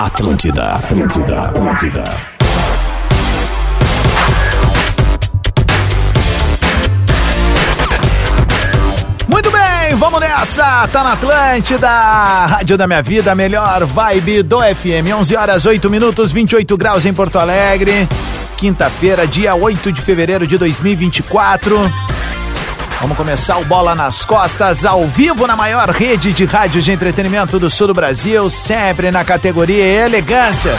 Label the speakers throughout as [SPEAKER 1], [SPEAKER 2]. [SPEAKER 1] Atlântida, Atlântida, Atlântida.
[SPEAKER 2] Muito bem, vamos nessa! Tá na Atlântida, Rádio da Minha Vida, a melhor vibe do FM. 11 horas 8 minutos, 28 graus em Porto Alegre. Quinta-feira, dia 8 de fevereiro de 2024. Vamos começar o Bola nas Costas, ao vivo na maior rede de rádio de entretenimento do sul do Brasil, sempre na categoria elegância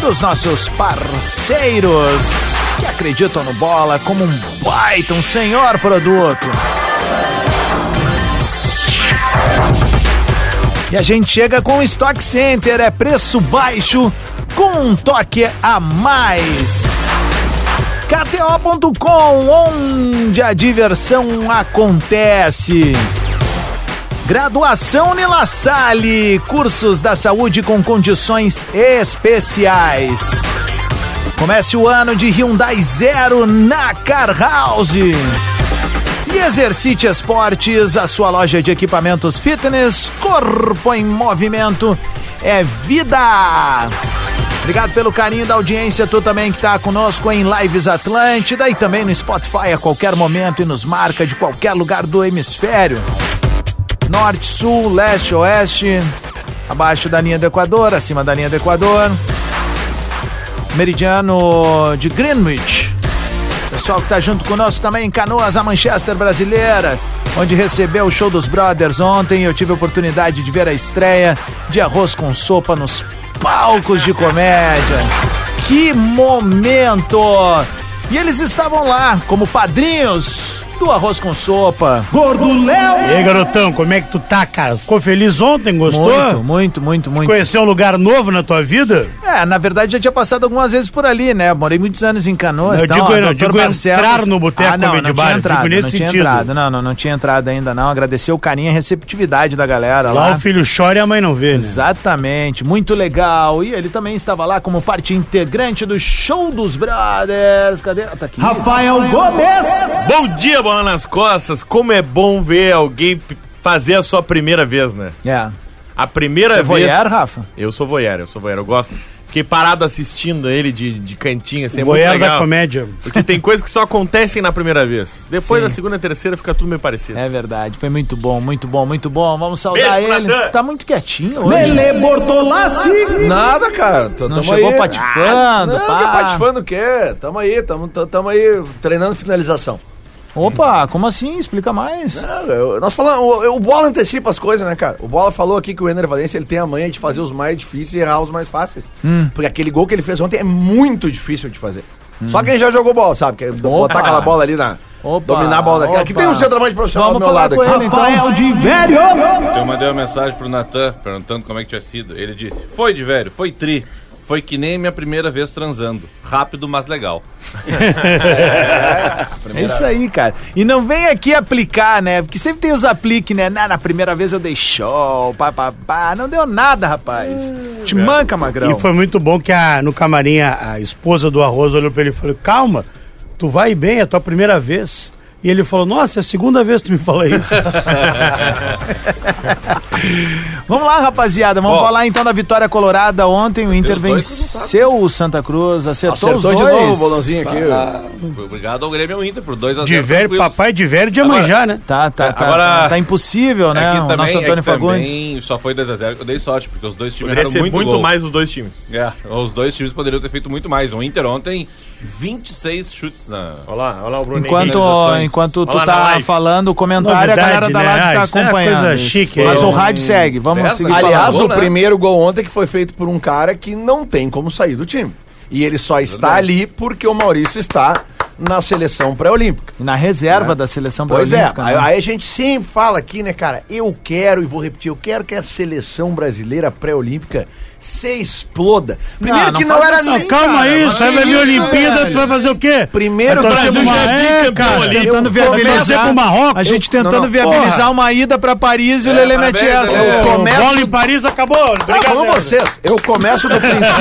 [SPEAKER 2] dos nossos parceiros que acreditam no bola como um baita, um senhor produto. E a gente chega com o Stock Center, é preço baixo com um toque a mais. KTO.com, onde a diversão acontece. Graduação Nila Salle, cursos da saúde com condições especiais. Comece o ano de Hyundai Zero na Car House. E Exercite Esportes, a sua loja de equipamentos fitness, corpo em movimento é vida. Obrigado pelo carinho da audiência, tu também que tá conosco em Lives Atlântida e também no Spotify a qualquer momento e nos marca de qualquer lugar do hemisfério. Norte, sul, leste, oeste, abaixo da linha do Equador, acima da linha do Equador. Meridiano de Greenwich. Pessoal que tá junto conosco também em Canoas, a Manchester brasileira, onde recebeu o show dos Brothers ontem. Eu tive a oportunidade de ver a estreia de arroz com sopa nos palcos de comédia. Que momento! E eles estavam lá como padrinhos do arroz com sopa.
[SPEAKER 3] Gordo Léo! E aí, garotão, como é que tu tá, cara? Ficou feliz ontem? Gostou?
[SPEAKER 2] Muito, muito, muito, muito.
[SPEAKER 3] Conheceu um lugar novo na tua vida?
[SPEAKER 2] É, na verdade já tinha passado algumas vezes por ali, né? Morei muitos anos em Canoas.
[SPEAKER 3] Eu
[SPEAKER 2] então,
[SPEAKER 3] digo,
[SPEAKER 2] ó,
[SPEAKER 3] eu
[SPEAKER 2] Dr.
[SPEAKER 3] digo entrar no Boteco
[SPEAKER 2] ah, não,
[SPEAKER 3] Comedy
[SPEAKER 2] não
[SPEAKER 3] Bar,
[SPEAKER 2] tinha
[SPEAKER 3] eu digo
[SPEAKER 2] entrado,
[SPEAKER 3] nesse
[SPEAKER 2] não tinha
[SPEAKER 3] sentido.
[SPEAKER 2] entrado, não, não, não tinha entrado ainda não. Agradecer o carinho e a receptividade da galera lá.
[SPEAKER 3] Lá o filho chora e a mãe não vê, né?
[SPEAKER 2] Exatamente, muito legal. E ele também estava lá como parte integrante do Show dos Brothers. Cadê? Ah, Tá aqui.
[SPEAKER 3] Rafael Gomes!
[SPEAKER 4] Bom dia, bola nas costas. Como é bom ver alguém p- fazer a sua primeira vez, né?
[SPEAKER 2] É.
[SPEAKER 4] A primeira
[SPEAKER 2] É
[SPEAKER 4] vez.
[SPEAKER 2] voyeur, Rafa?
[SPEAKER 4] Eu sou voyeur, eu sou voyeur, eu gosto. Fiquei parado assistindo ele de, de cantinho, assim, é muito
[SPEAKER 3] Voyeur da
[SPEAKER 4] legal.
[SPEAKER 3] comédia.
[SPEAKER 4] Porque tem coisas que só acontecem na primeira vez. Depois da segunda e terceira fica tudo meio parecido.
[SPEAKER 2] É verdade, foi muito bom, muito bom, muito bom. Vamos saudar
[SPEAKER 4] Beijo,
[SPEAKER 2] ele.
[SPEAKER 4] Natan.
[SPEAKER 2] Tá muito quietinho hoje.
[SPEAKER 5] Nada, cara. Tô,
[SPEAKER 2] Não chegou patifando,
[SPEAKER 5] Não,
[SPEAKER 2] pá.
[SPEAKER 5] que é patifando o quê? Tamo aí, tamo, tamo, tamo aí treinando finalização.
[SPEAKER 2] Opa, como assim? Explica mais.
[SPEAKER 5] Não, eu- nós falamos, o, o Bola antecipa as coisas, né, cara? O Bola falou aqui que o Ener Valencia ele tem a manha de fazer os mais difíceis e errar os mais fáceis.
[SPEAKER 2] Hum.
[SPEAKER 5] Porque aquele gol que ele fez ontem é muito difícil de fazer. Hum. Só quem já jogou bola, sabe? Que é botar aquela bola ali na.
[SPEAKER 2] Opa,
[SPEAKER 5] dominar a bola daqui. Aqui
[SPEAKER 2] opa.
[SPEAKER 5] tem um centroavante profissional
[SPEAKER 2] Vamos
[SPEAKER 5] do meu
[SPEAKER 2] falar
[SPEAKER 5] lado
[SPEAKER 2] com
[SPEAKER 5] aqui.
[SPEAKER 2] ele, então. Rafael
[SPEAKER 3] de velho!
[SPEAKER 6] É, Eu mandei uma mensagem pro Natan perguntando como é que tinha sido. Ele disse: Foi de velho, foi tri. Foi que nem minha primeira vez transando. Rápido, mas legal.
[SPEAKER 2] É isso aí, cara. E não vem aqui aplicar, né? Porque sempre tem os apliques, né? Na, na primeira vez eu dei show, pá, pá, pá. Não deu nada, rapaz. Te manca, magrão.
[SPEAKER 3] E foi muito bom que a- no camarim a, a esposa do Arroz olhou pra ele e falou: Calma, tu vai bem, é tua primeira vez. E ele falou: Nossa, é a segunda vez que tu me fala isso.
[SPEAKER 2] Vamos lá, rapaziada. Vamos
[SPEAKER 6] Ó.
[SPEAKER 2] falar então da vitória colorada ontem. O Inter
[SPEAKER 6] os dois
[SPEAKER 2] venceu o Santa Cruz, acertou
[SPEAKER 5] Acertou
[SPEAKER 2] os
[SPEAKER 5] de
[SPEAKER 2] dois.
[SPEAKER 5] novo o bolãozinho aqui.
[SPEAKER 6] Obrigado ao Grêmio e ao Inter por 2 a 0
[SPEAKER 3] de velho, papai de velho de
[SPEAKER 6] Agora-
[SPEAKER 3] manjar, né?
[SPEAKER 2] Tá, tá, tá,
[SPEAKER 6] Agora-
[SPEAKER 2] tá. Tá impossível, né?
[SPEAKER 6] Aqui
[SPEAKER 2] o
[SPEAKER 6] também,
[SPEAKER 2] nosso
[SPEAKER 6] nosso
[SPEAKER 2] Antônio Fagundes.
[SPEAKER 6] só foi 2x0. Eu dei sorte, porque os dois times
[SPEAKER 4] Poderia
[SPEAKER 6] erraram
[SPEAKER 4] ser
[SPEAKER 6] muito,
[SPEAKER 4] muito,
[SPEAKER 6] gol.
[SPEAKER 4] mais os dois times.
[SPEAKER 6] É, os dois times poderiam ter feito muito mais. O Inter ontem, 26 chutes na.
[SPEAKER 4] Olha lá, olha lá o Bruno
[SPEAKER 2] Enquanto,
[SPEAKER 6] Finalizações.
[SPEAKER 2] enquanto tu
[SPEAKER 4] Olha lá na
[SPEAKER 2] tá
[SPEAKER 4] live.
[SPEAKER 2] falando o comentário, a
[SPEAKER 3] Novidade,
[SPEAKER 2] galera da
[SPEAKER 3] né?
[SPEAKER 2] live
[SPEAKER 3] Ah,
[SPEAKER 2] tá
[SPEAKER 3] isso é
[SPEAKER 2] acompanhando.
[SPEAKER 3] coisa
[SPEAKER 2] isso.
[SPEAKER 3] chique,
[SPEAKER 2] Mas
[SPEAKER 3] hein?
[SPEAKER 2] o rádio segue. Vamos
[SPEAKER 6] Dez,
[SPEAKER 2] seguir
[SPEAKER 6] né?
[SPEAKER 2] falando.
[SPEAKER 6] Aliás,
[SPEAKER 5] Aliás,
[SPEAKER 6] Gol,
[SPEAKER 5] o
[SPEAKER 6] né?
[SPEAKER 5] primeiro gol ontem que foi feito por um cara que não tem como sair do time. E ele só está ali porque o Maurício está na seleção pré-olímpica.
[SPEAKER 2] na reserva da seleção
[SPEAKER 5] Pois é,
[SPEAKER 2] brasileira. né?
[SPEAKER 5] aí, aí a gente sempre fala aqui, né, cara? Eu quero, e vou repetir, eu quero que a seleção brasileira pré-olímpica se exploda.
[SPEAKER 2] não
[SPEAKER 5] Primeiro que não
[SPEAKER 2] faz
[SPEAKER 5] era
[SPEAKER 2] assim,
[SPEAKER 3] Não,
[SPEAKER 5] nem-
[SPEAKER 3] calma
[SPEAKER 2] cara,
[SPEAKER 3] isso, aí vai vir a
[SPEAKER 2] isso,
[SPEAKER 3] Olimpíada,
[SPEAKER 2] velho.
[SPEAKER 3] tu vai fazer o quê?
[SPEAKER 2] É
[SPEAKER 5] Primeiro
[SPEAKER 3] Vai
[SPEAKER 5] o
[SPEAKER 3] torcer
[SPEAKER 5] Brasil
[SPEAKER 3] pro
[SPEAKER 5] já
[SPEAKER 3] Maré, cara.
[SPEAKER 2] tentando
[SPEAKER 5] Eu
[SPEAKER 2] viabilizar
[SPEAKER 3] começo com o Marrocos.
[SPEAKER 2] A gente tentando
[SPEAKER 5] Não, não,
[SPEAKER 2] viabilizar
[SPEAKER 3] porra. é.
[SPEAKER 2] uma ida pra Paris e o Lele mete
[SPEAKER 6] parabéns,
[SPEAKER 2] essa.
[SPEAKER 6] Lelê.
[SPEAKER 2] Eu
[SPEAKER 3] O
[SPEAKER 2] tô-
[SPEAKER 5] Começa-
[SPEAKER 3] Bola em Paris acabou.
[SPEAKER 5] Ah,
[SPEAKER 3] Obrigado.
[SPEAKER 5] como vocês, eu começo do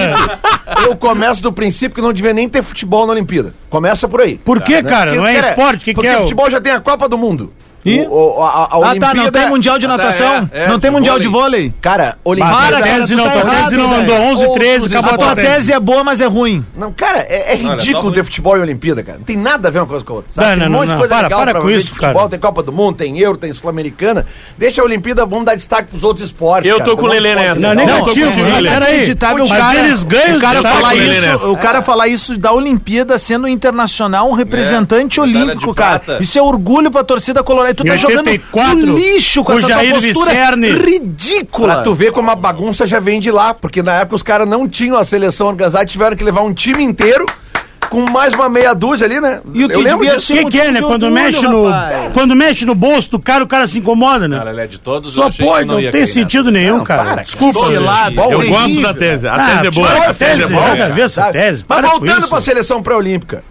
[SPEAKER 5] princípio. eu começo do princípio que não devia nem ter futebol na Olimpíada. Começa por aí.
[SPEAKER 3] Por que,
[SPEAKER 5] né?
[SPEAKER 3] cara?
[SPEAKER 5] Porque,
[SPEAKER 3] Não é esporte? O que,
[SPEAKER 5] porque
[SPEAKER 3] que é? o-
[SPEAKER 5] futebol já tem a Copa do Mundo.
[SPEAKER 2] Ih.
[SPEAKER 5] O- o- a, a- a
[SPEAKER 2] Ah, tá, não
[SPEAKER 5] Olimpíada-
[SPEAKER 2] tem mundial de
[SPEAKER 6] Ah, tá,
[SPEAKER 2] natação?
[SPEAKER 6] é, é,
[SPEAKER 2] não tem
[SPEAKER 6] de
[SPEAKER 2] mundial de
[SPEAKER 6] vôlei.
[SPEAKER 2] vôlei?
[SPEAKER 5] Cara,
[SPEAKER 3] Para,
[SPEAKER 5] Olimpíada.
[SPEAKER 2] cara,
[SPEAKER 3] tese
[SPEAKER 2] tu
[SPEAKER 3] não,
[SPEAKER 2] tá
[SPEAKER 3] tua tese
[SPEAKER 2] errado,
[SPEAKER 3] não
[SPEAKER 2] velho.
[SPEAKER 3] andou. 11,
[SPEAKER 5] Ô,
[SPEAKER 3] 13, acabou
[SPEAKER 5] Rodrigo,
[SPEAKER 2] A
[SPEAKER 3] a tua
[SPEAKER 2] tua
[SPEAKER 3] tese.
[SPEAKER 2] tese é boa, mas é ruim.
[SPEAKER 5] Não, cara, é, é
[SPEAKER 6] Olha,
[SPEAKER 5] ridículo
[SPEAKER 6] só
[SPEAKER 5] ter futebol e Olimpíada, cara. Não tem nada a ver uma coisa com a outra.
[SPEAKER 3] Não,
[SPEAKER 5] Tem
[SPEAKER 3] não,
[SPEAKER 5] um
[SPEAKER 3] não,
[SPEAKER 5] monte
[SPEAKER 3] não.
[SPEAKER 5] de coisa
[SPEAKER 3] Para,
[SPEAKER 5] legal
[SPEAKER 3] para
[SPEAKER 5] pra
[SPEAKER 3] com
[SPEAKER 5] ver de
[SPEAKER 3] isso,
[SPEAKER 5] futebol,
[SPEAKER 3] cara.
[SPEAKER 5] tem Copa do Mundo, tem Euro, tem Sul-Americana. Deixa a Olimpíada, vamos dar destaque pros outros esportes.
[SPEAKER 4] Eu
[SPEAKER 5] cara.
[SPEAKER 4] tô com o
[SPEAKER 5] Tem um monte de
[SPEAKER 4] Lelê
[SPEAKER 5] esporte
[SPEAKER 4] nessa.
[SPEAKER 5] legal.
[SPEAKER 3] Não,
[SPEAKER 5] Não,
[SPEAKER 3] não,
[SPEAKER 4] tô
[SPEAKER 3] tio,
[SPEAKER 4] com o Lelê.
[SPEAKER 3] pera aí.
[SPEAKER 2] Inacreditável, o
[SPEAKER 3] Mas
[SPEAKER 2] é cara-
[SPEAKER 3] eles ganham
[SPEAKER 2] O cara,
[SPEAKER 4] destaque
[SPEAKER 2] falar
[SPEAKER 4] do
[SPEAKER 2] isso,
[SPEAKER 4] Belenenses.
[SPEAKER 2] o cara falar isso da Olimpíada sendo internacional, um representante
[SPEAKER 6] É, medalha
[SPEAKER 2] olímpico,
[SPEAKER 6] de
[SPEAKER 2] cara.
[SPEAKER 6] prata.
[SPEAKER 2] Isso é orgulho pra torcida colorada. E tu
[SPEAKER 3] Em
[SPEAKER 2] tá jogando
[SPEAKER 3] 84,
[SPEAKER 2] no lixo com
[SPEAKER 3] o
[SPEAKER 2] essa
[SPEAKER 3] Jair
[SPEAKER 2] tua postura
[SPEAKER 3] Vicerne.
[SPEAKER 2] ridícula.
[SPEAKER 5] Pra tu ver como a bagunça já vem de lá, porque na época os caras não tinham a seleção organizada, tiveram que levar um time inteiro com mais uma meia dúzia ali, né?
[SPEAKER 2] E o que
[SPEAKER 5] Eu lembro
[SPEAKER 2] devia
[SPEAKER 5] disso.
[SPEAKER 2] ser
[SPEAKER 3] O que, que
[SPEAKER 2] motivo
[SPEAKER 3] é, né?
[SPEAKER 2] de
[SPEAKER 3] Quando
[SPEAKER 2] orgulho,
[SPEAKER 3] mexe, no,
[SPEAKER 2] rapaz.
[SPEAKER 3] quando mexe no bolso do cara, o cara se incomoda, né?
[SPEAKER 6] Cara, ele é de todos. eu
[SPEAKER 3] Só
[SPEAKER 6] achei que
[SPEAKER 3] pode, não,
[SPEAKER 6] ia
[SPEAKER 3] tem
[SPEAKER 6] cair nessa.
[SPEAKER 3] sentido nenhum, cara.
[SPEAKER 5] para,
[SPEAKER 3] Desculpa.
[SPEAKER 6] que
[SPEAKER 2] lá,
[SPEAKER 6] Eu
[SPEAKER 4] Eu
[SPEAKER 2] terrível.
[SPEAKER 4] gosto da tese. A
[SPEAKER 3] Ah,
[SPEAKER 4] tese é boa.
[SPEAKER 3] tira
[SPEAKER 4] A tese é boa.
[SPEAKER 3] cara, vê essa
[SPEAKER 5] Sabe?
[SPEAKER 3] tese.
[SPEAKER 5] Mas
[SPEAKER 3] para com
[SPEAKER 5] voltando
[SPEAKER 3] isso.
[SPEAKER 5] pra seleção pré-olímpica.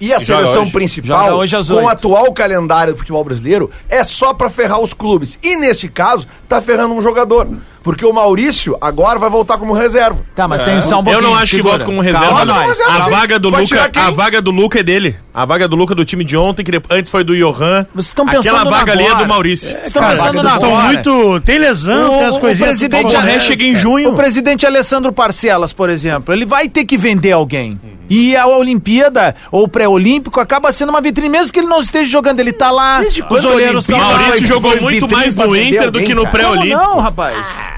[SPEAKER 5] E a
[SPEAKER 6] Joga
[SPEAKER 5] seleção
[SPEAKER 6] hoje.
[SPEAKER 2] Joga
[SPEAKER 5] principal,
[SPEAKER 2] hoje às
[SPEAKER 5] com
[SPEAKER 2] oito.
[SPEAKER 5] o atual calendário do futebol brasileiro, é só pra ferrar os clubes. E nesse caso, tá ferrando um jogador. Porque o Maurício agora vai voltar como reserva.
[SPEAKER 2] Tá, mas tem só um
[SPEAKER 4] Eu
[SPEAKER 2] pouquinho.
[SPEAKER 4] não acho que
[SPEAKER 2] segura.
[SPEAKER 4] volta como
[SPEAKER 2] Calma
[SPEAKER 4] reserva. não.
[SPEAKER 2] nós.
[SPEAKER 4] A vaga do
[SPEAKER 5] Vai é assim, tirar
[SPEAKER 4] Luca,
[SPEAKER 5] quem?
[SPEAKER 4] a vaga do Luca é dele. A vaga do Luca é do time de ontem, que depois- antes foi do Johan.
[SPEAKER 2] Vocês estão
[SPEAKER 4] Aquela
[SPEAKER 2] pensando na
[SPEAKER 4] vaga ali é
[SPEAKER 2] agora.
[SPEAKER 4] do Maurício.
[SPEAKER 2] Vocês estão
[SPEAKER 3] Cara,
[SPEAKER 2] pensando
[SPEAKER 3] vocês
[SPEAKER 2] na
[SPEAKER 3] estão
[SPEAKER 2] agora.
[SPEAKER 3] muito. Tem lesão,
[SPEAKER 2] O-
[SPEAKER 3] tem as
[SPEAKER 2] o
[SPEAKER 3] coisinhas. tudo
[SPEAKER 2] presidente
[SPEAKER 3] bom.
[SPEAKER 4] Borré chega em junho.
[SPEAKER 2] O presidente Alessandro Parcelas, por exemplo, ele vai ter que vender alguém. E a Olimpíada ou o pré-olímpico acaba sendo uma vitrine, mesmo que ele não esteja jogando, ele tá lá, os olheiros estão lá.
[SPEAKER 4] Maurício jogou muito mais no Inter do que no
[SPEAKER 2] Como
[SPEAKER 4] pré-olímpico.
[SPEAKER 2] não, rapaz?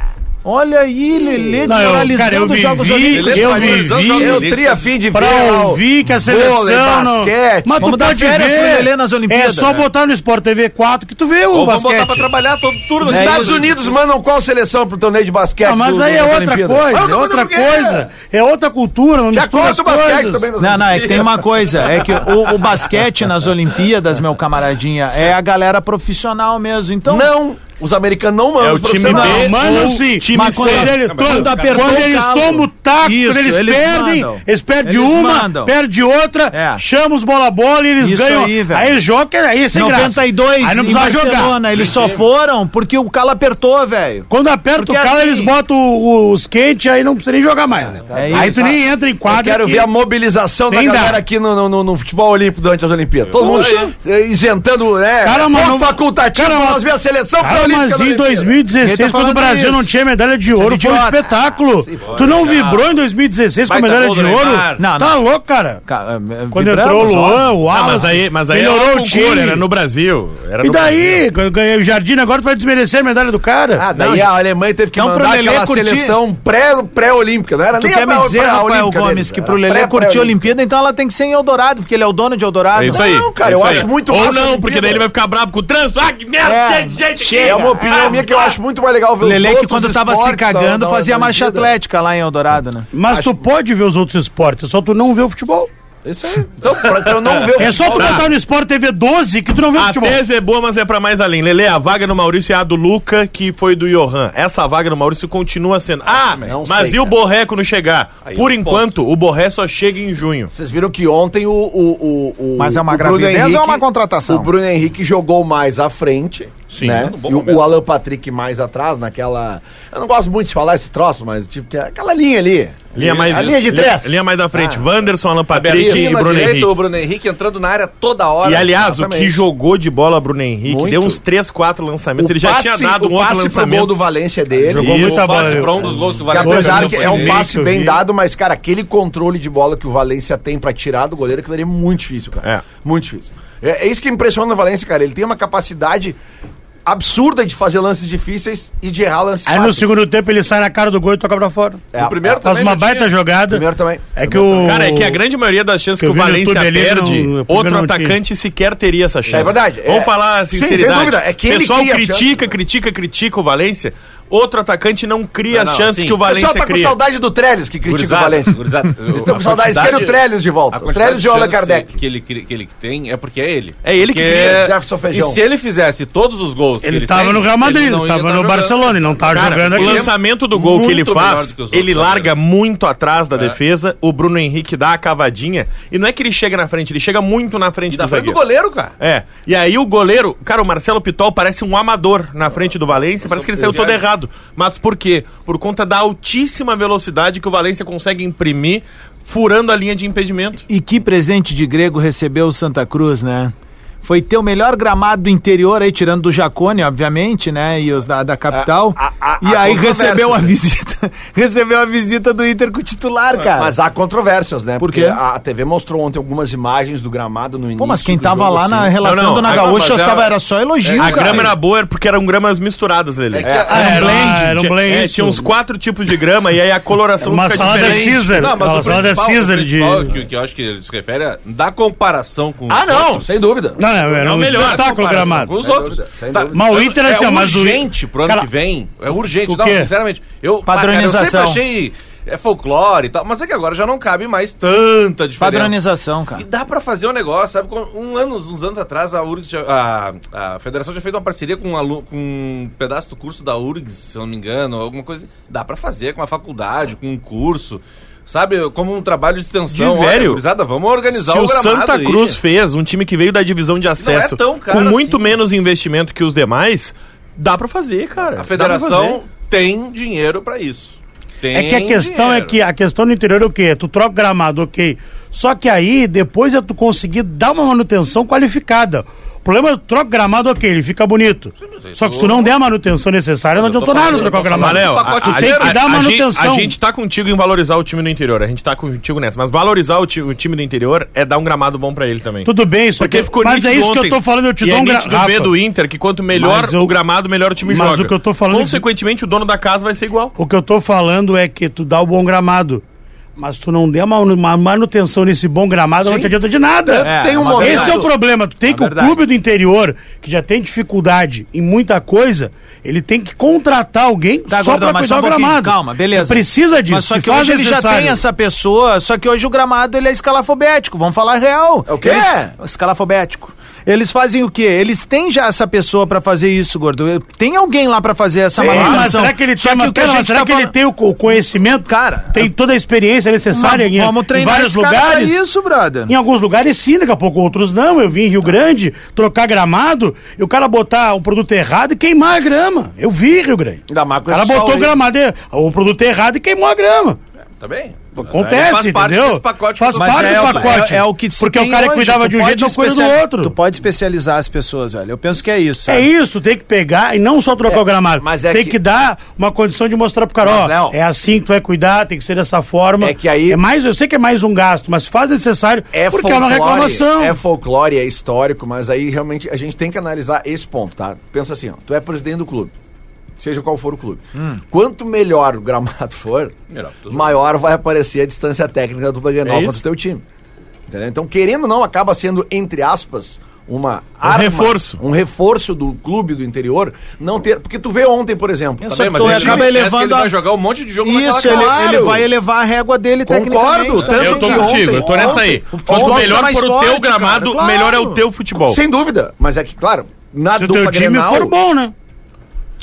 [SPEAKER 2] Olha aí, Lelê
[SPEAKER 3] Não, eu- cara, eu
[SPEAKER 2] desmoralizando os Jogos
[SPEAKER 3] vivi-
[SPEAKER 2] Olímpicos.
[SPEAKER 3] eu
[SPEAKER 6] Desmoralizando os
[SPEAKER 3] vivi-
[SPEAKER 6] Jogos
[SPEAKER 5] Eu
[SPEAKER 6] Olímpicos.
[SPEAKER 5] teria fim de
[SPEAKER 3] tá Pra
[SPEAKER 5] ver lá o
[SPEAKER 3] ouvir que a
[SPEAKER 5] vôlei,
[SPEAKER 3] seleção. não-
[SPEAKER 5] basquete.
[SPEAKER 3] Mas tu
[SPEAKER 2] Vamos dar
[SPEAKER 3] pode
[SPEAKER 2] férias pro Lelê
[SPEAKER 3] ver.
[SPEAKER 2] nas
[SPEAKER 3] É
[SPEAKER 2] Olimpíadas.
[SPEAKER 3] só botar no Sport TV 4 que tu vê o
[SPEAKER 6] Ou vamos botar
[SPEAKER 3] basquete.
[SPEAKER 6] pra trabalhar todo turno.
[SPEAKER 5] Os
[SPEAKER 6] né?
[SPEAKER 5] Estados Unidos mandam qual seleção pro torneio de basquete?
[SPEAKER 3] Ah, mas
[SPEAKER 5] do-
[SPEAKER 3] aí é
[SPEAKER 5] das
[SPEAKER 3] outra
[SPEAKER 5] Olimpíadas?
[SPEAKER 3] coisa,
[SPEAKER 5] Ah, eu
[SPEAKER 3] é
[SPEAKER 5] tô
[SPEAKER 3] outra
[SPEAKER 5] falando por quê?
[SPEAKER 3] coisa, é outra cultura, não
[SPEAKER 5] Já
[SPEAKER 3] mistura as
[SPEAKER 5] corta o basquete
[SPEAKER 3] coisas.
[SPEAKER 5] também. nas
[SPEAKER 2] Não, não, é que tem uma coisa, é que o, o basquete nas Olimpíadas, meu camaradinha, é a galera profissional mesmo. Então,
[SPEAKER 5] Não, os americanos não mandam.
[SPEAKER 4] É o
[SPEAKER 5] os
[SPEAKER 4] time
[SPEAKER 5] profissionais.
[SPEAKER 4] B.
[SPEAKER 3] Não, mandam
[SPEAKER 4] ou
[SPEAKER 3] sim.
[SPEAKER 4] time
[SPEAKER 3] mas quando,
[SPEAKER 4] C.
[SPEAKER 3] ele
[SPEAKER 6] Não, mas
[SPEAKER 3] toma-
[SPEAKER 6] quando
[SPEAKER 2] apertou
[SPEAKER 3] quando
[SPEAKER 2] o
[SPEAKER 3] eles
[SPEAKER 2] calo.
[SPEAKER 3] tomam o taco,
[SPEAKER 2] Isso,
[SPEAKER 3] eles,
[SPEAKER 2] eles
[SPEAKER 3] perdem,
[SPEAKER 2] mandam.
[SPEAKER 3] eles perdem
[SPEAKER 2] Eles
[SPEAKER 3] uma,
[SPEAKER 2] mandam.
[SPEAKER 3] perde outra,
[SPEAKER 2] É.
[SPEAKER 3] chama os bola-bola e eles
[SPEAKER 2] Isso
[SPEAKER 3] ganham.
[SPEAKER 2] aí, velho.
[SPEAKER 3] eles jogam, que aí é sem graça.
[SPEAKER 2] 92
[SPEAKER 3] Aí não
[SPEAKER 2] em
[SPEAKER 3] precisa jogar.
[SPEAKER 2] Barcelona, eles só foram porque o calo apertou, velho.
[SPEAKER 3] Quando aperta
[SPEAKER 2] Porque
[SPEAKER 3] o calo,
[SPEAKER 2] assim-
[SPEAKER 3] eles botam o, o skate, aí não precisa nem jogar mais. né?
[SPEAKER 2] É
[SPEAKER 3] aí
[SPEAKER 2] isso.
[SPEAKER 3] tu nem entra em
[SPEAKER 5] Eu
[SPEAKER 3] quadro.
[SPEAKER 5] quero ver a mobilização da
[SPEAKER 3] Nem dá.
[SPEAKER 5] galera aqui no, no- no- no futebol olímpico durante as Olimpíadas. Todo mundo eh, isentando, né?
[SPEAKER 3] Cara, mas
[SPEAKER 5] ponto
[SPEAKER 3] não-
[SPEAKER 5] facultativo
[SPEAKER 3] cara,
[SPEAKER 5] pra
[SPEAKER 3] mas-
[SPEAKER 5] nós ver a seleção
[SPEAKER 3] Cara, mas em
[SPEAKER 5] pré-olímpica da Olimpíada.
[SPEAKER 2] Ele
[SPEAKER 3] 2016,
[SPEAKER 2] tá
[SPEAKER 3] quando o
[SPEAKER 2] falando
[SPEAKER 3] Brasil
[SPEAKER 2] isso.
[SPEAKER 3] não tinha medalha de
[SPEAKER 2] Isso é
[SPEAKER 3] ouro, foi um
[SPEAKER 2] idiota.
[SPEAKER 3] espetáculo. tu não vibrou em 2016 com a
[SPEAKER 6] Baita
[SPEAKER 3] medalha
[SPEAKER 6] gol
[SPEAKER 3] de
[SPEAKER 6] do
[SPEAKER 3] ouro?
[SPEAKER 6] Neymar.
[SPEAKER 2] Não,
[SPEAKER 3] Tá louco, cara.
[SPEAKER 2] Ca- eh,
[SPEAKER 3] Quando
[SPEAKER 2] vibramos,
[SPEAKER 3] entrou o Luan,
[SPEAKER 2] óbvio.
[SPEAKER 3] o
[SPEAKER 4] Ah,
[SPEAKER 3] Wallace,
[SPEAKER 4] mas aí, mas aí
[SPEAKER 3] melhorou
[SPEAKER 4] era
[SPEAKER 3] o
[SPEAKER 4] com
[SPEAKER 3] time.
[SPEAKER 4] cor, era no Brasil. Era
[SPEAKER 3] E
[SPEAKER 4] no Brasil.
[SPEAKER 3] daí, quando ganhei o Jardim, agora tu vai desmerecer a medalha do cara.
[SPEAKER 5] Ah,
[SPEAKER 2] é
[SPEAKER 5] daí a Alemanha teve que
[SPEAKER 2] Então, pro
[SPEAKER 5] mandar
[SPEAKER 2] Lelê
[SPEAKER 5] aquela
[SPEAKER 2] curtir-
[SPEAKER 5] seleção pré- pré-olímpica, não era
[SPEAKER 2] Tu
[SPEAKER 5] nem
[SPEAKER 2] quer
[SPEAKER 5] a
[SPEAKER 2] me
[SPEAKER 5] pré-
[SPEAKER 2] dizer, Rafael
[SPEAKER 5] pré-olímpica
[SPEAKER 2] Gomes,
[SPEAKER 5] deles, né?
[SPEAKER 2] que
[SPEAKER 5] era
[SPEAKER 2] pro Lelê
[SPEAKER 5] pré-
[SPEAKER 2] curtir a
[SPEAKER 5] pré-olímpica.
[SPEAKER 2] Olimpíada, então ela tem que ser em Eldorado, porque ele é o dono de Eldorado.
[SPEAKER 4] É isso aí.
[SPEAKER 5] Não, cara, eu
[SPEAKER 4] é isso aí.
[SPEAKER 5] acho muito
[SPEAKER 4] Ou
[SPEAKER 5] massa
[SPEAKER 4] não,
[SPEAKER 5] essa
[SPEAKER 4] porque
[SPEAKER 5] Olimpíada.
[SPEAKER 4] daí ele vai ficar bravo com o trânsito. Ah, que merda,
[SPEAKER 2] É,
[SPEAKER 4] cheio de gente.
[SPEAKER 2] chega.
[SPEAKER 5] É uma opinião minha que eu acho muito mais legal ver os
[SPEAKER 2] Ah, tá. né? Lelê que
[SPEAKER 5] outros
[SPEAKER 2] quando tava se
[SPEAKER 5] esportes da-
[SPEAKER 2] cagando
[SPEAKER 5] da
[SPEAKER 2] fazia marcha
[SPEAKER 5] Olimpíada.
[SPEAKER 2] atlética lá em Eldorado, né?
[SPEAKER 3] Mas tu pode ver os outros esportes, só tu não vê o futebol.
[SPEAKER 5] Isso aí. Então, pra, pra eu não ver o
[SPEAKER 3] É só tu
[SPEAKER 5] futebol-
[SPEAKER 3] botar no Sport TV 12 que tu não vê o
[SPEAKER 4] A
[SPEAKER 3] futebol.
[SPEAKER 4] tese é boa, mas é pra mais além. Lele, a vaga no Maurício é a do Luca, que foi do Johan. Essa vaga no Maurício continua sendo. Ah,
[SPEAKER 5] não
[SPEAKER 4] mas
[SPEAKER 5] sei,
[SPEAKER 4] e o
[SPEAKER 5] cara. um
[SPEAKER 4] Borré quando chegar?
[SPEAKER 6] Aí
[SPEAKER 4] Por
[SPEAKER 6] eu
[SPEAKER 4] enquanto, o Borré só chega em junho.
[SPEAKER 5] Vocês viram que ontem o. o, o, o
[SPEAKER 2] Mas é uma
[SPEAKER 5] o Bruno
[SPEAKER 2] gravidez ou é
[SPEAKER 5] Henrique-
[SPEAKER 2] uma contratação?
[SPEAKER 5] O Bruno Henrique jogou mais à frente.
[SPEAKER 4] Sim,
[SPEAKER 5] né?
[SPEAKER 6] num bom
[SPEAKER 5] E o,
[SPEAKER 6] momento.
[SPEAKER 5] o Alan Patrick mais atrás, naquela. Eu não gosto muito de falar esse troço, mas tipo, tem aquela linha ali.
[SPEAKER 4] Linha mais,
[SPEAKER 5] A linha de
[SPEAKER 4] linha,
[SPEAKER 5] três. Ah. Tá
[SPEAKER 4] linha mais à frente. Wanderson, Alan Patrick
[SPEAKER 6] Abertinho
[SPEAKER 4] e
[SPEAKER 6] na
[SPEAKER 4] Bruno
[SPEAKER 6] direita,
[SPEAKER 4] Henrique.
[SPEAKER 6] O Bruno Henrique entrando na área toda hora.
[SPEAKER 4] E aliás, o que
[SPEAKER 5] Exatamente.
[SPEAKER 4] jogou de bola Bruno Henrique,
[SPEAKER 5] Muito.
[SPEAKER 4] deu uns 3, 4 lançamentos. ele já tinha dado um
[SPEAKER 5] o
[SPEAKER 4] outro
[SPEAKER 5] passe pro gol do
[SPEAKER 4] lançamento.
[SPEAKER 5] Valência é dele.
[SPEAKER 4] Jogou
[SPEAKER 6] Jogou
[SPEAKER 4] muito
[SPEAKER 6] muito
[SPEAKER 4] a bola.
[SPEAKER 6] Pra um dos gols do
[SPEAKER 5] Que
[SPEAKER 6] Valência.
[SPEAKER 5] apesar
[SPEAKER 6] campeão
[SPEAKER 5] que
[SPEAKER 6] foi
[SPEAKER 5] é um
[SPEAKER 6] dele.
[SPEAKER 5] passe
[SPEAKER 3] eu
[SPEAKER 5] bem
[SPEAKER 3] vi.
[SPEAKER 5] dado, mas, cara, aquele controle de bola que o Valência tem pra tirar do goleiro, aquilo ali é muito difícil, cara.
[SPEAKER 4] É.
[SPEAKER 5] Muito difícil. É, é isso que impressiona o Valência, cara. Ele tem uma capacidade absurda de fazer lances difíceis e de errar lances
[SPEAKER 3] Aí no segundo tempo ele sai na cara do gol e toca pra fora.
[SPEAKER 5] É,
[SPEAKER 6] O primeiro
[SPEAKER 3] Faz
[SPEAKER 6] também
[SPEAKER 3] uma
[SPEAKER 6] já
[SPEAKER 3] baita
[SPEAKER 6] tinha.
[SPEAKER 3] jogada.
[SPEAKER 5] Primeiro também.
[SPEAKER 3] É que o.
[SPEAKER 4] Cara, é que a grande maioria das chances que,
[SPEAKER 3] Eu
[SPEAKER 4] o
[SPEAKER 3] vi no
[SPEAKER 4] Valência
[SPEAKER 3] YouTube ali,
[SPEAKER 4] perde,
[SPEAKER 3] não- no
[SPEAKER 4] outro
[SPEAKER 3] primeiro não tinha.
[SPEAKER 4] atacante sequer teria essa chance.
[SPEAKER 5] É verdade, é.
[SPEAKER 4] Vamos falar a
[SPEAKER 5] Sim, sem
[SPEAKER 4] sinceridade.
[SPEAKER 5] dúvida, é que
[SPEAKER 4] o
[SPEAKER 5] ele
[SPEAKER 4] pessoal
[SPEAKER 5] cria
[SPEAKER 4] critica,
[SPEAKER 5] chances, né?
[SPEAKER 4] critica, critica o Valência. Outro atacante não cria
[SPEAKER 6] Não,
[SPEAKER 4] as
[SPEAKER 6] não,
[SPEAKER 4] chances
[SPEAKER 6] assim,
[SPEAKER 4] que o
[SPEAKER 5] O
[SPEAKER 4] Valência
[SPEAKER 5] pessoal tá com
[SPEAKER 4] cria.
[SPEAKER 5] saudade do Trellis, que critica
[SPEAKER 6] Gurizada,
[SPEAKER 5] o Valência.
[SPEAKER 6] gurizada, eu-
[SPEAKER 5] Estão com
[SPEAKER 6] a
[SPEAKER 5] saudades,
[SPEAKER 6] quantidade-
[SPEAKER 5] quero o Trellis de volta.
[SPEAKER 6] a
[SPEAKER 5] O
[SPEAKER 6] quantidade
[SPEAKER 5] Trellis
[SPEAKER 6] de
[SPEAKER 5] e o Allan
[SPEAKER 6] chance
[SPEAKER 5] Kardec.
[SPEAKER 6] Que ele, cri- que ele tem é porque é ele.
[SPEAKER 4] É ele que
[SPEAKER 6] Porque-
[SPEAKER 4] cria.
[SPEAKER 5] Jefferson Feijão.
[SPEAKER 6] E se ele fizesse todos os gols que
[SPEAKER 3] Ele, tava
[SPEAKER 6] tem,
[SPEAKER 3] no Real Madrid,
[SPEAKER 6] ele não
[SPEAKER 3] ele
[SPEAKER 6] ia
[SPEAKER 3] tava
[SPEAKER 6] tá
[SPEAKER 3] no
[SPEAKER 6] jogando.
[SPEAKER 3] Barcelona, ele não tava
[SPEAKER 4] Cara,
[SPEAKER 3] jogando
[SPEAKER 4] o
[SPEAKER 3] aqui.
[SPEAKER 4] lançamento do gol que ele
[SPEAKER 6] Muito melhor
[SPEAKER 4] faz,
[SPEAKER 6] do que os outros
[SPEAKER 4] ele larga
[SPEAKER 6] jogadores.
[SPEAKER 4] muito atrás da
[SPEAKER 6] É.
[SPEAKER 4] defesa, o Bruno Henrique dá a cavadinha, e não é que ele chega na frente, ele chega muito na frente
[SPEAKER 6] E
[SPEAKER 4] do
[SPEAKER 6] da frente do
[SPEAKER 4] zagueiro.
[SPEAKER 6] goleiro, cara.
[SPEAKER 4] É, e aí o goleiro, cara, o Marcelo Pitol parece um amador na frente do Valência, parece que ele saiu todo errado. Mas por quê? Por conta da altíssima velocidade que o Valência consegue imprimir, furando a linha de impedimento.
[SPEAKER 2] E que presente de grego recebeu o Santa Cruz, né? Foi ter o melhor gramado do interior aí, tirando do Jacone, obviamente, né? E os da, da capital.
[SPEAKER 5] A- a- a-
[SPEAKER 2] e
[SPEAKER 5] a
[SPEAKER 2] aí
[SPEAKER 5] controvérsia,
[SPEAKER 2] recebeu a
[SPEAKER 5] né?
[SPEAKER 2] visita. recebeu a visita do Inter com o titular, cara.
[SPEAKER 5] Mas há controvérsias, né?
[SPEAKER 2] Por
[SPEAKER 5] Porque
[SPEAKER 2] quê?
[SPEAKER 5] a TV mostrou ontem algumas imagens do gramado no início.
[SPEAKER 2] Pô, mas quem
[SPEAKER 5] do
[SPEAKER 2] tava
[SPEAKER 5] jogo,
[SPEAKER 2] lá
[SPEAKER 5] assim.
[SPEAKER 2] na, relatando
[SPEAKER 4] Não, não,
[SPEAKER 2] na
[SPEAKER 4] a-
[SPEAKER 2] gaúcha,
[SPEAKER 6] mas
[SPEAKER 2] eu tava,
[SPEAKER 6] ela-
[SPEAKER 2] era só elogio, cara.
[SPEAKER 4] A grama era boa é porque eram gramas misturadas, Lele.
[SPEAKER 5] É
[SPEAKER 6] que a-
[SPEAKER 4] era,
[SPEAKER 3] era-
[SPEAKER 4] um blend.
[SPEAKER 3] era um
[SPEAKER 4] tinha-
[SPEAKER 3] blend,
[SPEAKER 4] é,
[SPEAKER 3] isso.
[SPEAKER 4] tinha uns quatro tipos de grama e aí a coloração
[SPEAKER 3] Uma salada Caesar.
[SPEAKER 6] Não, mas
[SPEAKER 3] Ela
[SPEAKER 6] o
[SPEAKER 3] fala da
[SPEAKER 6] principal,
[SPEAKER 3] Caesar
[SPEAKER 6] o principal
[SPEAKER 3] de-
[SPEAKER 6] que, que eu acho que ele se refere é da comparação com
[SPEAKER 5] Ah,
[SPEAKER 6] os
[SPEAKER 5] não,
[SPEAKER 6] outros.
[SPEAKER 5] sem dúvida.
[SPEAKER 3] Não, não, era
[SPEAKER 4] É o
[SPEAKER 3] um
[SPEAKER 4] melhor
[SPEAKER 3] espetáculo
[SPEAKER 6] comparação
[SPEAKER 3] gramado.
[SPEAKER 6] Com os
[SPEAKER 5] Sem
[SPEAKER 6] outros.
[SPEAKER 5] dúvida, sem dúvida.
[SPEAKER 3] Mas o Inter, assim, ó,
[SPEAKER 6] é
[SPEAKER 3] mas o-
[SPEAKER 6] urgente pro ano
[SPEAKER 3] Cara,
[SPEAKER 6] que vem. É urgente.
[SPEAKER 3] o
[SPEAKER 6] Não,
[SPEAKER 3] quê?
[SPEAKER 6] sinceramente. Eu,
[SPEAKER 2] Padronização.
[SPEAKER 6] Bah, cara, eu sempre achei é folclore e tal, mas é que agora já não cabe mais tanta diferença.
[SPEAKER 2] Padronização,
[SPEAKER 6] E
[SPEAKER 2] cara.
[SPEAKER 6] dá pra fazer um negócio, sabe? Com Um ano, uns anos atrás, a URGS, já- a, a federação já fez uma parceria com um, alu- com um pedaço do curso da URGS, se eu não me engano, alguma coisa. Dá pra fazer com a faculdade, com um curso, sabe? Como um trabalho de extensão.
[SPEAKER 4] De velho.
[SPEAKER 6] gurizada, vamos organizar
[SPEAKER 4] Se o
[SPEAKER 6] gramado
[SPEAKER 4] Santa
[SPEAKER 6] aí.
[SPEAKER 4] Cruz fez, um time que veio da divisão de
[SPEAKER 6] é
[SPEAKER 4] acesso,
[SPEAKER 6] tão caro
[SPEAKER 4] com muito
[SPEAKER 6] assim.
[SPEAKER 4] menos investimento que os demais, dá pra fazer, cara.
[SPEAKER 6] A
[SPEAKER 4] Dá pra fazer.
[SPEAKER 6] federação tem dinheiro pra isso. Tem
[SPEAKER 3] É que a questão é
[SPEAKER 6] dinheiro.
[SPEAKER 3] que a questão no interior é o quê? Tu troca o gramado, ok. Só que aí, depois é tu conseguir dar uma manutenção qualificada. O problema é tu troca o gramado, ok, ele fica bonito.
[SPEAKER 6] mas
[SPEAKER 3] Só que
[SPEAKER 6] isso-
[SPEAKER 3] se tu não der a manutenção necessária, não
[SPEAKER 6] Mas eu
[SPEAKER 3] adiantou
[SPEAKER 6] tô
[SPEAKER 3] nada
[SPEAKER 6] falando-
[SPEAKER 3] trocar o
[SPEAKER 6] eu tô
[SPEAKER 3] gramado.
[SPEAKER 6] falando-
[SPEAKER 4] Valeu,
[SPEAKER 6] Pacote
[SPEAKER 4] a- a-
[SPEAKER 3] tem que
[SPEAKER 4] a-
[SPEAKER 3] dar
[SPEAKER 4] a gente-
[SPEAKER 3] manutenção.
[SPEAKER 4] A gente tá contigo em valorizar o time do interior, a gente tá contigo nessa, mas valorizar o, ti- o time do interior é dar um gramado bom pra ele também.
[SPEAKER 3] Tudo bem, isso
[SPEAKER 4] Porque
[SPEAKER 3] aqui-
[SPEAKER 4] ficou
[SPEAKER 3] Mas é
[SPEAKER 4] nítido
[SPEAKER 3] isso que eu
[SPEAKER 4] ontem.
[SPEAKER 3] tô falando, eu te
[SPEAKER 4] E
[SPEAKER 3] dou um
[SPEAKER 4] é
[SPEAKER 3] gra-
[SPEAKER 4] nítido
[SPEAKER 3] Rafa.
[SPEAKER 4] ver do Inter que quanto melhor
[SPEAKER 3] Mas eu-
[SPEAKER 4] o gramado, melhor o time
[SPEAKER 3] Mas
[SPEAKER 4] joga.
[SPEAKER 3] o que eu tô
[SPEAKER 4] é
[SPEAKER 3] falando-
[SPEAKER 4] Consequentemente, o dono da casa vai ser igual.
[SPEAKER 3] O que eu tô falando é que tu dá o bom gramado, mas tu não der uma, uma manutenção nesse bom gramado, não te adianta de nada.
[SPEAKER 2] É,
[SPEAKER 5] tem um
[SPEAKER 2] uma
[SPEAKER 5] momento.
[SPEAKER 3] Esse é o problema. Tu tem que
[SPEAKER 2] verdade.
[SPEAKER 3] o clube do interior, que já tem dificuldade em muita coisa, ele tem que contratar alguém
[SPEAKER 2] Tá,
[SPEAKER 3] só
[SPEAKER 2] Gordão,
[SPEAKER 3] pra
[SPEAKER 2] mas só
[SPEAKER 3] cuidar
[SPEAKER 2] um
[SPEAKER 3] do
[SPEAKER 2] pouquinho.
[SPEAKER 3] gramado.
[SPEAKER 2] Calma, beleza.
[SPEAKER 3] Precisa disso.
[SPEAKER 2] Mas só
[SPEAKER 3] se
[SPEAKER 2] que
[SPEAKER 3] faz
[SPEAKER 2] hoje ele já
[SPEAKER 3] necessário.
[SPEAKER 2] tem essa pessoa, só que hoje o gramado ele é escalafobético, vamos falar a real.
[SPEAKER 5] É o quê?
[SPEAKER 2] Eles, escalafobético. Eles fazem o quê? Eles têm já essa pessoa pra fazer isso, gordo. Tem alguém lá pra fazer essa
[SPEAKER 3] Tem,
[SPEAKER 2] manutenção.
[SPEAKER 3] mas será que ele
[SPEAKER 2] Só
[SPEAKER 3] tem, mas
[SPEAKER 2] o que a
[SPEAKER 3] pera, mas
[SPEAKER 2] gente
[SPEAKER 3] será
[SPEAKER 2] tá
[SPEAKER 3] que ele
[SPEAKER 2] falando-
[SPEAKER 3] tem o, co- conhecimento?
[SPEAKER 2] Cara,
[SPEAKER 3] tem toda a experiência necessária em,
[SPEAKER 2] Mas vamos
[SPEAKER 3] em
[SPEAKER 2] treinar
[SPEAKER 3] vários
[SPEAKER 2] esse cara pra
[SPEAKER 3] lugares.
[SPEAKER 2] isso, brother.
[SPEAKER 3] Em alguns lugares sim, daqui a pouco outros não. Eu vi em Rio Grande trocar gramado e o cara botar o produto errado e queimar a grama. Eu vi em Rio Grande.
[SPEAKER 5] Ainda mais
[SPEAKER 3] O
[SPEAKER 5] com
[SPEAKER 3] cara
[SPEAKER 5] esse sol
[SPEAKER 3] botou o
[SPEAKER 5] aí.
[SPEAKER 3] gramado, e- o produto errado e queimou a grama.
[SPEAKER 6] Tá bem?
[SPEAKER 3] Acontece,
[SPEAKER 6] Ele faz parte
[SPEAKER 3] entendeu?
[SPEAKER 6] desse pacote
[SPEAKER 3] Faz
[SPEAKER 6] que eu tô
[SPEAKER 2] Mas
[SPEAKER 3] parte
[SPEAKER 6] falando.
[SPEAKER 2] é,
[SPEAKER 3] do
[SPEAKER 2] o-
[SPEAKER 3] pacote.
[SPEAKER 2] É, é o que se
[SPEAKER 3] Porque
[SPEAKER 2] tem
[SPEAKER 3] o cara
[SPEAKER 2] hoje,
[SPEAKER 3] cuidava
[SPEAKER 2] tu
[SPEAKER 3] de um
[SPEAKER 2] pode
[SPEAKER 3] jeito, não cuida do
[SPEAKER 2] especial-
[SPEAKER 3] outro.
[SPEAKER 2] Tu pode especializar as pessoas, velho. Eu penso que é isso.
[SPEAKER 3] É
[SPEAKER 2] sabe?
[SPEAKER 3] isso, tu tem que pegar e não só trocar
[SPEAKER 5] É,
[SPEAKER 3] o gramado.
[SPEAKER 5] mas é
[SPEAKER 3] tem que...
[SPEAKER 5] que-
[SPEAKER 3] dar uma condição de mostrar pro cara,
[SPEAKER 5] Mas,
[SPEAKER 3] ó,
[SPEAKER 5] Léo,
[SPEAKER 3] é assim que tu vai cuidar, tem que ser dessa forma.
[SPEAKER 5] É que aí-
[SPEAKER 3] É mais, eu sei que é mais um gasto, mas faz necessário
[SPEAKER 5] É
[SPEAKER 3] porque é
[SPEAKER 5] folclore,
[SPEAKER 3] uma reclamação.
[SPEAKER 5] É folclore, é histórico, mas aí realmente a gente tem que analisar esse ponto, tá? Pensa assim, ó, tu é presidente do clube, seja qual for o clube.
[SPEAKER 3] Hum.
[SPEAKER 5] Quanto melhor o gramado for,
[SPEAKER 6] Melhor, tudo bem.
[SPEAKER 5] maior vai aparecer a distância técnica do
[SPEAKER 4] É
[SPEAKER 5] Bagenal para
[SPEAKER 4] isso.
[SPEAKER 5] o teu time. Entendeu? Então, querendo ou não, acaba sendo, entre aspas,
[SPEAKER 3] Um
[SPEAKER 5] uma
[SPEAKER 4] reforço.
[SPEAKER 5] Um reforço do clube do interior não ter. Porque tu vê ontem, por exemplo.
[SPEAKER 2] Isso
[SPEAKER 6] Tá bem,
[SPEAKER 2] que
[SPEAKER 6] mas
[SPEAKER 2] tu
[SPEAKER 6] ele
[SPEAKER 2] acaba
[SPEAKER 6] esquece que
[SPEAKER 2] elevando
[SPEAKER 6] ele
[SPEAKER 2] a-
[SPEAKER 6] vai jogar um monte de jogo naquela
[SPEAKER 2] Isso, ele,
[SPEAKER 5] claro.
[SPEAKER 2] ele vai elevar a régua dele
[SPEAKER 5] Concordo,
[SPEAKER 2] tecnicamente. tá
[SPEAKER 5] tanto
[SPEAKER 4] Eu tô
[SPEAKER 5] que
[SPEAKER 4] contigo,
[SPEAKER 5] ontem-
[SPEAKER 4] eu tô nessa aí.
[SPEAKER 5] ontem-
[SPEAKER 4] Quanto
[SPEAKER 2] futebol
[SPEAKER 4] melhor
[SPEAKER 2] tá mais
[SPEAKER 4] for o teu
[SPEAKER 2] forte, cara,
[SPEAKER 4] gramado,
[SPEAKER 2] claro.
[SPEAKER 4] melhor é o teu futebol.
[SPEAKER 5] Sem dúvida. Mas é que, claro, na
[SPEAKER 3] Se o teu
[SPEAKER 5] dupla
[SPEAKER 3] time
[SPEAKER 5] Grenal-
[SPEAKER 3] for bom, né?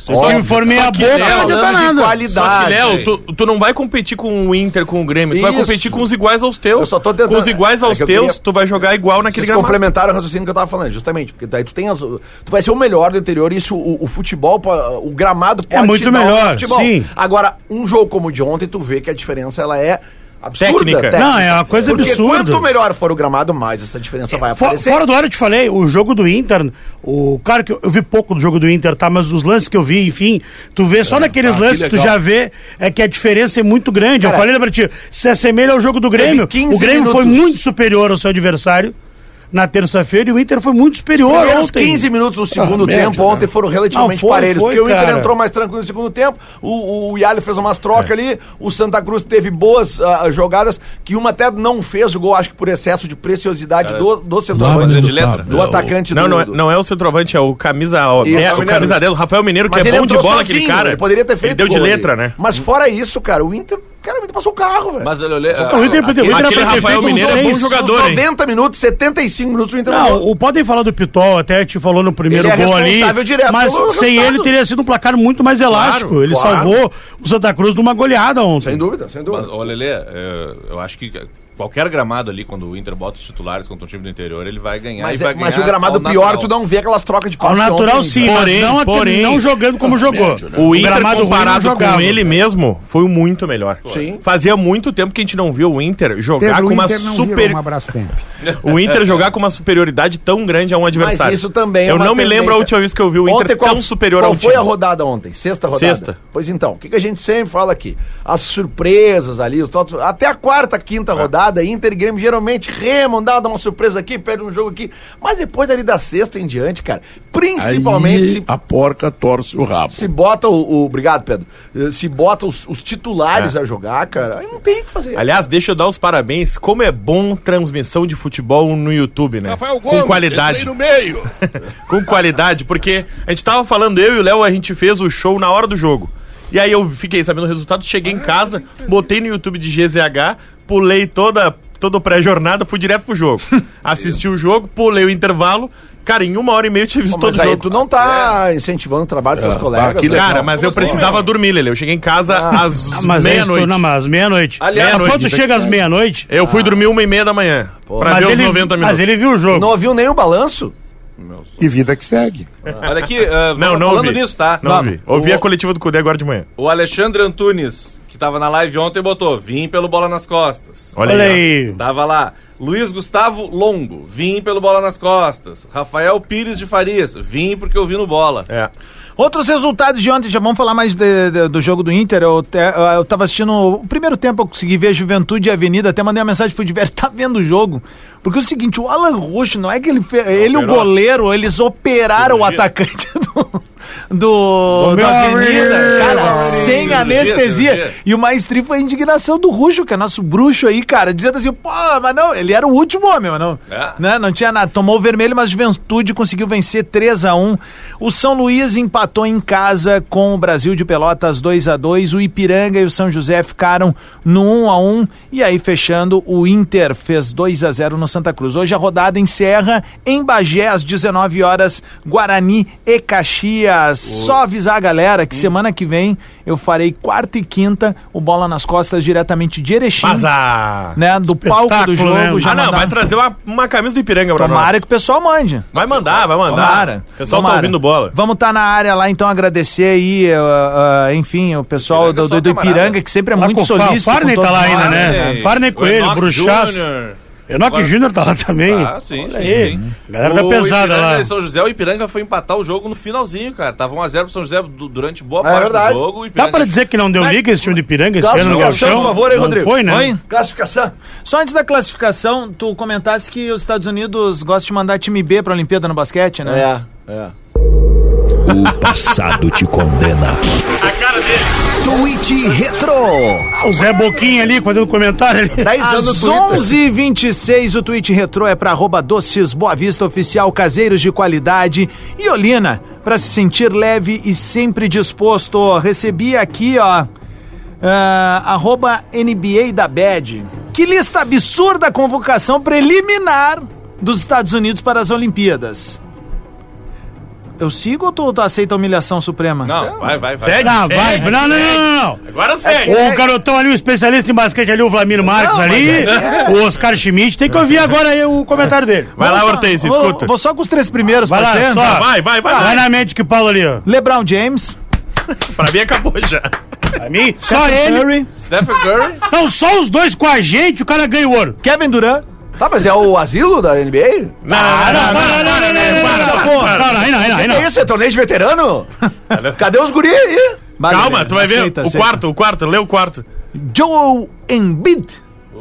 [SPEAKER 3] Se o
[SPEAKER 5] Óbvio.
[SPEAKER 3] time for meia
[SPEAKER 4] Só que
[SPEAKER 3] boca,
[SPEAKER 4] Léo,
[SPEAKER 3] não adianta
[SPEAKER 2] né?
[SPEAKER 5] falando de
[SPEAKER 3] nada.
[SPEAKER 5] qualidade.
[SPEAKER 4] Só que, né? Léo,
[SPEAKER 6] Verdade.
[SPEAKER 4] tu, tu não vai competir com o Inter, com o Grêmio, tu vai
[SPEAKER 5] Isso.
[SPEAKER 4] competir com os iguais aos teus.
[SPEAKER 5] Eu só tô tentando-
[SPEAKER 4] Com os iguais
[SPEAKER 5] é
[SPEAKER 4] aos
[SPEAKER 5] que eu
[SPEAKER 4] teus,
[SPEAKER 5] queria-
[SPEAKER 4] tu vai jogar igual naquele
[SPEAKER 5] Vocês
[SPEAKER 4] gramado.
[SPEAKER 5] complementaram o raciocínio que eu tava falando, justamente. Porque daí tu tem as. Tu vai ser o melhor do interior, isso o, o futebol, pa- o gramado pode
[SPEAKER 3] É muito
[SPEAKER 5] te dar um
[SPEAKER 3] melhor,
[SPEAKER 5] futebol.
[SPEAKER 3] sim.
[SPEAKER 5] Agora, um jogo como o de ontem, tu vê que a diferença ela é absurda.
[SPEAKER 4] Técnica.
[SPEAKER 3] Não, é uma coisa
[SPEAKER 5] Porque
[SPEAKER 3] absurda. É,
[SPEAKER 5] Quanto melhor for o gramado, mais essa diferença vai
[SPEAKER 3] Fo-
[SPEAKER 5] aparecer.
[SPEAKER 3] fora do ar eu te falei, o jogo do Inter, o claro que eu, eu vi pouco do jogo do Inter, tá? Mas os lances que eu vi, enfim, tu vê só naqueles
[SPEAKER 6] que
[SPEAKER 3] lances que tu
[SPEAKER 6] legal.
[SPEAKER 3] já vê é que a diferença é muito grande. eu
[SPEAKER 5] Cara,
[SPEAKER 3] falei pra ti, se assemelha ao jogo do Grêmio.
[SPEAKER 5] 15
[SPEAKER 3] O Grêmio foi
[SPEAKER 5] minutos.
[SPEAKER 3] muito superior ao seu adversário na terça-feira e o Inter foi muito superior
[SPEAKER 5] Primeiros
[SPEAKER 3] ontem.
[SPEAKER 5] 15 minutos do segundo
[SPEAKER 3] Ah, média,
[SPEAKER 5] tempo ontem foram relativamente
[SPEAKER 3] Não, foi,
[SPEAKER 5] parelhos,
[SPEAKER 3] foi,
[SPEAKER 5] porque o Inter
[SPEAKER 3] cara. É.
[SPEAKER 5] entrou mais tranquilo no segundo tempo, o, o, o Yali fez umas trocas ali, o Santa Cruz teve boas ah, jogadas, que uma até não fez o gol, acho que por excesso de preciosidade do, do
[SPEAKER 4] tá
[SPEAKER 5] centroavante,
[SPEAKER 6] Fazer
[SPEAKER 5] do,
[SPEAKER 6] de
[SPEAKER 3] tá,
[SPEAKER 6] letra.
[SPEAKER 5] do atacante
[SPEAKER 4] Não,
[SPEAKER 5] do,
[SPEAKER 4] não é,
[SPEAKER 5] do-
[SPEAKER 4] não é o centroavante, é o camisa, ó,
[SPEAKER 5] Isso.
[SPEAKER 4] é, o
[SPEAKER 5] Mineiro.
[SPEAKER 4] camisa dela, o Rafael Mineiro, que
[SPEAKER 5] Mas
[SPEAKER 4] é
[SPEAKER 5] ele
[SPEAKER 4] bom de
[SPEAKER 5] entrou
[SPEAKER 4] bola
[SPEAKER 5] sozinho,
[SPEAKER 4] aquele cara.
[SPEAKER 5] Ele poderia ter feito
[SPEAKER 4] Ele deu de
[SPEAKER 5] gol ali.
[SPEAKER 4] letra, né?
[SPEAKER 5] Mas fora isso, cara, o Inter, cara, o Inter passou o carro, velho.
[SPEAKER 6] Mas olha, olha,
[SPEAKER 3] Não, o Inter, o Inter
[SPEAKER 4] Aquele
[SPEAKER 3] era pra ter
[SPEAKER 4] Rafael
[SPEAKER 3] feito uns
[SPEAKER 4] Mineiro é bom
[SPEAKER 3] seis.
[SPEAKER 4] jogador.
[SPEAKER 5] Nos
[SPEAKER 4] hein?
[SPEAKER 5] 90 minutos, 75 minutos o Inter
[SPEAKER 3] Não, o, podem falar do Pitol, até te falou no primeiro
[SPEAKER 5] Então, Ele é
[SPEAKER 3] gol ali.
[SPEAKER 5] responsável direto
[SPEAKER 3] Mas
[SPEAKER 5] pelo
[SPEAKER 3] sem
[SPEAKER 5] resultado.
[SPEAKER 3] ele teria sido um placar muito mais elástico. ele
[SPEAKER 5] claro.
[SPEAKER 3] salvou o Santa Cruz de uma goleada ontem.
[SPEAKER 5] Sem dúvida, sem
[SPEAKER 6] Mas,
[SPEAKER 5] dúvida.
[SPEAKER 6] olha, Lelê, é, eu acho que qualquer gramado ali, quando o Inter bota os titulares contra um time do interior, ele vai ganhar.
[SPEAKER 5] Mas,
[SPEAKER 6] e vai
[SPEAKER 5] é- mas
[SPEAKER 6] ganhar
[SPEAKER 5] o gramado
[SPEAKER 6] ao
[SPEAKER 5] pior,
[SPEAKER 6] natural.
[SPEAKER 5] tu não vê aquelas trocas de
[SPEAKER 3] Ao
[SPEAKER 5] passe
[SPEAKER 3] natural
[SPEAKER 5] ontem, né?
[SPEAKER 3] sim,
[SPEAKER 5] cara.
[SPEAKER 3] mas
[SPEAKER 4] Porém,
[SPEAKER 3] não, aquele-
[SPEAKER 4] porém,
[SPEAKER 3] não jogando como jogou.
[SPEAKER 7] né?
[SPEAKER 8] Um
[SPEAKER 4] O Inter
[SPEAKER 3] gramado ruim não
[SPEAKER 4] comparado com
[SPEAKER 3] jogava.
[SPEAKER 4] ele mesmo foi um muito melhor.
[SPEAKER 5] Sim.
[SPEAKER 4] Fazia muito tempo que a gente não viu o Inter jogar
[SPEAKER 8] Pedro,
[SPEAKER 4] com
[SPEAKER 8] o
[SPEAKER 4] uma
[SPEAKER 8] Inter não
[SPEAKER 4] super
[SPEAKER 8] virou um abraço tempo.
[SPEAKER 4] o Inter jogar com uma superioridade tão grande a um adversário.
[SPEAKER 5] isso também é
[SPEAKER 4] Eu
[SPEAKER 5] uma
[SPEAKER 4] não me lembro a
[SPEAKER 5] tendência.
[SPEAKER 4] última vez que eu vi o Inter
[SPEAKER 5] qual-
[SPEAKER 4] tão superior
[SPEAKER 5] qual
[SPEAKER 4] ao
[SPEAKER 5] foi
[SPEAKER 4] time.
[SPEAKER 5] a rodada ontem? Sexta rodada?
[SPEAKER 4] Sexta.
[SPEAKER 5] Pois então, o que, que a gente sempre fala aqui? As surpresas ali, os totos, até a quarta,
[SPEAKER 4] Ah.
[SPEAKER 5] quinta rodada, Inter e Grêmio geralmente remandada, dá uma surpresa aqui, perde um jogo aqui. Mas depois ali da sexta em diante, cara, principalmente
[SPEAKER 7] Aí,
[SPEAKER 5] se
[SPEAKER 7] a porca torce o rabo.
[SPEAKER 5] se bota o, o- Obrigado, Pedro. Eh, Se bota os, os titulares
[SPEAKER 4] É.
[SPEAKER 5] a jogar, cara, aí não tem o que fazer.
[SPEAKER 4] Aliás, deixa eu dar os parabéns. Como é bom transmissão de futebol no YouTube, né? com qualidade.
[SPEAKER 7] no meio.
[SPEAKER 4] Com qualidade, porque a gente tava falando, eu e o Léo, a gente fez o show na hora do jogo. E aí eu fiquei sabendo o resultado, cheguei em casa, botei no YouTube de GZH, pulei toda toda a pré-jornada, fui direto pro jogo. Assisti o jogo, pulei o intervalo. Cara, em uma hora e meia eu tinha visto
[SPEAKER 5] Pô,
[SPEAKER 4] todo
[SPEAKER 5] mas
[SPEAKER 4] o
[SPEAKER 5] aí
[SPEAKER 4] jogo.
[SPEAKER 5] tu não tá
[SPEAKER 4] É.
[SPEAKER 5] incentivando o trabalho dos teus
[SPEAKER 7] Ah,
[SPEAKER 5] colegas.
[SPEAKER 7] aquilo é
[SPEAKER 5] né?
[SPEAKER 4] Cara, mas eu precisava dormir, Lele. Eu cheguei em casa às
[SPEAKER 3] Ah, mas é isso,
[SPEAKER 4] meia-noite.
[SPEAKER 3] não, mas meia-noite.
[SPEAKER 6] Aliás,
[SPEAKER 3] Mas quando
[SPEAKER 4] meia-noite,
[SPEAKER 3] chega às meia-noite,
[SPEAKER 4] Eu fui dormir uma e meia da manhã. pra
[SPEAKER 3] Ah. mas
[SPEAKER 4] ver
[SPEAKER 3] ele,
[SPEAKER 4] os 90
[SPEAKER 3] mas
[SPEAKER 4] minutos.
[SPEAKER 3] ele viu o jogo.
[SPEAKER 5] Não ouviu nem o balanço?
[SPEAKER 8] E vida que segue.
[SPEAKER 6] Olha aqui, ah,
[SPEAKER 4] Não,
[SPEAKER 6] fala-
[SPEAKER 4] não
[SPEAKER 6] falando
[SPEAKER 4] ouvi.
[SPEAKER 6] nisso, tá?
[SPEAKER 4] Não ouvi. Ouvi
[SPEAKER 6] o,
[SPEAKER 4] a coletiva do Cudê agora de manhã.
[SPEAKER 6] O Alexandre Antunes, que tava na live ontem, botou: vim pelo bola nas costas.
[SPEAKER 4] Olha,
[SPEAKER 3] Olha
[SPEAKER 4] aí.
[SPEAKER 3] aí.
[SPEAKER 6] Tava lá. Luiz Gustavo Longo, vim pelo bola nas costas. Rafael Pires de Farias, vim porque eu vi no bola.
[SPEAKER 4] ó. É.
[SPEAKER 2] Outros resultados de ontem, já vamos falar mais de- de- do jogo do Inter. Eu, te, eu tava assistindo. O primeiro tempo eu consegui ver Juventude e Avenida, até mandei uma mensagem pro Diverto, tá vendo o jogo? Porque é o seguinte, o Alan Roxo, não é que ele. fe- Ele, o
[SPEAKER 4] operou.
[SPEAKER 2] goleiro, eles operaram o atacante do. Do,
[SPEAKER 3] meu
[SPEAKER 2] da Avenida,
[SPEAKER 3] amigo,
[SPEAKER 2] cara,
[SPEAKER 3] meu
[SPEAKER 2] sem
[SPEAKER 6] amigo.
[SPEAKER 2] anestesia.
[SPEAKER 6] Cirurgia.
[SPEAKER 2] E o mais tri foi a indignação do Ruxo, que é nosso bruxo aí, cara, dizendo assim, pô, mas não, ele era o último homem, mas não.
[SPEAKER 6] É.
[SPEAKER 2] Né? Não tinha nada. Tomou o vermelho, mas Juventude conseguiu vencer 3 a 1 O São Luís empatou em casa com o Brasil de Pelotas 2 a 2 O Ipiranga e o São José ficaram no 1 a 1 E aí, fechando, o Inter fez 2 a 0 no Santa Cruz. Hoje a rodada encerra em Bagé, às 19 horas, Guarani e Caxias. Só avisar a galera que semana que vem eu farei quarta e quinta o Bola nas Costas diretamente de Erechim.
[SPEAKER 4] Mas a...
[SPEAKER 2] Né, do palco do
[SPEAKER 3] Espetáculo,
[SPEAKER 2] jogo.
[SPEAKER 3] né?
[SPEAKER 2] Já
[SPEAKER 4] ah, não,
[SPEAKER 2] mandaram-
[SPEAKER 4] vai trazer uma, uma camisa do Ipiranga pra
[SPEAKER 2] Tomara
[SPEAKER 4] nós.
[SPEAKER 2] que o pessoal mande.
[SPEAKER 4] Vai mandar, vai mandar.
[SPEAKER 2] Tomara.
[SPEAKER 4] O pessoal
[SPEAKER 2] tomara.
[SPEAKER 4] tá ouvindo bola.
[SPEAKER 2] Vamos estar na área lá, então, agradecer aí, ah, ah, enfim, o pessoal
[SPEAKER 6] Ipiranga
[SPEAKER 2] do,
[SPEAKER 6] é só
[SPEAKER 2] do, do
[SPEAKER 6] camarada.
[SPEAKER 2] Ipiranga, que sempre é
[SPEAKER 3] Lá com
[SPEAKER 2] muito
[SPEAKER 3] o Fa-
[SPEAKER 2] solícito. com
[SPEAKER 3] Farney tá
[SPEAKER 2] todos
[SPEAKER 3] lá
[SPEAKER 2] nós. É.
[SPEAKER 3] ainda, né?
[SPEAKER 6] Farney,
[SPEAKER 3] Farney
[SPEAKER 6] o
[SPEAKER 3] Coelho,
[SPEAKER 6] Enoch
[SPEAKER 3] Bruxaço.
[SPEAKER 6] Júnior.
[SPEAKER 3] Enoque Júnior tá lá também.
[SPEAKER 6] Ah, sim, sim, sim. é
[SPEAKER 3] Galera tá pesada
[SPEAKER 6] Ipiranga
[SPEAKER 3] lá.
[SPEAKER 6] e São José, o Ipiranga foi empatar o jogo no finalzinho, cara. Tava 1x0 pro São José du- durante boa
[SPEAKER 5] É
[SPEAKER 6] parte
[SPEAKER 5] verdade.
[SPEAKER 6] do jogo. o
[SPEAKER 3] Dá
[SPEAKER 6] Ipiranga-
[SPEAKER 3] pra dizer que não deu liga esse time de Piranga esse
[SPEAKER 5] Gasta
[SPEAKER 3] ano no
[SPEAKER 5] o gastão,
[SPEAKER 3] Galchão?
[SPEAKER 5] por favor, aí,
[SPEAKER 3] Não
[SPEAKER 5] Rodrigo.
[SPEAKER 3] Foi, né?
[SPEAKER 2] Oi?
[SPEAKER 5] Classificação.
[SPEAKER 2] Só antes da classificação, tu comentasse que os Estados Unidos gostam de mandar time B pra Olimpíada no basquete, né?
[SPEAKER 5] É, é.
[SPEAKER 1] O passado te condena.
[SPEAKER 2] Twitch Retro.
[SPEAKER 3] O Zé Boquinha ali fazendo comentário ali.
[SPEAKER 5] 10 anos no
[SPEAKER 2] Às
[SPEAKER 5] Twitter.
[SPEAKER 2] 11h26, o tweet retrô é para arroba doces Boa Vista Oficial, caseiros de qualidade e Olina, para se sentir leve e sempre disposto. Recebi aqui, ó, ah, arroba NBA da Bad. Que lista absurda a convocação preliminar dos Estados Unidos para as Olimpíadas. Eu sigo ou tu, tu aceita a humilhação suprema?
[SPEAKER 6] Não, vai, vai, vai.
[SPEAKER 3] Ah, vai. Não, não, não, não, não.
[SPEAKER 4] Agora segue.
[SPEAKER 3] O garotão ali, o especialista em basquete ali, o Vlamiro Marques ali, o Oscar Schmidt. Tem que ouvir agora aí o comentário dele.
[SPEAKER 4] Vai lá, Hortência,
[SPEAKER 2] Vou-
[SPEAKER 4] escuta.
[SPEAKER 2] Vou só com os três primeiros,
[SPEAKER 3] Vai
[SPEAKER 2] pode
[SPEAKER 3] lá,
[SPEAKER 2] ser?
[SPEAKER 3] só.
[SPEAKER 4] Vai, vai, vai.
[SPEAKER 3] Vai
[SPEAKER 4] vai.
[SPEAKER 3] na mente que Paulo ali, ó.
[SPEAKER 2] LeBron James,
[SPEAKER 4] Pra mim acabou já.
[SPEAKER 3] Pra mim, só
[SPEAKER 2] Stephen
[SPEAKER 3] ele.
[SPEAKER 2] Curry,
[SPEAKER 6] Stephen Curry.
[SPEAKER 3] Não, só os dois com a gente, o cara ganha o ouro.
[SPEAKER 2] Kevin Durant,
[SPEAKER 5] Tá, mas é o asilo da NBA?
[SPEAKER 4] Não,
[SPEAKER 3] Ah, não, não, não, não, não, não, não, não, não, não, aí não, aí não, aí
[SPEAKER 5] É
[SPEAKER 3] não.
[SPEAKER 5] isso, é torneio de veterano? Cadê os guri aí?
[SPEAKER 4] Calma, tu vai ver.
[SPEAKER 2] Aceita,
[SPEAKER 4] o
[SPEAKER 2] aceita.
[SPEAKER 4] quarto, o quarto, lê o quarto.
[SPEAKER 2] Joel Embiid.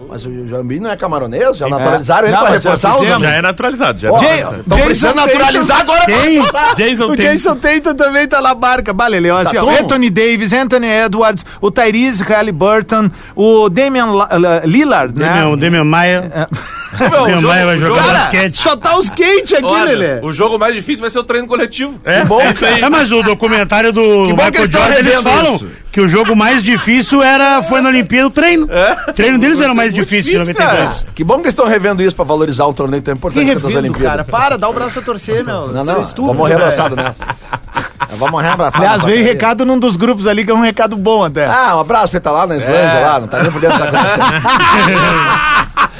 [SPEAKER 5] Mas o Jambi não é camaronês? Já naturalizaram ele
[SPEAKER 2] Não,
[SPEAKER 5] pra
[SPEAKER 2] mas já
[SPEAKER 5] reforçar os...
[SPEAKER 2] fizemos.
[SPEAKER 4] Já é naturalizado, já.
[SPEAKER 5] Porra,
[SPEAKER 2] Jay-
[SPEAKER 5] Estão
[SPEAKER 2] Jason
[SPEAKER 5] precisando naturalizar agora pra
[SPEAKER 3] Tem.
[SPEAKER 5] passar.
[SPEAKER 4] Jason
[SPEAKER 2] O
[SPEAKER 4] tem.
[SPEAKER 2] Jason Tatum também tá na barca. Balele, ó, assim, ó,
[SPEAKER 5] como?
[SPEAKER 2] Anthony Davis, Anthony Edwards, o Tyrese Halliburton, o Damian La- La- Lillard, né?
[SPEAKER 3] Demian, o Demian Maia. O
[SPEAKER 6] o
[SPEAKER 3] Demian
[SPEAKER 6] jogo-
[SPEAKER 3] Maia vai
[SPEAKER 6] o
[SPEAKER 3] jogar
[SPEAKER 6] jogo-
[SPEAKER 3] basquete.
[SPEAKER 2] Só tá os quentes aqui,
[SPEAKER 6] Olha,
[SPEAKER 2] Lelê.
[SPEAKER 6] o jogo mais difícil vai ser o treino coletivo.
[SPEAKER 4] É,
[SPEAKER 5] bom.
[SPEAKER 4] é isso aí.
[SPEAKER 3] É, mas o documentário do
[SPEAKER 5] bom que
[SPEAKER 3] Michael
[SPEAKER 5] eles tão
[SPEAKER 3] Jordan, eles
[SPEAKER 5] revendo
[SPEAKER 3] falam
[SPEAKER 5] isso.
[SPEAKER 3] que o jogo mais difícil era, foi na Olimpíada o treino. O treino deles era o mais
[SPEAKER 6] Muito
[SPEAKER 3] difícil, em
[SPEAKER 6] difícil, cara.
[SPEAKER 3] 92.
[SPEAKER 5] Que bom que eles estão revendo isso pra valorizar um torneio tão
[SPEAKER 2] Que
[SPEAKER 5] importante quanto as
[SPEAKER 2] revido, cara.
[SPEAKER 5] Olimpíadas.
[SPEAKER 2] Para, dá o braço a torcer, meu.
[SPEAKER 5] Não,
[SPEAKER 2] Isso é
[SPEAKER 5] não,
[SPEAKER 2] estúpido,
[SPEAKER 5] vou morrer
[SPEAKER 2] velho.
[SPEAKER 5] abraçado nessa. Eu vou morrer abraçado.
[SPEAKER 2] Aliás,
[SPEAKER 5] nessa
[SPEAKER 2] veio
[SPEAKER 5] porcaria.
[SPEAKER 2] recado num dos grupos ali, que é um recado bom até. É.
[SPEAKER 5] Ah, um abraço pra ele tá lá na Islândia, lá, não tá nem podendo estar acontecendo.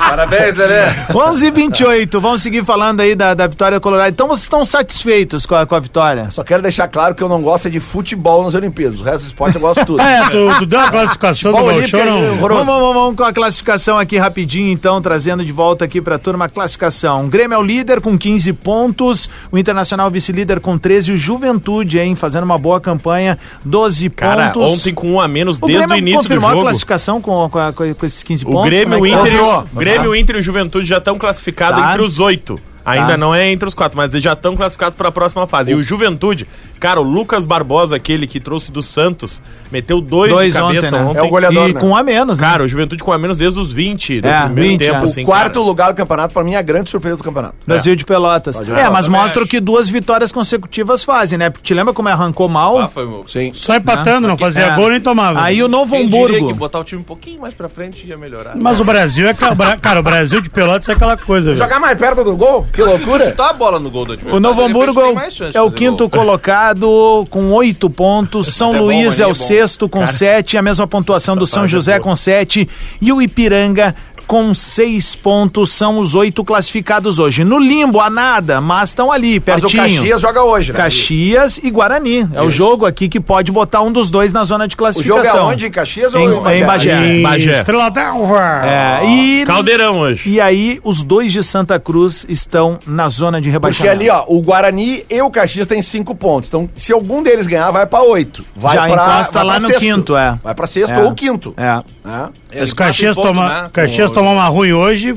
[SPEAKER 6] Parabéns, Lelê.
[SPEAKER 2] 11 e 28 vamos seguir falando aí da, da vitória do Colorado. Então vocês estão satisfeitos com a, com a vitória?
[SPEAKER 5] Só quero deixar claro que eu não gosto é de futebol nas Olimpíadas. O resto do esporte eu gosto tudo.
[SPEAKER 3] Ah, é, tu, tu deu a classificação do
[SPEAKER 5] Futebol
[SPEAKER 3] Gauchão,
[SPEAKER 5] olímpico é
[SPEAKER 3] não?
[SPEAKER 5] horroroso.
[SPEAKER 2] Vamos, vamos, vamos com a classificação aqui rapidinho, então, trazendo de volta aqui pra turma a classificação. O Grêmio é o líder com 15 pontos, o Internacional vice-líder com 13, o Juventude, hein, fazendo uma boa campanha, 12
[SPEAKER 4] Cara,
[SPEAKER 2] pontos.
[SPEAKER 4] ontem com um a menos
[SPEAKER 2] o
[SPEAKER 4] desde o
[SPEAKER 2] Grêmio
[SPEAKER 4] início do
[SPEAKER 2] confirmou a
[SPEAKER 4] jogo.
[SPEAKER 2] classificação com, com, a- com esses 15
[SPEAKER 4] O
[SPEAKER 2] pontos?
[SPEAKER 4] Grêmio,
[SPEAKER 2] Como
[SPEAKER 4] o
[SPEAKER 2] é que tá?
[SPEAKER 4] Inter,
[SPEAKER 2] Confirmou.
[SPEAKER 4] o Grêmio, o Inter e o Juventude já estão classificados
[SPEAKER 2] Tá.
[SPEAKER 4] entre os oito. Ainda
[SPEAKER 2] Tá.
[SPEAKER 4] não é entre os quatro, mas eles já estão classificados para a próxima fase. E o Juventude, cara, o Lucas Barbosa, aquele que trouxe do Santos, meteu dois,
[SPEAKER 2] Dois
[SPEAKER 4] de cabeça
[SPEAKER 2] ontem, né?
[SPEAKER 4] ontem.
[SPEAKER 5] É o goleador,
[SPEAKER 2] E
[SPEAKER 5] né?
[SPEAKER 2] com um a menos, né?
[SPEAKER 4] Cara, o Juventude com a menos desde os 20 do
[SPEAKER 2] É,
[SPEAKER 4] primeiro
[SPEAKER 2] 20,
[SPEAKER 4] tempo.
[SPEAKER 2] é.
[SPEAKER 4] assim,
[SPEAKER 5] o quarto
[SPEAKER 4] cara.
[SPEAKER 5] lugar do campeonato, pra mim, é a grande surpresa do campeonato.
[SPEAKER 2] Brasil de Pelotas. É, mas
[SPEAKER 6] também
[SPEAKER 2] mostra o
[SPEAKER 6] acho.
[SPEAKER 2] que duas vitórias consecutivas fazem, né? Porque te lembra como arrancou mal?
[SPEAKER 6] Ah, foi o...
[SPEAKER 5] Sim.
[SPEAKER 3] Só empatando, não fazia
[SPEAKER 2] É.
[SPEAKER 3] gol nem tomava.
[SPEAKER 2] Aí o Novo
[SPEAKER 6] Quem
[SPEAKER 4] né,
[SPEAKER 6] diria que
[SPEAKER 2] Hamburgo.
[SPEAKER 6] botar o time um pouquinho mais pra frente ia melhorar.
[SPEAKER 3] Mas o Brasil é. ca- bra- Cara, o Brasil de Pelotas é aquela coisa, velho.
[SPEAKER 5] Jogar mais perto do gol? Que
[SPEAKER 6] Se tu
[SPEAKER 5] loucura.
[SPEAKER 6] chutar a bola no gol do adversário,
[SPEAKER 2] O Novo
[SPEAKER 6] de repente
[SPEAKER 2] Hamburgo é
[SPEAKER 6] tem
[SPEAKER 2] o-
[SPEAKER 6] mais chance de
[SPEAKER 2] é o
[SPEAKER 6] fazer
[SPEAKER 2] quinto
[SPEAKER 6] gol.
[SPEAKER 2] colocado com oito pontos. São
[SPEAKER 6] é bom,
[SPEAKER 2] Luís é
[SPEAKER 6] mania,
[SPEAKER 2] o
[SPEAKER 6] é bom.
[SPEAKER 2] sexto com sete, a mesma pontuação do São José com sete e o Ipiranga com seis pontos. São os oito classificados hoje. No limbo, a nada, mas estão ali,
[SPEAKER 5] Mas o
[SPEAKER 2] pertinho.
[SPEAKER 5] Caxias joga hoje, né?
[SPEAKER 2] Caxias e Guarani. É o jogo aqui que pode botar um dos dois na zona de
[SPEAKER 5] O jogo é
[SPEAKER 2] classificação.
[SPEAKER 5] onde? Em Caxias
[SPEAKER 2] Em-
[SPEAKER 5] ou
[SPEAKER 2] em Bagé.
[SPEAKER 3] E
[SPEAKER 4] Bagé.
[SPEAKER 3] Estrela d'Alva.
[SPEAKER 2] É, e,
[SPEAKER 4] Caldeirão hoje.
[SPEAKER 2] e aí, os dois de Santa Cruz estão na zona de
[SPEAKER 5] Porque
[SPEAKER 2] rebaixamento.
[SPEAKER 5] ali, ó, o Guarani e o Caxias têm cinco pontos. Então, se algum deles ganhar, vai pra oito. Vai
[SPEAKER 2] Já
[SPEAKER 5] pra,
[SPEAKER 2] encosta
[SPEAKER 5] vai
[SPEAKER 2] lá
[SPEAKER 5] pra
[SPEAKER 2] no
[SPEAKER 5] sexto.
[SPEAKER 2] quinto, é.
[SPEAKER 5] Vai pra sexto
[SPEAKER 2] É.
[SPEAKER 5] ou quinto.
[SPEAKER 2] É.
[SPEAKER 5] né?
[SPEAKER 6] Ele
[SPEAKER 3] Se o Caxias,
[SPEAKER 6] bate em ponto,
[SPEAKER 3] toma,
[SPEAKER 6] né?
[SPEAKER 3] Caxias
[SPEAKER 6] Com-
[SPEAKER 3] tomar uma ruim hoje,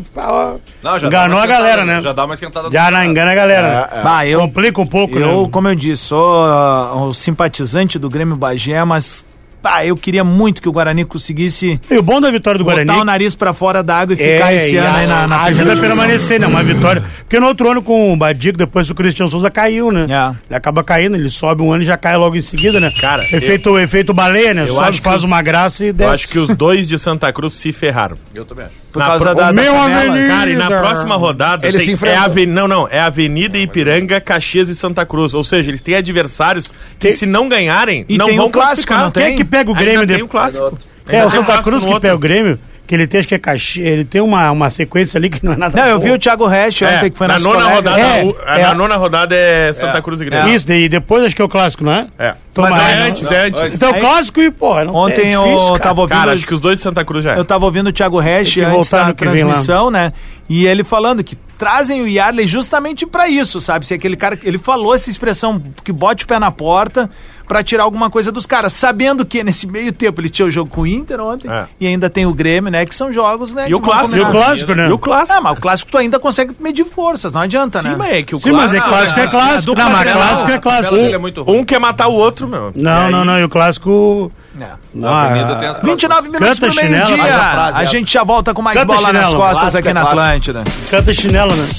[SPEAKER 6] Não, já dá
[SPEAKER 3] enganou
[SPEAKER 6] uma
[SPEAKER 3] a galera,
[SPEAKER 6] esquentada,
[SPEAKER 3] né?
[SPEAKER 6] Já dá uma esquentada.
[SPEAKER 3] já na engana a galera. né?
[SPEAKER 2] Bah, eu,
[SPEAKER 3] Complica um pouco,
[SPEAKER 2] Eu,
[SPEAKER 3] né?
[SPEAKER 2] como eu disse, sou ah, um simpatizante do Grêmio Bagé, mas pá, eu queria muito que o Guarani conseguisse
[SPEAKER 3] E o bom da vitória do Guarani. é
[SPEAKER 2] botar o nariz pra fora da água É, e ficar esse
[SPEAKER 3] e
[SPEAKER 2] ano
[SPEAKER 3] a-
[SPEAKER 2] aí na, na
[SPEAKER 3] a
[SPEAKER 2] primeira
[SPEAKER 3] ajuda a
[SPEAKER 2] divisão.
[SPEAKER 3] permanecer, né? Uma vitória. Porque no outro ano com o Badico, depois o Cristian Souza caiu, né?
[SPEAKER 2] É.
[SPEAKER 3] Ele acaba caindo, ele sobe um ano e já cai logo em seguida, né?
[SPEAKER 4] Cara,
[SPEAKER 3] efeito, efeito baleia, né? Sobe,
[SPEAKER 4] acho que
[SPEAKER 3] faz
[SPEAKER 4] o-
[SPEAKER 3] uma graça e desce.
[SPEAKER 4] Eu
[SPEAKER 2] é
[SPEAKER 4] acho que os dois de Santa Cruz se ferraram.
[SPEAKER 6] Eu também acho.
[SPEAKER 2] Por
[SPEAKER 4] Na
[SPEAKER 2] causa
[SPEAKER 4] pro-
[SPEAKER 2] da, das
[SPEAKER 3] Meu
[SPEAKER 2] tabelas.
[SPEAKER 3] amigo!
[SPEAKER 4] Cara, e na
[SPEAKER 3] Ida.
[SPEAKER 4] próxima rodada
[SPEAKER 5] Eles se
[SPEAKER 4] tem, é
[SPEAKER 5] enfrentam.
[SPEAKER 4] Avenida, não, não, é Avenida Ipiranga, Caxias e Santa Cruz. Ou seja, eles têm adversários que se não ganharem,
[SPEAKER 2] E
[SPEAKER 4] não
[SPEAKER 2] tem
[SPEAKER 4] vão
[SPEAKER 3] um
[SPEAKER 2] o clássico,
[SPEAKER 4] classificar.
[SPEAKER 2] não
[SPEAKER 3] Quem é que pega o
[SPEAKER 4] Ainda
[SPEAKER 3] Grêmio
[SPEAKER 4] tem
[SPEAKER 3] depois?
[SPEAKER 4] o um clássico.
[SPEAKER 3] É, o Santa Cruz que pega o Grêmio, que ele tem, acho que é Caxias, ele tem uma, uma sequência ali que não é nada.
[SPEAKER 2] Não, eu
[SPEAKER 3] boa.
[SPEAKER 2] vi o Thiago Resch
[SPEAKER 4] É,
[SPEAKER 2] ontem que foi
[SPEAKER 4] na
[SPEAKER 2] nas
[SPEAKER 4] nona
[SPEAKER 2] colegas.
[SPEAKER 4] rodada,
[SPEAKER 3] É,
[SPEAKER 4] o- a-
[SPEAKER 3] é.
[SPEAKER 4] na nona rodada é Santa
[SPEAKER 6] É.
[SPEAKER 4] Cruz e Grêmio.
[SPEAKER 3] Isso, e depois acho que é o clássico, não é?
[SPEAKER 4] É.
[SPEAKER 3] Toma,
[SPEAKER 4] Mas é
[SPEAKER 3] não.
[SPEAKER 4] antes, é antes.
[SPEAKER 3] Então,
[SPEAKER 2] Aí-
[SPEAKER 3] clássico e, porra, não
[SPEAKER 2] Ontem
[SPEAKER 3] é difícil,
[SPEAKER 2] eu
[SPEAKER 3] cara.
[SPEAKER 2] tava ouvindo
[SPEAKER 4] Cara, acho que os dois de Santa Cruz já é.
[SPEAKER 2] Eu tava ouvindo o Thiago Resch
[SPEAKER 3] Tem que
[SPEAKER 2] antes
[SPEAKER 3] voltar
[SPEAKER 2] da
[SPEAKER 3] no que vem lá.
[SPEAKER 2] transmissão, né? E ele falando que trazem o Yarley justamente pra isso, sabe? Se é aquele cara, ele falou essa expressão que bote o pé na porta pra tirar alguma coisa dos caras, sabendo que nesse meio tempo ele tinha o jogo com o Inter ontem
[SPEAKER 4] É.
[SPEAKER 2] e ainda tem o Grêmio, né, que são jogos, né?
[SPEAKER 4] E o
[SPEAKER 2] que vão
[SPEAKER 4] clássico,
[SPEAKER 3] E
[SPEAKER 2] combinar.
[SPEAKER 3] o clássico, né?
[SPEAKER 4] E o clássico.
[SPEAKER 2] Ah, mas o clássico tu ainda consegue medir forças, não adianta, né?
[SPEAKER 4] Sim, mas é que o
[SPEAKER 3] Sim, mas é
[SPEAKER 4] clássico-
[SPEAKER 3] clássico, é
[SPEAKER 4] Ah,
[SPEAKER 3] clássico.
[SPEAKER 2] dupla
[SPEAKER 3] Não, mas
[SPEAKER 2] Grenal,
[SPEAKER 3] clássico é
[SPEAKER 6] a tabela
[SPEAKER 3] clássico.
[SPEAKER 6] dele é muito ruim.
[SPEAKER 4] Um quer matar o outro, meu.
[SPEAKER 3] Não, não, não, e o clássico.
[SPEAKER 2] É.
[SPEAKER 3] Não,
[SPEAKER 6] A Avenida tem as próximas.
[SPEAKER 2] 29 minutos
[SPEAKER 3] Canta
[SPEAKER 2] pro
[SPEAKER 3] chinelo,
[SPEAKER 2] meio-dia.
[SPEAKER 3] faz
[SPEAKER 5] a frase,
[SPEAKER 2] A
[SPEAKER 5] é.
[SPEAKER 2] gente já volta com mais
[SPEAKER 3] Canta
[SPEAKER 2] bola nas
[SPEAKER 3] chinelo.
[SPEAKER 2] costas
[SPEAKER 5] Clássico
[SPEAKER 2] aqui
[SPEAKER 5] é
[SPEAKER 2] na
[SPEAKER 5] clássico.
[SPEAKER 2] Atlântida.
[SPEAKER 3] Canta chinelo, né?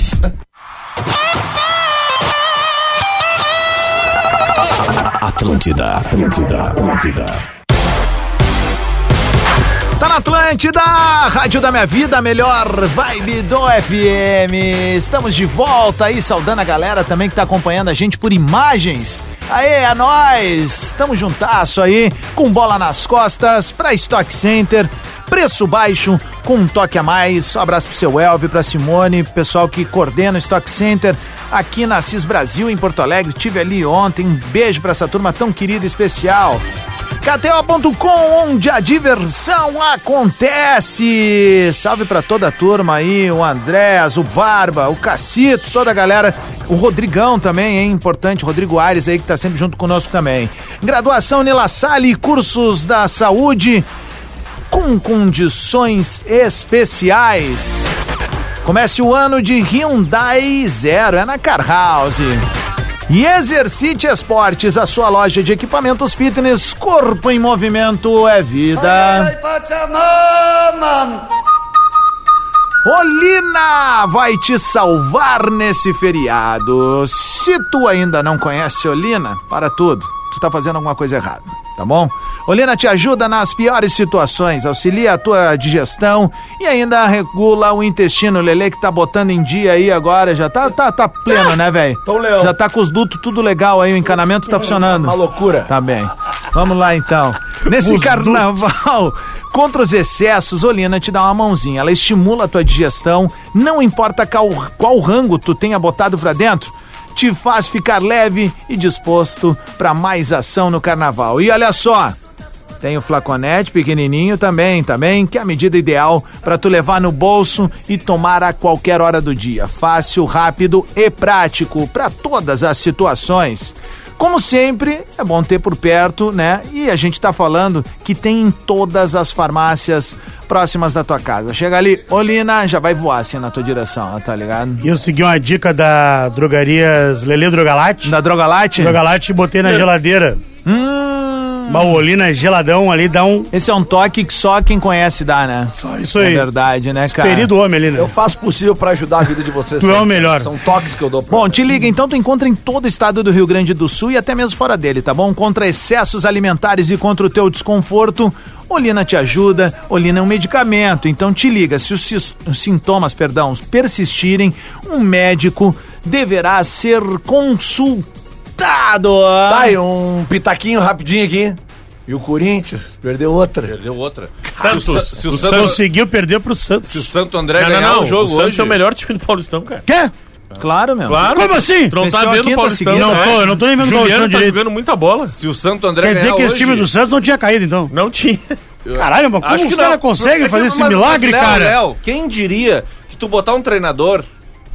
[SPEAKER 1] Atlântida, Atlântida, Atlântida.
[SPEAKER 2] Tá na Atlântida, Rádio da Minha Vida, a melhor vibe do FM. Estamos de volta aí, saudando a galera também que tá acompanhando a gente por imagens. Aê, é nóis! Estamos juntasso aí, com bola nas costas, pra Stock Center, preço baixo, com um toque a mais. Um abraço pro seu Elvio, pra Simone, pessoal que coordena o Stock Center aqui na Assis Brasil, em Porto Alegre. Tive ali ontem, um beijo pra essa turma tão querida e especial. KTO.com, onde a diversão acontece. Salve pra toda a turma aí, o Andrés, o Barba, o Cacito, toda a galera. O Rodrigão também, hein? Importante, Rodrigo Aires aí que tá sempre junto conosco também. Graduação Nila Sali, cursos da saúde com condições especiais. Comece o ano de Hyundai Zero, é na Car House. E Exercite Esportes, a sua loja de equipamentos fitness, corpo em movimento é vida. Olina vai te salvar nesse feriado. Se tu ainda não conhece Olina, para tudo. Tu tá fazendo alguma coisa errada, tá bom? Olina te ajuda nas piores situações, auxilia a tua digestão e ainda regula o intestino. O Lele que tá botando em dia aí agora, já tá, tá, tá pleno, né, velho?
[SPEAKER 5] Tô, Leão.
[SPEAKER 2] Já tá com os dutos tudo legal aí, o encanamento tá funcionando.
[SPEAKER 5] Uma loucura.
[SPEAKER 2] Tá bem. Vamos lá então. Nesse carnaval, Contra os excessos, Olina te dá uma mãozinha. Ela estimula a tua digestão, não importa qual, qual rango tu tenha botado pra dentro, te faz ficar leve e disposto pra mais ação no carnaval. E olha só, tem o flaconete pequenininho também, também, que é a medida ideal para tu levar no bolso e tomar a qualquer hora do dia. Fácil, rápido e prático para todas as situações. Como sempre, é bom ter por perto, né? E a gente tá falando que tem em todas as farmácias próximas da tua casa. Chega ali, Olina, já vai voar assim na tua direção, tá ligado?
[SPEAKER 3] Eu segui uma dica da drogarias Lelê Drogalate.
[SPEAKER 2] Da Droga Light?
[SPEAKER 3] Drogalate e botei na geladeira.
[SPEAKER 2] Hum,
[SPEAKER 3] Baolina é geladão ali, dá um.
[SPEAKER 2] esse é um toque que só quem conhece dá, né?
[SPEAKER 3] Só isso aí.
[SPEAKER 2] É verdade, né, cara?
[SPEAKER 3] Perido homem ali, né?
[SPEAKER 5] Eu faço o possível pra ajudar a vida de vocês.
[SPEAKER 3] Tu é o
[SPEAKER 5] sempre.
[SPEAKER 3] melhor.
[SPEAKER 5] São toques que eu dou pra
[SPEAKER 2] Bom, te liga então, tu encontra em todo o estado do Rio Grande do Sul e até mesmo fora dele, tá bom? Contra excessos alimentares e contra o teu desconforto, Olina te ajuda, Olina é um medicamento, então te liga, se os, sis- os sintomas, perdão, persistirem, um médico deverá ser consultado.
[SPEAKER 5] Tá,
[SPEAKER 3] Ah.
[SPEAKER 5] e um pitaquinho rapidinho aqui. E o Corinthians perdeu outra.
[SPEAKER 6] Perdeu é outra.
[SPEAKER 4] Santos.
[SPEAKER 6] Se o, Sa- se o
[SPEAKER 4] O
[SPEAKER 6] Santos,
[SPEAKER 3] Conseguiu perder pro
[SPEAKER 6] se o
[SPEAKER 3] Santos.
[SPEAKER 6] Santo André
[SPEAKER 4] Não, não,
[SPEAKER 6] ganhar
[SPEAKER 4] não.
[SPEAKER 6] o jogo
[SPEAKER 4] o Santos
[SPEAKER 6] hoje...
[SPEAKER 4] é o melhor time do Paulistão, cara.
[SPEAKER 3] Quê?
[SPEAKER 2] Claro, meu.
[SPEAKER 4] Claro.
[SPEAKER 3] Como assim?
[SPEAKER 4] Tu não
[SPEAKER 2] Venceu
[SPEAKER 4] tá
[SPEAKER 2] a
[SPEAKER 4] vendo o
[SPEAKER 2] quinta
[SPEAKER 4] Paulistão,
[SPEAKER 2] seguida.
[SPEAKER 4] né?
[SPEAKER 3] Não tô, eu não tô nem vendo o
[SPEAKER 4] Juliano
[SPEAKER 3] Paulistão
[SPEAKER 4] tá
[SPEAKER 3] direito.
[SPEAKER 4] jogando muita bola.
[SPEAKER 6] Se o Santo André
[SPEAKER 3] Quer dizer
[SPEAKER 6] ganhar
[SPEAKER 3] que esse
[SPEAKER 6] hoje-
[SPEAKER 3] time do Santos não tinha caído, então.
[SPEAKER 4] Não tinha.
[SPEAKER 3] Caralho, mas como
[SPEAKER 6] Acho
[SPEAKER 3] os
[SPEAKER 6] que
[SPEAKER 3] caras
[SPEAKER 6] não.
[SPEAKER 3] conseguem
[SPEAKER 6] Mas-
[SPEAKER 3] fazer esse
[SPEAKER 6] mas-
[SPEAKER 3] milagre,
[SPEAKER 6] mas, Léo,
[SPEAKER 3] cara?
[SPEAKER 6] Léo, quem diria que tu botar um treinador,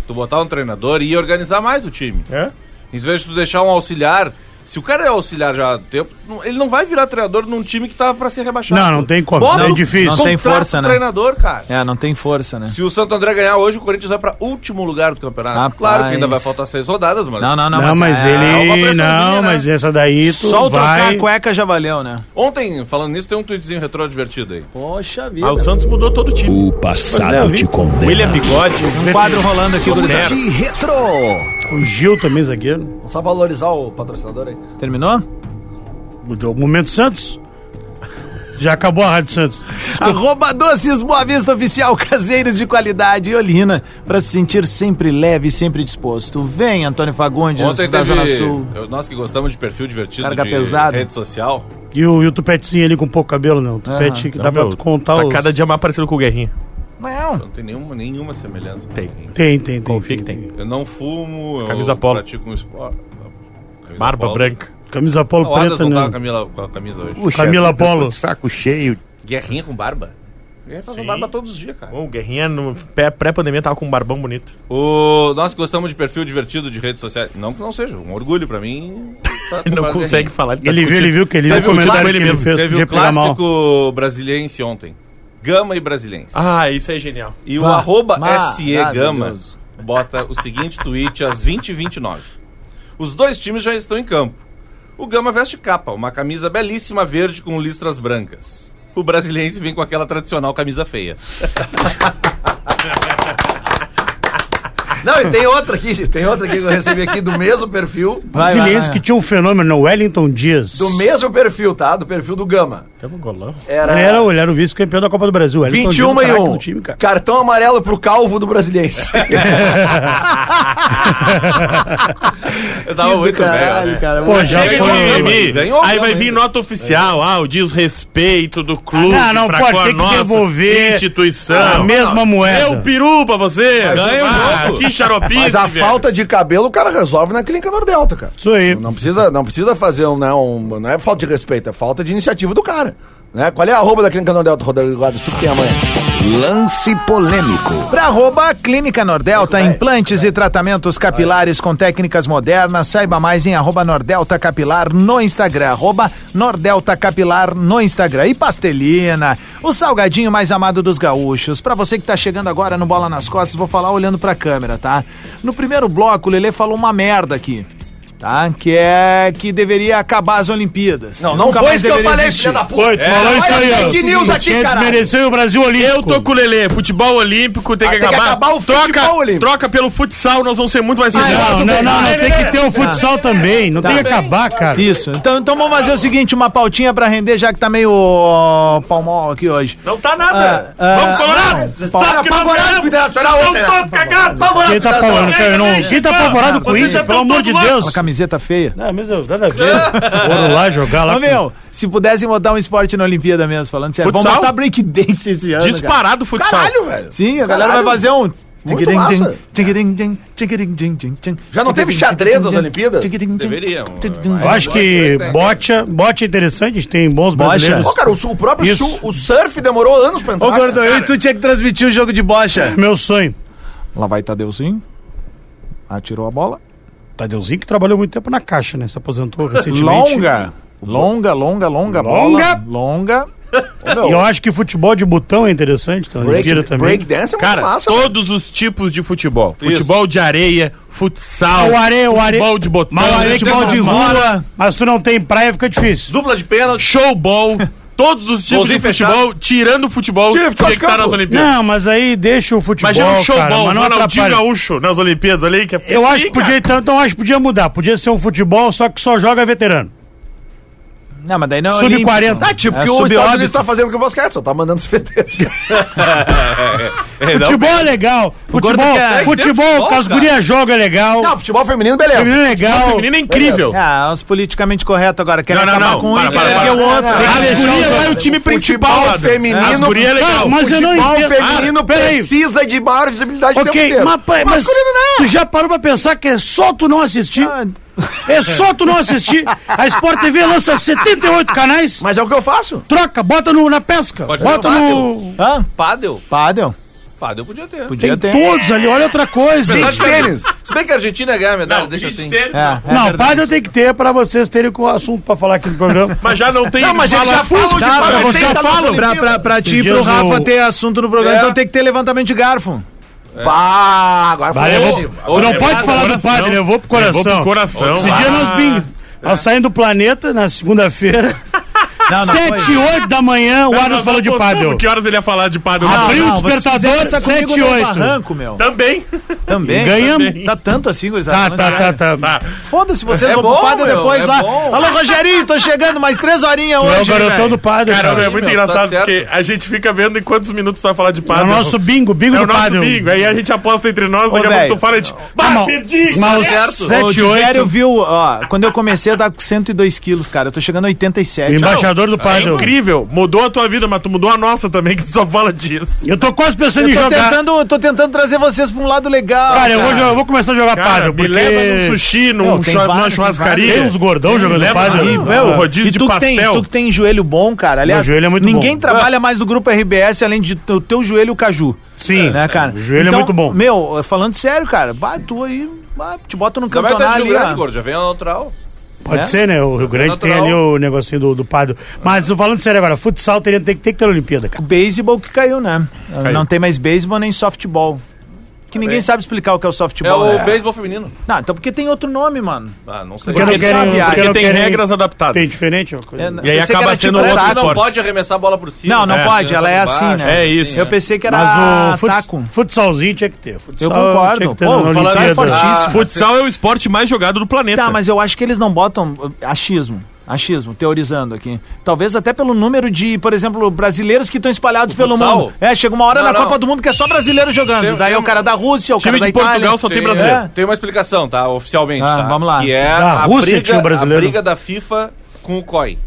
[SPEAKER 6] tu botar um treinador e ia organizar mais o time.
[SPEAKER 4] É?
[SPEAKER 6] Em vez de tu deixar um auxiliar, se o cara é auxiliar já há tempo, não- ele não vai virar treinador num time que tá pra ser rebaixado.
[SPEAKER 3] Não, não tem como,
[SPEAKER 6] Bota
[SPEAKER 3] não é
[SPEAKER 6] o-
[SPEAKER 3] difícil.
[SPEAKER 2] Não tem
[SPEAKER 6] contrata
[SPEAKER 2] força,
[SPEAKER 6] o
[SPEAKER 2] né?
[SPEAKER 6] treinador, cara.
[SPEAKER 2] É, não tem força, né?
[SPEAKER 6] Se o Santo André ganhar hoje, o Corinthians vai pra último lugar do campeonato.
[SPEAKER 2] Rapaz.
[SPEAKER 6] Claro que ainda vai faltar seis rodadas, mas...
[SPEAKER 2] Não, não, não,
[SPEAKER 3] Não, mas
[SPEAKER 2] é,
[SPEAKER 6] uma
[SPEAKER 3] ele.
[SPEAKER 6] pressãozinha,
[SPEAKER 3] Não,
[SPEAKER 6] né?
[SPEAKER 3] mas essa daí tu
[SPEAKER 2] Só o trocar
[SPEAKER 3] vai.
[SPEAKER 2] a cueca já valeu, né?
[SPEAKER 6] Ontem, falando nisso, tem um tweetzinho retrô divertido aí.
[SPEAKER 2] Poxa vida.
[SPEAKER 4] Mas o Santos mudou todo o time.
[SPEAKER 1] O
[SPEAKER 3] Pois é, eu
[SPEAKER 1] passado
[SPEAKER 3] vi.
[SPEAKER 1] te
[SPEAKER 4] William
[SPEAKER 1] condena.
[SPEAKER 4] Bigode.
[SPEAKER 2] Um quadro rolando aqui, gurizada.
[SPEAKER 1] De retro.
[SPEAKER 3] O Gil também, zagueiro.
[SPEAKER 5] Só valorizar o patrocinador aí.
[SPEAKER 2] Terminou?
[SPEAKER 3] O Momento Santos. Já acabou a Rádio Santos.
[SPEAKER 2] Arroba Doces Boa Vista Oficial, caseiros de qualidade e olina, pra se sentir sempre leve e sempre disposto. Vem, Antônio Fagundes,
[SPEAKER 6] Ontem
[SPEAKER 2] da
[SPEAKER 6] teve...
[SPEAKER 2] Zona Sul.
[SPEAKER 6] eu- Nós que gostamos de perfil divertido
[SPEAKER 2] Carga
[SPEAKER 6] de
[SPEAKER 2] pesada.
[SPEAKER 6] rede social...
[SPEAKER 3] E o, e o tupetezinho ali com pouco cabelo, não. O tupete que dá
[SPEAKER 4] Não,
[SPEAKER 3] pra
[SPEAKER 4] meu,
[SPEAKER 3] tu contar
[SPEAKER 4] tá
[SPEAKER 3] os...
[SPEAKER 4] cada dia mais parecido com o Guerrinha.
[SPEAKER 2] Não,
[SPEAKER 6] Não tem nenhuma, nenhuma semelhança. Tem.
[SPEAKER 3] Tem, tem, tem.
[SPEAKER 4] Confia que tem.
[SPEAKER 6] Eu não fumo,
[SPEAKER 4] Camisa
[SPEAKER 6] eu
[SPEAKER 4] polo.
[SPEAKER 6] pratico um esporte. Camisa
[SPEAKER 4] Barba
[SPEAKER 6] polo.
[SPEAKER 4] branca.
[SPEAKER 3] Camisa polo
[SPEAKER 6] Ah, O Adas
[SPEAKER 3] preta, né?
[SPEAKER 6] não tava
[SPEAKER 3] não.
[SPEAKER 6] com a Camila- com a camisa hoje.
[SPEAKER 8] Puxa
[SPEAKER 3] Camila
[SPEAKER 8] vida,
[SPEAKER 3] Polo.
[SPEAKER 8] tô de Saco cheio.
[SPEAKER 6] Guerrinha com barba? Guerrinha faz
[SPEAKER 4] Sim.
[SPEAKER 6] barba todos os dias, cara.
[SPEAKER 4] Bom, o Guerrinha no pé- pré-pandemia tava com um barbão bonito.
[SPEAKER 6] O, nós gostamos de perfil divertido de redes sociais. Não que não seja, um orgulho pra mim. tá- tá
[SPEAKER 4] Ele não
[SPEAKER 6] quase
[SPEAKER 4] consegue
[SPEAKER 6] Guerrinha.
[SPEAKER 4] falar. tá
[SPEAKER 3] Ele viu,
[SPEAKER 4] discutindo.
[SPEAKER 3] ele viu que ele viu o
[SPEAKER 4] Teve um
[SPEAKER 3] comentário
[SPEAKER 4] clássico-
[SPEAKER 3] que ele fez.
[SPEAKER 6] Teve
[SPEAKER 3] Podia
[SPEAKER 6] o
[SPEAKER 3] pegar mal.
[SPEAKER 6] clássico brasiliense ontem. Gama e brasiliense.
[SPEAKER 4] Ah, isso aí é genial.
[SPEAKER 6] E o
[SPEAKER 2] Bah,
[SPEAKER 6] arroba SE Gama
[SPEAKER 2] maravilhoso.
[SPEAKER 6] bota o seguinte tweet às 20h29. Os dois times já estão em campo. O Gama veste capa, uma camisa belíssima verde com listras brancas. O brasiliense vem com aquela tradicional camisa feia.
[SPEAKER 5] Não, e tem outra aqui, tem outra aqui que eu recebi aqui do mesmo perfil.
[SPEAKER 2] vai, vai,
[SPEAKER 3] Brasiliense
[SPEAKER 2] vai.
[SPEAKER 3] que tinha um fenômeno, Wellington Dias.
[SPEAKER 5] Do mesmo perfil, tá? Do perfil do Gama.
[SPEAKER 4] Tamo um golão.
[SPEAKER 5] Era,
[SPEAKER 3] Ele era, ele era o vice-campeão da Copa do Brasil. Wellington
[SPEAKER 5] 21
[SPEAKER 3] Dias, é um
[SPEAKER 5] e
[SPEAKER 3] craque
[SPEAKER 5] 1.
[SPEAKER 3] do time, cara.
[SPEAKER 5] Cartão amarelo pro calvo do brasiliense.
[SPEAKER 6] Eu tava muito
[SPEAKER 2] Caralho,
[SPEAKER 6] velho. né?
[SPEAKER 2] cara.
[SPEAKER 3] Pô, já
[SPEAKER 4] Chega de
[SPEAKER 6] Ganhou,
[SPEAKER 4] mimimi.
[SPEAKER 6] ganhou,
[SPEAKER 4] Aí
[SPEAKER 6] ganhou
[SPEAKER 4] vai vir
[SPEAKER 6] ainda.
[SPEAKER 4] nota oficial, ah, o desrespeito do clube
[SPEAKER 3] Ah, não, pode
[SPEAKER 4] com a
[SPEAKER 3] ter que
[SPEAKER 4] nossa
[SPEAKER 3] devolver
[SPEAKER 4] instituição.
[SPEAKER 3] a mesma moeda.
[SPEAKER 4] Eu peru pra você.
[SPEAKER 6] Ganha o
[SPEAKER 4] Ah,
[SPEAKER 6] jogo.
[SPEAKER 4] Que xaropice,
[SPEAKER 5] Mas a
[SPEAKER 4] velho.
[SPEAKER 5] falta de cabelo o cara resolve na clínica Nordelta, cara.
[SPEAKER 3] Isso aí.
[SPEAKER 5] Não precisa, não precisa fazer um, né, um- Não é falta de respeito, é falta de iniciativa do cara. Né? Qual é a arroba da clínica Nordelta, Rodrigo Guedes? Tu que tem amanhã.
[SPEAKER 1] Lance polêmico.
[SPEAKER 2] Pra arroba Clínica Nordelta, implantes e tratamentos capilares com técnicas modernas. Saiba mais em arroba Nordelta Capilar no Instagram. Arroba Nordelta Capilar no Instagram. E pastelina, o salgadinho mais amado dos gaúchos. Pra você que tá chegando agora no Bola nas Costas, vou falar olhando pra câmera, tá? No primeiro bloco, o Lelê falou uma merda aqui. Tá? Que é que deveria acabar as Olimpíadas.
[SPEAKER 5] Não, não
[SPEAKER 2] Nunca
[SPEAKER 5] foi
[SPEAKER 2] mais
[SPEAKER 5] isso que eu
[SPEAKER 2] deveria
[SPEAKER 5] falei,
[SPEAKER 2] existir.
[SPEAKER 5] filha da puta.
[SPEAKER 3] Foi, tu falou isso aí, ó.
[SPEAKER 5] fake news aqui,
[SPEAKER 3] Quem
[SPEAKER 5] caralho.
[SPEAKER 3] desmereceu o Brasil Olímpico.
[SPEAKER 4] Eu tô com o Lelê. Futebol olímpico tem que
[SPEAKER 5] Ah, tem que
[SPEAKER 4] acabar.
[SPEAKER 5] acabar o
[SPEAKER 4] troca,
[SPEAKER 5] futebol olímpico.
[SPEAKER 4] Troca pelo futsal, nós vamos ser muito mais
[SPEAKER 3] Não,
[SPEAKER 4] felizes.
[SPEAKER 3] não, não, não, tem que ter o futsal também. Não tem que
[SPEAKER 2] Tá.
[SPEAKER 3] acabar, cara.
[SPEAKER 2] Isso. Então, então vamos fazer o seguinte, uma pautinha pra render, já que tá meio ó, palmol aqui hoje.
[SPEAKER 4] Não tá nada.
[SPEAKER 2] Ah, ah,
[SPEAKER 4] Vamos,
[SPEAKER 2] não.
[SPEAKER 4] Colorado. Sabe que nós
[SPEAKER 5] Apavorado
[SPEAKER 4] ganhamos.
[SPEAKER 5] com o Internacional
[SPEAKER 4] Estão
[SPEAKER 5] ontem, né?
[SPEAKER 4] todos cagados.
[SPEAKER 3] Quem tá apavorado, cara, não- Quem tá apavorado com isso, pelo amor de Deus?
[SPEAKER 2] Olha a camiseta feia.
[SPEAKER 3] Não, mas eu, nada a ver. Foram lá jogar lá.
[SPEAKER 2] Ô,
[SPEAKER 3] com-
[SPEAKER 2] meu, se pudessem botar um esporte na Olimpíada mesmo, falando sério, vamos
[SPEAKER 4] Futsal?
[SPEAKER 2] botar breakdance esse ano. cara.
[SPEAKER 4] Disparado o futsal.
[SPEAKER 5] Caralho, velho.
[SPEAKER 2] Sim, a galera
[SPEAKER 5] Caralho.
[SPEAKER 2] vai fazer um.
[SPEAKER 5] massa.
[SPEAKER 2] Já
[SPEAKER 5] Já não teve xadrez nas Olimpíadas?
[SPEAKER 6] Deveriam,
[SPEAKER 3] Eu acho que bote bote é interessante, a gente tem bons
[SPEAKER 2] Bocha.
[SPEAKER 3] brasileiros.
[SPEAKER 5] Pô, cara, o, su- o próprio
[SPEAKER 3] Isso.
[SPEAKER 5] su- o surf demorou anos pra entrar.
[SPEAKER 2] Ô, Gordo, e tu tinha que transmitir o jogo de bocha.
[SPEAKER 3] Meu sonho.
[SPEAKER 2] Lá vai Tadeuzinho. Atirou a bola.
[SPEAKER 3] Tadeuzinho que trabalhou muito tempo na caixa, né? Se aposentou recentemente.
[SPEAKER 2] Longa. Longa, longa, longa,
[SPEAKER 3] Longa.
[SPEAKER 2] bola. Longa.
[SPEAKER 3] E eu acho que futebol de botão é interessante, tá?
[SPEAKER 5] Break,
[SPEAKER 3] Break, também.
[SPEAKER 5] break dance é muito
[SPEAKER 4] Cara,
[SPEAKER 5] massa. velho.
[SPEAKER 4] todos os tipos de futebol. Futebol de areia, futsal,
[SPEAKER 3] O areia, o areia.
[SPEAKER 4] futebol de botão,
[SPEAKER 3] Mas o areia que
[SPEAKER 4] futebol
[SPEAKER 3] tá
[SPEAKER 4] de
[SPEAKER 3] na
[SPEAKER 4] rua,
[SPEAKER 3] bola, Mas tu não tem praia, fica difícil.
[SPEAKER 6] Dupla de pênalti.
[SPEAKER 4] showball, todos os tipos
[SPEAKER 6] Golzinho
[SPEAKER 4] de futebol, tirando o futebol,
[SPEAKER 5] Tira o futebol
[SPEAKER 4] tinha que
[SPEAKER 5] de
[SPEAKER 4] estar
[SPEAKER 5] campo.
[SPEAKER 4] nas Olimpíadas.
[SPEAKER 3] Não, mas aí deixa o futebol,
[SPEAKER 4] Imagina
[SPEAKER 3] cara,
[SPEAKER 4] um showball,
[SPEAKER 3] mas não
[SPEAKER 4] Ronaldinho
[SPEAKER 3] atrapalha.
[SPEAKER 4] Gaúcho nas Olimpíadas ali, que é
[SPEAKER 3] Eu
[SPEAKER 4] Sim,
[SPEAKER 3] acho que podia,
[SPEAKER 4] cara.
[SPEAKER 3] então, então acho que podia mudar. Podia ser um futebol, só que só joga veterano.
[SPEAKER 2] Não, mas daí não é
[SPEAKER 3] Sub-40.
[SPEAKER 2] olímpico.
[SPEAKER 5] Ah, tipo,
[SPEAKER 2] é
[SPEAKER 5] que o Estados Unidos
[SPEAKER 2] subóbito.
[SPEAKER 5] tá fazendo com o basquete, só tá mandando se feder.
[SPEAKER 6] É, não,
[SPEAKER 3] futebol é legal. Futebol,
[SPEAKER 2] quer-
[SPEAKER 3] futebol, que as
[SPEAKER 6] cara.
[SPEAKER 3] gurias jogam é legal.
[SPEAKER 5] Não, futebol feminino, beleza.
[SPEAKER 3] Feminino é legal.
[SPEAKER 4] Feminino é incrível.
[SPEAKER 2] Ah, os politicamente corretos agora. Querem
[SPEAKER 4] Não, não,
[SPEAKER 2] acabar
[SPEAKER 4] não.
[SPEAKER 2] com um
[SPEAKER 4] Para,
[SPEAKER 2] e
[SPEAKER 4] para,
[SPEAKER 2] querem
[SPEAKER 4] para.
[SPEAKER 2] que o outro.
[SPEAKER 4] As
[SPEAKER 3] Tem que deixar
[SPEAKER 4] gurias
[SPEAKER 3] é. os-
[SPEAKER 4] vai o time
[SPEAKER 5] Futebol
[SPEAKER 4] principal. Adams.
[SPEAKER 5] feminino-
[SPEAKER 4] As gurias é legal.
[SPEAKER 3] Cara, mas eu não
[SPEAKER 5] Futebol
[SPEAKER 3] entendo.
[SPEAKER 5] feminino
[SPEAKER 3] Ah, peraí.
[SPEAKER 5] precisa de maior visibilidade o tempo
[SPEAKER 3] Ok,
[SPEAKER 5] inteiro.
[SPEAKER 3] mas, mas,
[SPEAKER 5] um Masculino não.
[SPEAKER 3] tu já parou pra pensar que é só tu não assistir?
[SPEAKER 2] Ah,
[SPEAKER 3] É só tu não assistir. A Sport TV lança 78 canais,
[SPEAKER 5] Mas é o que eu faço.
[SPEAKER 3] troca, bota no, na pesca,
[SPEAKER 6] Pode
[SPEAKER 3] bota
[SPEAKER 6] jogar,
[SPEAKER 3] no...
[SPEAKER 2] Hã?
[SPEAKER 6] Padel.
[SPEAKER 2] Padel?
[SPEAKER 6] Padel podia ter.
[SPEAKER 2] Podia
[SPEAKER 3] Tem
[SPEAKER 2] ter.
[SPEAKER 3] todos ali, olha outra coisa.
[SPEAKER 6] Apesar
[SPEAKER 5] Beach tênis.
[SPEAKER 6] Se bem que a Argentina ganha a medalha, deixa
[SPEAKER 4] beach
[SPEAKER 6] assim.
[SPEAKER 4] tênis,
[SPEAKER 2] É, é
[SPEAKER 3] não,
[SPEAKER 2] verdade.
[SPEAKER 3] padre eu tenho que ter pra vocês terem o assunto pra falar aqui no programa.
[SPEAKER 4] Mas já não tem.
[SPEAKER 5] Não, mas eles já falam de
[SPEAKER 2] Tá, pra
[SPEAKER 5] Mas
[SPEAKER 2] você
[SPEAKER 5] tem que tá nas
[SPEAKER 2] fala. Pra,
[SPEAKER 5] Olimpíadas.
[SPEAKER 2] pra, pra ti e
[SPEAKER 3] Esses
[SPEAKER 2] pro
[SPEAKER 3] dias
[SPEAKER 2] Rafa
[SPEAKER 3] o-
[SPEAKER 2] ter assunto no programa,
[SPEAKER 6] É.
[SPEAKER 2] então tem que ter levantamento de garfo.
[SPEAKER 5] Pá, Ah, agora
[SPEAKER 3] Vai,
[SPEAKER 5] foi assim.
[SPEAKER 3] levou-
[SPEAKER 5] ofensivo.
[SPEAKER 3] tu não pode falar do padre, levou pro coração.
[SPEAKER 4] Levou pro coração. Ah.
[SPEAKER 3] Esse dia nós bingos. Nós saímos do planeta na segunda-feira.
[SPEAKER 2] Não, não,
[SPEAKER 3] Sete e oito da manhã, o Arnold falou de
[SPEAKER 4] padel.
[SPEAKER 3] padre.
[SPEAKER 4] Que horas ele ia falar de padel?
[SPEAKER 3] Ah, Abriu o
[SPEAKER 2] você
[SPEAKER 3] despertador,
[SPEAKER 2] fizeram essa comigo
[SPEAKER 3] 7 e
[SPEAKER 2] no
[SPEAKER 3] 8.
[SPEAKER 2] barranco, meu.
[SPEAKER 4] Também.
[SPEAKER 2] Também.
[SPEAKER 3] Ganhamos.
[SPEAKER 2] também. Tá tanto assim, gurizada.
[SPEAKER 3] Tá,
[SPEAKER 2] não
[SPEAKER 3] tá,
[SPEAKER 2] adianta.
[SPEAKER 3] tá, tá.
[SPEAKER 4] Ah,
[SPEAKER 2] Foda-se, vocês
[SPEAKER 6] É
[SPEAKER 2] vão pro
[SPEAKER 6] bom,
[SPEAKER 2] padre
[SPEAKER 6] meu,
[SPEAKER 2] depois
[SPEAKER 6] é
[SPEAKER 2] lá.
[SPEAKER 6] bom.
[SPEAKER 2] Alô, Rogerinho, tô chegando, mais três horinhas
[SPEAKER 3] É o
[SPEAKER 2] hoje.
[SPEAKER 3] garotão
[SPEAKER 2] velho.
[SPEAKER 3] do padre.
[SPEAKER 4] Cara,
[SPEAKER 3] cara.
[SPEAKER 4] é muito
[SPEAKER 6] meu, tá
[SPEAKER 4] engraçado
[SPEAKER 6] certo.
[SPEAKER 4] porque a gente fica vendo em quantos minutos tu vai falar de
[SPEAKER 3] É
[SPEAKER 4] padel.
[SPEAKER 3] o nosso bingo, bingo
[SPEAKER 4] É
[SPEAKER 3] do
[SPEAKER 4] o nosso
[SPEAKER 3] padre. Tá
[SPEAKER 4] bingo. Aí a gente aposta entre nós, daqui a pouco
[SPEAKER 2] velho.
[SPEAKER 4] tu fala e a gente.
[SPEAKER 3] Ah,
[SPEAKER 4] Bah,
[SPEAKER 3] mal-
[SPEAKER 4] perdi!
[SPEAKER 3] mal-
[SPEAKER 4] certo.
[SPEAKER 2] o
[SPEAKER 3] 7
[SPEAKER 2] Tá Tivério
[SPEAKER 3] 8.
[SPEAKER 2] viu, ó, quando eu comecei eu tava com 102 quilos, cara, eu tô chegando a 87.
[SPEAKER 3] Embaixador do
[SPEAKER 4] É
[SPEAKER 3] padre.
[SPEAKER 4] incrível, mudou a tua vida, mas tu mudou a nossa também, que tu só fala disso.
[SPEAKER 3] Eu tô quase
[SPEAKER 2] Eu
[SPEAKER 3] pensando em
[SPEAKER 2] tô
[SPEAKER 3] jogar.
[SPEAKER 2] tentando, tô tentando trazer vocês pra um lado legal,
[SPEAKER 3] Cara, eu vou, jo- eu vou começar a jogar
[SPEAKER 4] Cara,
[SPEAKER 3] padre,
[SPEAKER 4] me
[SPEAKER 3] porque
[SPEAKER 4] leva num sushi, num
[SPEAKER 2] Não, tem
[SPEAKER 4] chu-
[SPEAKER 2] vários,
[SPEAKER 4] numa
[SPEAKER 2] tem
[SPEAKER 4] churrascaria.
[SPEAKER 3] tem uns gordão jogando
[SPEAKER 4] leva
[SPEAKER 3] padre.
[SPEAKER 4] ali,
[SPEAKER 2] Ah,
[SPEAKER 4] meu,
[SPEAKER 2] ah.
[SPEAKER 4] rodízio
[SPEAKER 2] e
[SPEAKER 4] de
[SPEAKER 2] tu que
[SPEAKER 4] pastel.
[SPEAKER 2] Tem, tu que tem joelho bom, cara. Aliás,
[SPEAKER 3] Meu joelho é muito
[SPEAKER 2] ninguém
[SPEAKER 3] bom.
[SPEAKER 2] trabalha mais do grupo RBS além de o teu joelho e o caju.
[SPEAKER 3] Sim,
[SPEAKER 2] Né, cara?
[SPEAKER 3] o joelho é muito bom.
[SPEAKER 2] Meu, falando sério, cara, bah, tu aí, bah, te bota no
[SPEAKER 6] Como é que
[SPEAKER 2] campeonato
[SPEAKER 6] tá de
[SPEAKER 2] ali.
[SPEAKER 6] Rio Grande,
[SPEAKER 2] ó.
[SPEAKER 6] gordo? Já vem a neutral.
[SPEAKER 3] Pode
[SPEAKER 2] né?
[SPEAKER 3] ser, né? O Rio Grande tem
[SPEAKER 6] natural.
[SPEAKER 3] ali o negocinho do, do padre. Mas falando sério agora, futsal teria, tem, que- tem que ter na Olimpíada, cara.
[SPEAKER 2] O beisebol que caiu, né? Não tem mais beisebol nem softball. Que ninguém sabe explicar o que é o
[SPEAKER 6] Tá É
[SPEAKER 2] softball,
[SPEAKER 6] o
[SPEAKER 2] né?
[SPEAKER 6] beisebol feminino.
[SPEAKER 2] Não, então porque tem outro nome, mano.
[SPEAKER 6] Ah, não sei.
[SPEAKER 3] Porque não
[SPEAKER 2] Porque
[SPEAKER 3] querem-
[SPEAKER 2] sabe,
[SPEAKER 3] porque
[SPEAKER 2] porque
[SPEAKER 3] não
[SPEAKER 4] tem
[SPEAKER 3] querem-
[SPEAKER 4] regras adaptadas.
[SPEAKER 3] Tem diferente? é uma coisa.
[SPEAKER 2] não-
[SPEAKER 4] E aí
[SPEAKER 2] pensei que
[SPEAKER 4] acaba
[SPEAKER 2] era
[SPEAKER 4] sendo
[SPEAKER 2] tipo
[SPEAKER 4] outro
[SPEAKER 6] Parece que
[SPEAKER 2] taco.
[SPEAKER 6] não pode arremessar a bola por cima.
[SPEAKER 2] Não, não
[SPEAKER 6] né?
[SPEAKER 2] pode, ela é
[SPEAKER 6] Arremessa por
[SPEAKER 2] assim,
[SPEAKER 6] baixo,
[SPEAKER 2] né?
[SPEAKER 4] É isso.
[SPEAKER 2] Eu pensei que era
[SPEAKER 3] Mas o fut-
[SPEAKER 2] taco.
[SPEAKER 3] futsalzinho tinha que ter.
[SPEAKER 2] Eu
[SPEAKER 3] Futsal tinha
[SPEAKER 2] concordo.
[SPEAKER 3] que ter
[SPEAKER 2] Pô,
[SPEAKER 3] na
[SPEAKER 2] o futsal é
[SPEAKER 3] Olimpíada.
[SPEAKER 2] fortíssimo.
[SPEAKER 6] Ah,
[SPEAKER 4] Futsal é o esporte mais jogado do planeta.
[SPEAKER 2] Tá, mas eu acho que eles não botam uh, achismo. Achismo, teorizando aqui. Talvez até pelo número de, por exemplo, brasileiros que estão espalhados pelo
[SPEAKER 6] futsal?
[SPEAKER 2] mundo. É, chega uma hora
[SPEAKER 6] Não,
[SPEAKER 2] na
[SPEAKER 6] não.
[SPEAKER 2] Copa do Mundo que é só brasileiro jogando.
[SPEAKER 6] Tem-
[SPEAKER 2] Daí é o
[SPEAKER 6] tem
[SPEAKER 2] cara da Rússia, o cara
[SPEAKER 4] Time
[SPEAKER 2] da
[SPEAKER 4] de
[SPEAKER 2] Itália.
[SPEAKER 4] Portugal só tem
[SPEAKER 6] Tem,
[SPEAKER 4] brasileiro.
[SPEAKER 6] é, tem uma explicação, tá? Oficialmente,
[SPEAKER 2] Ah,
[SPEAKER 6] tá?
[SPEAKER 2] vamos lá.
[SPEAKER 6] Que é
[SPEAKER 3] Da
[SPEAKER 6] a,
[SPEAKER 3] Rússia
[SPEAKER 6] briga,
[SPEAKER 3] tinha um brasileiro.
[SPEAKER 6] a briga da FIFA com o COI.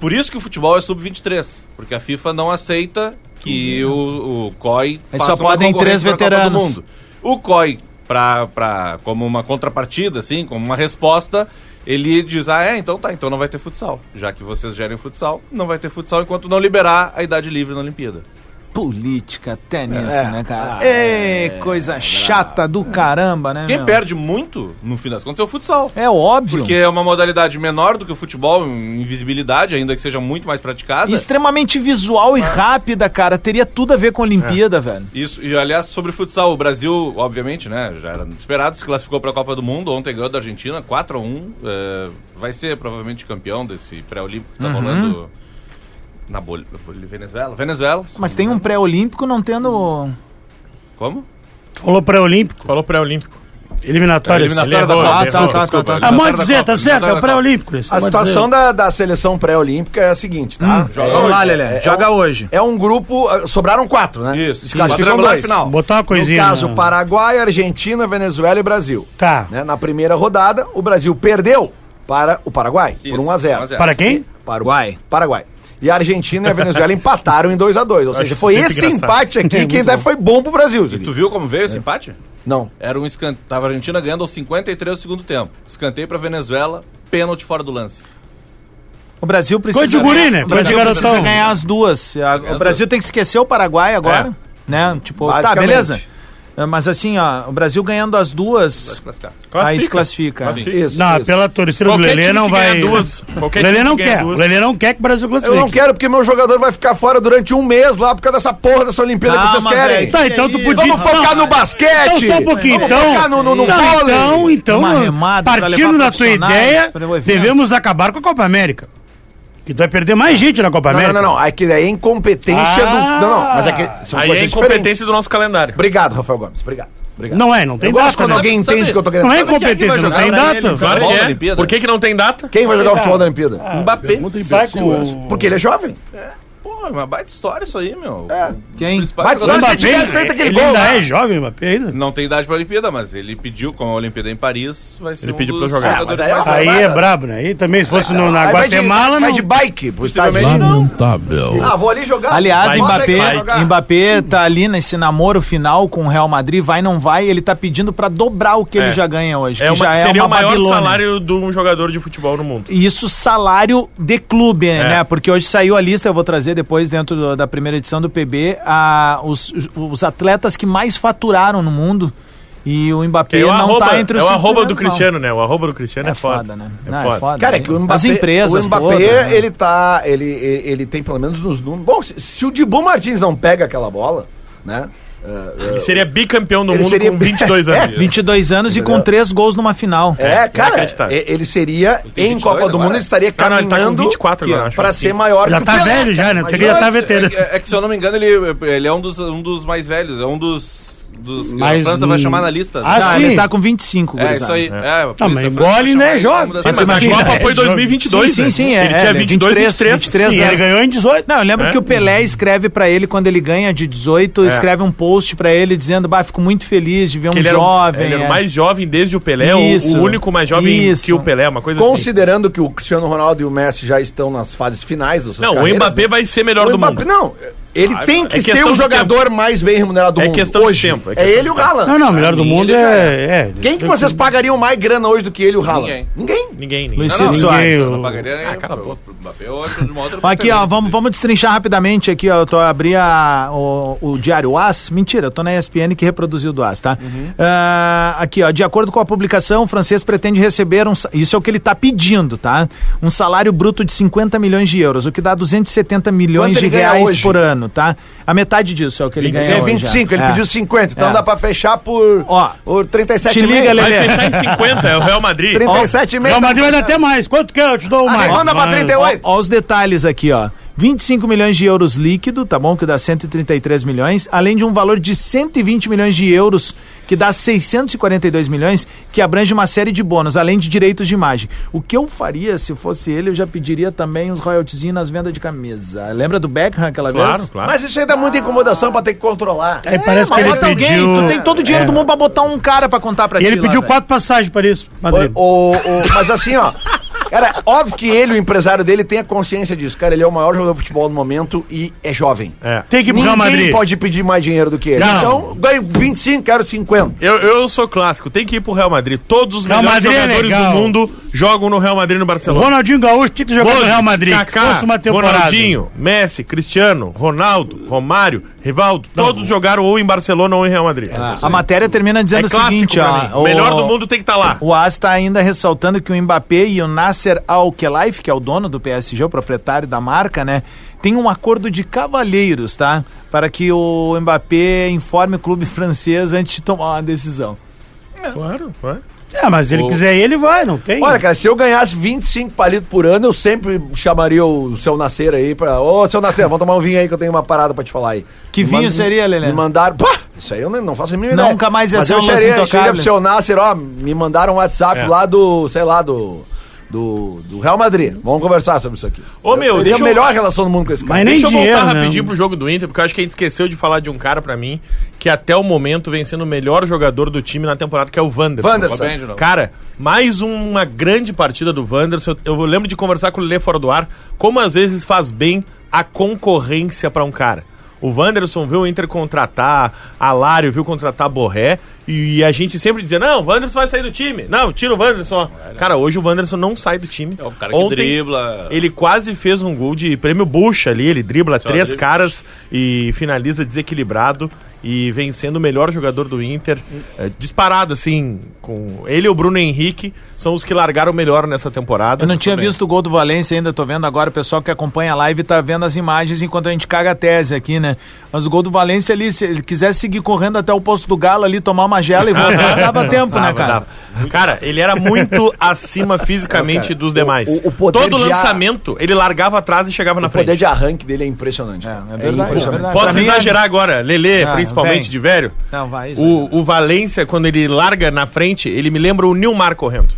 [SPEAKER 6] Por isso que o futebol é sub-23. Porque a FIFA não aceita que o, o COI
[SPEAKER 2] Eles
[SPEAKER 6] faça
[SPEAKER 2] só
[SPEAKER 6] uma
[SPEAKER 2] podem
[SPEAKER 6] concorrência
[SPEAKER 2] três
[SPEAKER 6] pra Copa
[SPEAKER 2] veteranos.
[SPEAKER 6] do mundo. O COI, pra, pra, como uma contrapartida, assim, como uma resposta, ele diz, ah, é, então tá, então não vai ter futsal. Já que vocês gerem futsal, não vai ter futsal enquanto não liberar a idade livre na Olimpíada.
[SPEAKER 2] Política, até nisso, né, cara? Ei, coisa chata do caramba, né?
[SPEAKER 6] Quem
[SPEAKER 2] meu?
[SPEAKER 6] perde muito, no fim das contas, é o futsal.
[SPEAKER 2] É óbvio.
[SPEAKER 6] Porque é uma modalidade menor do que o futebol, em visibilidade, ainda que seja muito mais praticada.
[SPEAKER 2] Extremamente visual e rápida, cara. Teria tudo a ver com a Olimpíada, velho.
[SPEAKER 6] Isso, e aliás, sobre futsal, o Brasil, obviamente, né, já era esperado, se classificou para a Copa do Mundo, ontem ganhou da Argentina, 4 a 1 eh, vai ser provavelmente campeão desse pré-olímpico
[SPEAKER 3] Uhum.
[SPEAKER 6] que tá rolando na Bol Bol- Venezuela. Venezuela. se
[SPEAKER 2] Mas
[SPEAKER 6] não
[SPEAKER 2] tem
[SPEAKER 6] me
[SPEAKER 2] um
[SPEAKER 6] engano.
[SPEAKER 2] pré-olímpico não tendo.
[SPEAKER 6] Como?
[SPEAKER 3] Falou pré-olímpico.
[SPEAKER 4] Falou pré-olímpico.
[SPEAKER 3] Eliminatórias.
[SPEAKER 6] Eliminatória da
[SPEAKER 4] Ele errou,
[SPEAKER 6] Copa. Tá,
[SPEAKER 4] ele errou, desculpa.
[SPEAKER 3] Ah, pode dizer, tá certo? É o
[SPEAKER 6] pré-olímpico.
[SPEAKER 3] pré-olímpico. isso,
[SPEAKER 5] A
[SPEAKER 3] pode
[SPEAKER 5] situação
[SPEAKER 3] dizer.
[SPEAKER 5] da, da seleção pré-olímpica é a seguinte, tá?
[SPEAKER 3] Hum,
[SPEAKER 6] joga
[SPEAKER 5] é,
[SPEAKER 2] Vamos lá,
[SPEAKER 5] é-
[SPEAKER 2] Lelé.
[SPEAKER 5] é
[SPEAKER 2] Joga
[SPEAKER 5] um-
[SPEAKER 2] hoje.
[SPEAKER 5] É um grupo, ah, sobraram quatro, né?
[SPEAKER 6] Isso.
[SPEAKER 5] Se classificam
[SPEAKER 6] Quadrangular
[SPEAKER 5] dois.
[SPEAKER 6] final.
[SPEAKER 3] Botar uma coisinha.
[SPEAKER 5] No caso,
[SPEAKER 3] né?
[SPEAKER 5] Paraguai, Argentina, Venezuela e Brasil.
[SPEAKER 3] Tá.
[SPEAKER 5] Né? Na primeira rodada, o Brasil perdeu para o Paraguai, por 1 a
[SPEAKER 6] Um
[SPEAKER 5] 0
[SPEAKER 3] Para quem?
[SPEAKER 5] Para o
[SPEAKER 2] Uai.
[SPEAKER 5] Paraguai. E a Argentina e a Venezuela empataram em 2 a 2 Ou seja, foi
[SPEAKER 4] sempre
[SPEAKER 5] esse
[SPEAKER 4] engraçado.
[SPEAKER 5] empate
[SPEAKER 3] É
[SPEAKER 5] aqui que ainda foi bom pro Brasil. isso aqui.
[SPEAKER 6] Tu viu como veio esse empate?
[SPEAKER 5] Não.
[SPEAKER 6] Era um escanteio. Tava a Argentina ganhando aos 53 do segundo tempo. Escanteio pra Venezuela, pênalti fora do lance.
[SPEAKER 2] O Brasil precisa.
[SPEAKER 3] Coisa de guri, né?
[SPEAKER 2] O Brasil
[SPEAKER 3] Coisa de
[SPEAKER 2] precisa
[SPEAKER 3] garotão.
[SPEAKER 2] ganhar as duas. A-
[SPEAKER 6] ganhar
[SPEAKER 2] o
[SPEAKER 6] as
[SPEAKER 2] Brasil
[SPEAKER 6] duas.
[SPEAKER 2] tem que esquecer o Paraguai agora, né? Tipo, tá,
[SPEAKER 5] É. Basicamente.
[SPEAKER 2] beleza. É, Mas assim, ó, o Brasil ganhando as duas,
[SPEAKER 6] Classificar.
[SPEAKER 2] aí se classifica.
[SPEAKER 6] Assim.
[SPEAKER 4] Classifica.
[SPEAKER 5] Isso,
[SPEAKER 3] Não,
[SPEAKER 5] isso.
[SPEAKER 3] pela torcida do
[SPEAKER 4] Qualquer
[SPEAKER 3] Lelê
[SPEAKER 4] time
[SPEAKER 3] não
[SPEAKER 4] que
[SPEAKER 3] vai.
[SPEAKER 4] ganha duas, qualquer
[SPEAKER 3] O Lelê
[SPEAKER 4] time
[SPEAKER 3] não
[SPEAKER 4] que ganha
[SPEAKER 3] quer. O
[SPEAKER 4] duas.
[SPEAKER 3] Lelê não quer que o Brasil classifique.
[SPEAKER 5] Eu não quero porque meu jogador vai ficar fora durante um mês lá por causa dessa porra dessa Olimpíada que
[SPEAKER 2] Calma,
[SPEAKER 5] vocês querem.
[SPEAKER 2] velho.
[SPEAKER 3] Tá, então tu
[SPEAKER 2] Isso aí,
[SPEAKER 3] podia.
[SPEAKER 5] Vamos
[SPEAKER 3] Não,
[SPEAKER 5] focar no basquete.
[SPEAKER 3] Então, só um pouquinho,
[SPEAKER 5] Vamos
[SPEAKER 3] então.
[SPEAKER 5] focar no, no, no
[SPEAKER 3] Não,
[SPEAKER 5] vôlei.
[SPEAKER 3] então, então,
[SPEAKER 2] Numa remada pra
[SPEAKER 3] partindo
[SPEAKER 2] levar
[SPEAKER 3] da tua
[SPEAKER 2] profissionais
[SPEAKER 3] ideia,
[SPEAKER 5] um
[SPEAKER 2] pro evento.
[SPEAKER 3] devemos acabar com a Copa América. Que tu vai perder mais gente na Copa
[SPEAKER 5] Não,
[SPEAKER 3] América.
[SPEAKER 5] não, não, não. É que daí é incompetência
[SPEAKER 3] Ah.
[SPEAKER 5] do. Não, não. Mas é que
[SPEAKER 4] Aí
[SPEAKER 5] são coisas
[SPEAKER 4] é
[SPEAKER 5] diferentes.
[SPEAKER 4] incompetência do nosso calendário.
[SPEAKER 5] Obrigado, Rafael Gomes. Obrigado. Obrigado.
[SPEAKER 3] Não é, não tem
[SPEAKER 5] Eu gosto
[SPEAKER 3] data.
[SPEAKER 5] quando
[SPEAKER 3] né?
[SPEAKER 5] alguém
[SPEAKER 6] Sabe-
[SPEAKER 5] entende o que eu tô querendo
[SPEAKER 3] Não é
[SPEAKER 5] dizer.
[SPEAKER 3] incompetência, não tem data.
[SPEAKER 4] Claro
[SPEAKER 6] Futebol da
[SPEAKER 4] que é.
[SPEAKER 6] Olimpíada.
[SPEAKER 4] Por que, que não tem data?
[SPEAKER 5] Quem vai jogar o futebol da Olimpíada?
[SPEAKER 6] Mbappé.
[SPEAKER 3] Sai com o...
[SPEAKER 5] Porque ele é jovem.
[SPEAKER 6] Pô, é uma baita história isso aí, meu.
[SPEAKER 5] É.
[SPEAKER 3] É.
[SPEAKER 2] Quem?
[SPEAKER 5] Baita
[SPEAKER 6] jogador- é
[SPEAKER 5] história.
[SPEAKER 3] Mbappé,
[SPEAKER 5] Se ele tivesse feito aquele
[SPEAKER 3] ele
[SPEAKER 5] gol
[SPEAKER 3] ainda
[SPEAKER 5] lá.
[SPEAKER 3] é jovem, Mbappé ainda.
[SPEAKER 6] Não tem idade pra Olimpíada, mas ele pediu, com a Olimpíada é em Paris, vai ser
[SPEAKER 4] Ele
[SPEAKER 6] um
[SPEAKER 4] pediu
[SPEAKER 6] dos
[SPEAKER 4] pra jogar.
[SPEAKER 5] Ah, mas
[SPEAKER 6] jogadores
[SPEAKER 5] aí é
[SPEAKER 6] mais-
[SPEAKER 5] uma-
[SPEAKER 3] Aí
[SPEAKER 5] vai-
[SPEAKER 3] é brabo, né? E também se fosse no, na
[SPEAKER 5] Aí vai de-
[SPEAKER 3] Guatemala,
[SPEAKER 5] Vai
[SPEAKER 3] não-
[SPEAKER 5] de bike pro estádio.
[SPEAKER 7] Lamentável.
[SPEAKER 5] Ah, vou ali jogar.
[SPEAKER 2] Aliás,
[SPEAKER 5] Bota aí que vai jogar.
[SPEAKER 2] Mbappé, Mbappé tá ali nesse namoro final com o Real Madrid, vai não vai, ele tá pedindo pra dobrar o que ele
[SPEAKER 4] É.
[SPEAKER 2] já ganha hoje,
[SPEAKER 4] É
[SPEAKER 2] que
[SPEAKER 4] uma-
[SPEAKER 2] já
[SPEAKER 4] seria
[SPEAKER 2] é
[SPEAKER 4] o
[SPEAKER 2] uma
[SPEAKER 4] maior
[SPEAKER 2] Babilônia.
[SPEAKER 4] salário de um jogador de futebol no mundo.
[SPEAKER 2] E isso salário de clube,
[SPEAKER 4] É.
[SPEAKER 2] né? Porque hoje saiu a lista, eu vou trazer depois dentro do- da primeira edição do PB, a, os, os atletas que mais faturaram no mundo e o Mbappé
[SPEAKER 4] É o
[SPEAKER 2] não
[SPEAKER 4] arroba,
[SPEAKER 2] tá entre os
[SPEAKER 4] é o
[SPEAKER 2] cinco
[SPEAKER 4] arroba do
[SPEAKER 2] primeiros, não.
[SPEAKER 4] Cristiano, né? O arroba do Cristiano é,
[SPEAKER 2] É
[SPEAKER 4] foda.
[SPEAKER 2] foda, né?
[SPEAKER 4] É
[SPEAKER 2] Não, é
[SPEAKER 4] foda.
[SPEAKER 2] foda.
[SPEAKER 5] Cara, é que o Mbappé,
[SPEAKER 2] As empresas
[SPEAKER 5] o Mbappé
[SPEAKER 2] todas, né?
[SPEAKER 5] ele tá, ele, ele, ele tem pelo menos nos números. Bom, se, se o Dibu Martins não pega aquela bola, né? eh,
[SPEAKER 4] Ele seria bicampeão do
[SPEAKER 5] Ele
[SPEAKER 4] mundo
[SPEAKER 5] seria-
[SPEAKER 4] com 22 anos.
[SPEAKER 2] 22 anos e um com
[SPEAKER 5] Entendeu?
[SPEAKER 2] três gols numa final.
[SPEAKER 5] É, cara,
[SPEAKER 4] inacreditável.
[SPEAKER 5] e- ele seria,
[SPEAKER 6] tem
[SPEAKER 5] em
[SPEAKER 6] 22
[SPEAKER 5] Copa do
[SPEAKER 6] agora,
[SPEAKER 5] Mundo,
[SPEAKER 6] né?
[SPEAKER 5] ele estaria
[SPEAKER 4] Não, não, ele tá com
[SPEAKER 5] caminhando
[SPEAKER 4] 24 agora, acho,
[SPEAKER 5] pra
[SPEAKER 4] assim.
[SPEAKER 5] ser maior
[SPEAKER 3] Já
[SPEAKER 5] que o
[SPEAKER 3] tá
[SPEAKER 5] Pelé,
[SPEAKER 3] velho já, né?
[SPEAKER 5] cara,
[SPEAKER 3] Tem que já tá
[SPEAKER 5] imagina.
[SPEAKER 3] veterano.
[SPEAKER 6] É, é- é que, se eu não me engano, ele, ele é um dos, um dos mais velhos, é um dos. dos
[SPEAKER 3] Mas,
[SPEAKER 6] a França
[SPEAKER 3] hum,
[SPEAKER 6] vai chamar na lista.
[SPEAKER 3] ah,
[SPEAKER 2] Ah,
[SPEAKER 3] sim.
[SPEAKER 2] ele tá com 25,
[SPEAKER 6] É,
[SPEAKER 2] gurizada.
[SPEAKER 6] isso aí. É, por isso
[SPEAKER 3] mas
[SPEAKER 6] a França
[SPEAKER 3] igual ele
[SPEAKER 6] vai chamar
[SPEAKER 3] ainda é
[SPEAKER 6] ele
[SPEAKER 3] jovem.
[SPEAKER 6] como das-
[SPEAKER 4] né, Sim, mas a
[SPEAKER 2] né, imagina,
[SPEAKER 4] Copa
[SPEAKER 2] é,
[SPEAKER 4] foi em
[SPEAKER 3] jogo.
[SPEAKER 4] 2022,
[SPEAKER 2] sim, sim,
[SPEAKER 4] né?
[SPEAKER 2] sim, é.
[SPEAKER 4] Ele
[SPEAKER 2] é,
[SPEAKER 4] tinha 22 e
[SPEAKER 2] 23,
[SPEAKER 4] 23.
[SPEAKER 2] 23
[SPEAKER 3] Sim, ele
[SPEAKER 2] anos.
[SPEAKER 3] ganhou em 18.
[SPEAKER 2] Não, eu lembro
[SPEAKER 4] É.
[SPEAKER 2] que o Pelé escreve pra ele quando ele ganha de 18, escreve um post pra ele dizendo: "Bah, fico muito feliz de ver um
[SPEAKER 4] Que ele,
[SPEAKER 2] jovem".
[SPEAKER 4] era, ele era
[SPEAKER 2] é.
[SPEAKER 4] o mais jovem desde o Pelé, o-
[SPEAKER 2] Isso.
[SPEAKER 4] o único mais jovem
[SPEAKER 2] Isso.
[SPEAKER 4] que o Pelé, uma coisa assim.
[SPEAKER 5] Considerando que o Cristiano Ronaldo e o Messi já estão nas fases finais das suas
[SPEAKER 4] Não, o
[SPEAKER 5] carreiras,
[SPEAKER 4] Mbappé
[SPEAKER 5] né?
[SPEAKER 4] vai ser melhor
[SPEAKER 5] O
[SPEAKER 4] do
[SPEAKER 5] Mbappé-
[SPEAKER 4] mundo.
[SPEAKER 5] Não, ele tem que
[SPEAKER 4] é
[SPEAKER 5] ser
[SPEAKER 4] questão
[SPEAKER 5] o
[SPEAKER 4] de
[SPEAKER 5] jogador mais bem remunerado do
[SPEAKER 4] É
[SPEAKER 5] mundo
[SPEAKER 4] questão de
[SPEAKER 5] hoje.
[SPEAKER 4] tempo, é
[SPEAKER 5] É,
[SPEAKER 4] questão
[SPEAKER 5] ele e o Haaland.
[SPEAKER 3] Não, não, o melhor do mundo é... é-
[SPEAKER 5] Quem que vocês pagariam mais grana hoje do que ele e o Haaland?
[SPEAKER 6] Ninguém.
[SPEAKER 5] Ninguém.
[SPEAKER 4] Ninguém,
[SPEAKER 2] Luiz
[SPEAKER 4] ninguém.
[SPEAKER 6] Não, não,
[SPEAKER 2] Ciro
[SPEAKER 6] não,
[SPEAKER 2] Soares.
[SPEAKER 6] eu não
[SPEAKER 3] Eu-
[SPEAKER 6] pagaria nem
[SPEAKER 4] cala a
[SPEAKER 6] pro-
[SPEAKER 4] boca.
[SPEAKER 6] pro é, Mbappé ou de uma outra
[SPEAKER 2] Aqui, ó,
[SPEAKER 6] competição.
[SPEAKER 2] vamos, vamos destrinchar rapidamente aqui, ó. Eu tô abri a, o, o Diário As. Mentira, eu tô na ESPN que reproduziu do As, tá? Ah, aqui, ó. De acordo com a publicação, o francês pretende receber um. sa- Isso é o que ele tá pedindo, tá? Um salário bruto de 50 milhões de euros, o que dá 270 milhões
[SPEAKER 5] Quanto
[SPEAKER 2] de
[SPEAKER 5] ele ganha
[SPEAKER 2] reais
[SPEAKER 5] hoje?
[SPEAKER 2] por ano, tá? A metade disso é o que ele ganha.
[SPEAKER 5] É
[SPEAKER 2] hoje,
[SPEAKER 5] 25,
[SPEAKER 2] é.
[SPEAKER 5] ele
[SPEAKER 2] É.
[SPEAKER 5] pediu 50, então
[SPEAKER 2] É.
[SPEAKER 5] dá pra fechar
[SPEAKER 3] É.
[SPEAKER 5] por,
[SPEAKER 2] Ó,
[SPEAKER 5] por 37
[SPEAKER 2] te liga,
[SPEAKER 5] Lele.
[SPEAKER 4] Vai
[SPEAKER 2] Lelê.
[SPEAKER 4] fechar em 50, é o Real Madrid.
[SPEAKER 5] 37 e
[SPEAKER 3] O
[SPEAKER 5] né?
[SPEAKER 3] Real Madrid vai dar até mais. Quanto que é? Eu te dou mais.
[SPEAKER 5] Ah, Manda pra
[SPEAKER 3] Mas-
[SPEAKER 5] 38.
[SPEAKER 2] Ó, ó os detalhes aqui, ó. 25 milhões de euros líquido, tá bom? Que dá 133 milhões, além de um valor de 120 milhões de euros, que dá 642 milhões, que abrange uma série de bônus, além de direitos de imagem. O que eu faria se fosse ele, eu já pediria também uns royalties nas vendas de camisa. Lembra do Beckham aquela
[SPEAKER 4] Claro,
[SPEAKER 2] vez?
[SPEAKER 4] claro.
[SPEAKER 5] Mas isso aí dá muita incomodação pra ter que controlar.
[SPEAKER 3] Aí É, parece que
[SPEAKER 2] mas
[SPEAKER 3] ele
[SPEAKER 2] bota alguém,
[SPEAKER 3] pediu...
[SPEAKER 2] tu tem todo o dinheiro
[SPEAKER 3] É.
[SPEAKER 2] do mundo pra botar um cara pra contar pra
[SPEAKER 3] E
[SPEAKER 2] ti.
[SPEAKER 3] ele
[SPEAKER 2] lá,
[SPEAKER 3] pediu
[SPEAKER 2] velho.
[SPEAKER 3] quatro passagens para isso, Madrid.
[SPEAKER 5] O- o- o- mas assim, ó. Cara, óbvio que ele, o empresário dele, tem a consciência disso. Cara, ele é o maior jogador de futebol no momento e é jovem.
[SPEAKER 4] É.
[SPEAKER 3] Tem que ir pro Real
[SPEAKER 5] Ninguém
[SPEAKER 3] Madrid.
[SPEAKER 5] pode pedir mais dinheiro do que ele.
[SPEAKER 3] Não.
[SPEAKER 5] Então, ganho 25, quero 50.
[SPEAKER 4] Eu, eu sou clássico, tem que ir pro Real Madrid. Todos os
[SPEAKER 3] Real
[SPEAKER 4] melhores
[SPEAKER 3] Madrid é
[SPEAKER 4] jogadores
[SPEAKER 3] legal.
[SPEAKER 4] do mundo jogam no Real Madrid e no
[SPEAKER 3] O
[SPEAKER 4] Barcelona.
[SPEAKER 3] Ronaldinho Gaúcho tinha que jogar no
[SPEAKER 4] Modric,
[SPEAKER 3] Real Madrid. que
[SPEAKER 4] Kaká,
[SPEAKER 3] fosse uma temporada.
[SPEAKER 4] Ronaldinho, Messi, Cristiano, Ronaldo, Romário, Rivaldo,
[SPEAKER 3] Tá
[SPEAKER 4] todos jogaram ou em Barcelona ou em Real Madrid.
[SPEAKER 2] A matéria termina
[SPEAKER 4] é
[SPEAKER 2] Ah. dizendo o
[SPEAKER 4] clássico
[SPEAKER 2] seguinte,
[SPEAKER 4] pra mim.
[SPEAKER 2] ó.
[SPEAKER 4] O melhor
[SPEAKER 2] o-
[SPEAKER 4] do mundo tem que estar lá.
[SPEAKER 2] O AS está ainda ressaltando que o Mbappé e o Nasser Al-Khelaifi, que é o dono do PSG, o proprietário da marca, né, tem um acordo de cavalheiros, tá? Para que o Mbappé informe o clube francês antes de tomar uma decisão.
[SPEAKER 4] Claro,
[SPEAKER 3] É, mas se ele quiser ir, ele vai, não tem.
[SPEAKER 5] Olha, cara, se eu ganhasse 25 palitos por ano, eu sempre chamaria o seu Nascer aí pra. Ô, seu Nascer, vamos tomar um vinho aí que eu tenho uma parada pra te falar aí.
[SPEAKER 2] Que vinho seria, Lelê?
[SPEAKER 5] Me mandaram. Pá, isso aí eu não não faço a mínima ideia.
[SPEAKER 2] Nunca mais ia
[SPEAKER 5] Mas
[SPEAKER 2] ser
[SPEAKER 5] eu
[SPEAKER 2] um Los
[SPEAKER 5] cheguei, cheguei pro
[SPEAKER 2] Intocables.
[SPEAKER 5] seu Nasser, ó, me mandaram um WhatsApp
[SPEAKER 4] É.
[SPEAKER 5] lá do, sei lá, do, do, do Real Madrid. Vamos conversar sobre isso aqui.
[SPEAKER 4] Ô, meu,
[SPEAKER 5] eu, teria
[SPEAKER 4] deixa
[SPEAKER 5] a
[SPEAKER 4] eu-
[SPEAKER 5] melhor relação do mundo com esse cara.
[SPEAKER 3] Mas nem
[SPEAKER 4] Deixa eu
[SPEAKER 3] dinheiro,
[SPEAKER 4] voltar
[SPEAKER 3] né?
[SPEAKER 4] rapidinho pro jogo do Inter, porque eu acho que a gente esqueceu de falar de um cara pra mim que até o momento vem sendo o melhor jogador do time na temporada, que é o Wanderson.
[SPEAKER 5] Wanderson.
[SPEAKER 6] Bem, de novo.
[SPEAKER 4] Cara, mais uma grande partida do Wanderson. Eu eu lembro de conversar com o Lê fora do ar, como às vezes faz bem a concorrência pra um cara. O Wanderson viu o Inter contratar Alário, viu contratar Borré, e a gente sempre dizia, não, o Wanderson vai sair do time. Não, tira o Wanderson. ó. Cara, hoje o Wanderson não sai do time.
[SPEAKER 6] né? É o cara que dribla.
[SPEAKER 4] Ele quase fez um gol de prêmio bucha ali, ele dribla três
[SPEAKER 6] dribla.
[SPEAKER 4] caras e finaliza desequilibrado e vem sendo o melhor jogador do Inter. É, disparado, assim, com ele e o Bruno Henrique são os que largaram melhor nessa temporada.
[SPEAKER 2] Eu não tinha visto o gol do Valência ainda, tô vendo agora. O pessoal que acompanha a live tá vendo as imagens enquanto a gente caga a tese aqui, né? Mas o gol do Valência ali, se ele quisesse seguir correndo até o posto do Galo ali, tomar uma gela e voltar, dava tempo, né,
[SPEAKER 4] Dava,
[SPEAKER 2] cara?
[SPEAKER 4] dava. Ah, Cara, ele era muito acima fisicamente dos demais.
[SPEAKER 5] o- o poder
[SPEAKER 4] Todo
[SPEAKER 5] de a-
[SPEAKER 4] lançamento, ele largava atrás e chegava na
[SPEAKER 5] O poder
[SPEAKER 4] frente.
[SPEAKER 5] de arranque dele é impressionante. cara.
[SPEAKER 2] é verdade, é verdade. Pra
[SPEAKER 4] Posso
[SPEAKER 2] mim é-
[SPEAKER 4] exagerar agora, Lelê,
[SPEAKER 2] Ah,
[SPEAKER 4] principalmente
[SPEAKER 2] vem.
[SPEAKER 4] de velho?
[SPEAKER 2] Não, vai,
[SPEAKER 4] O, o Valência, quando ele larga na frente, ele me lembra o Nilmar correndo.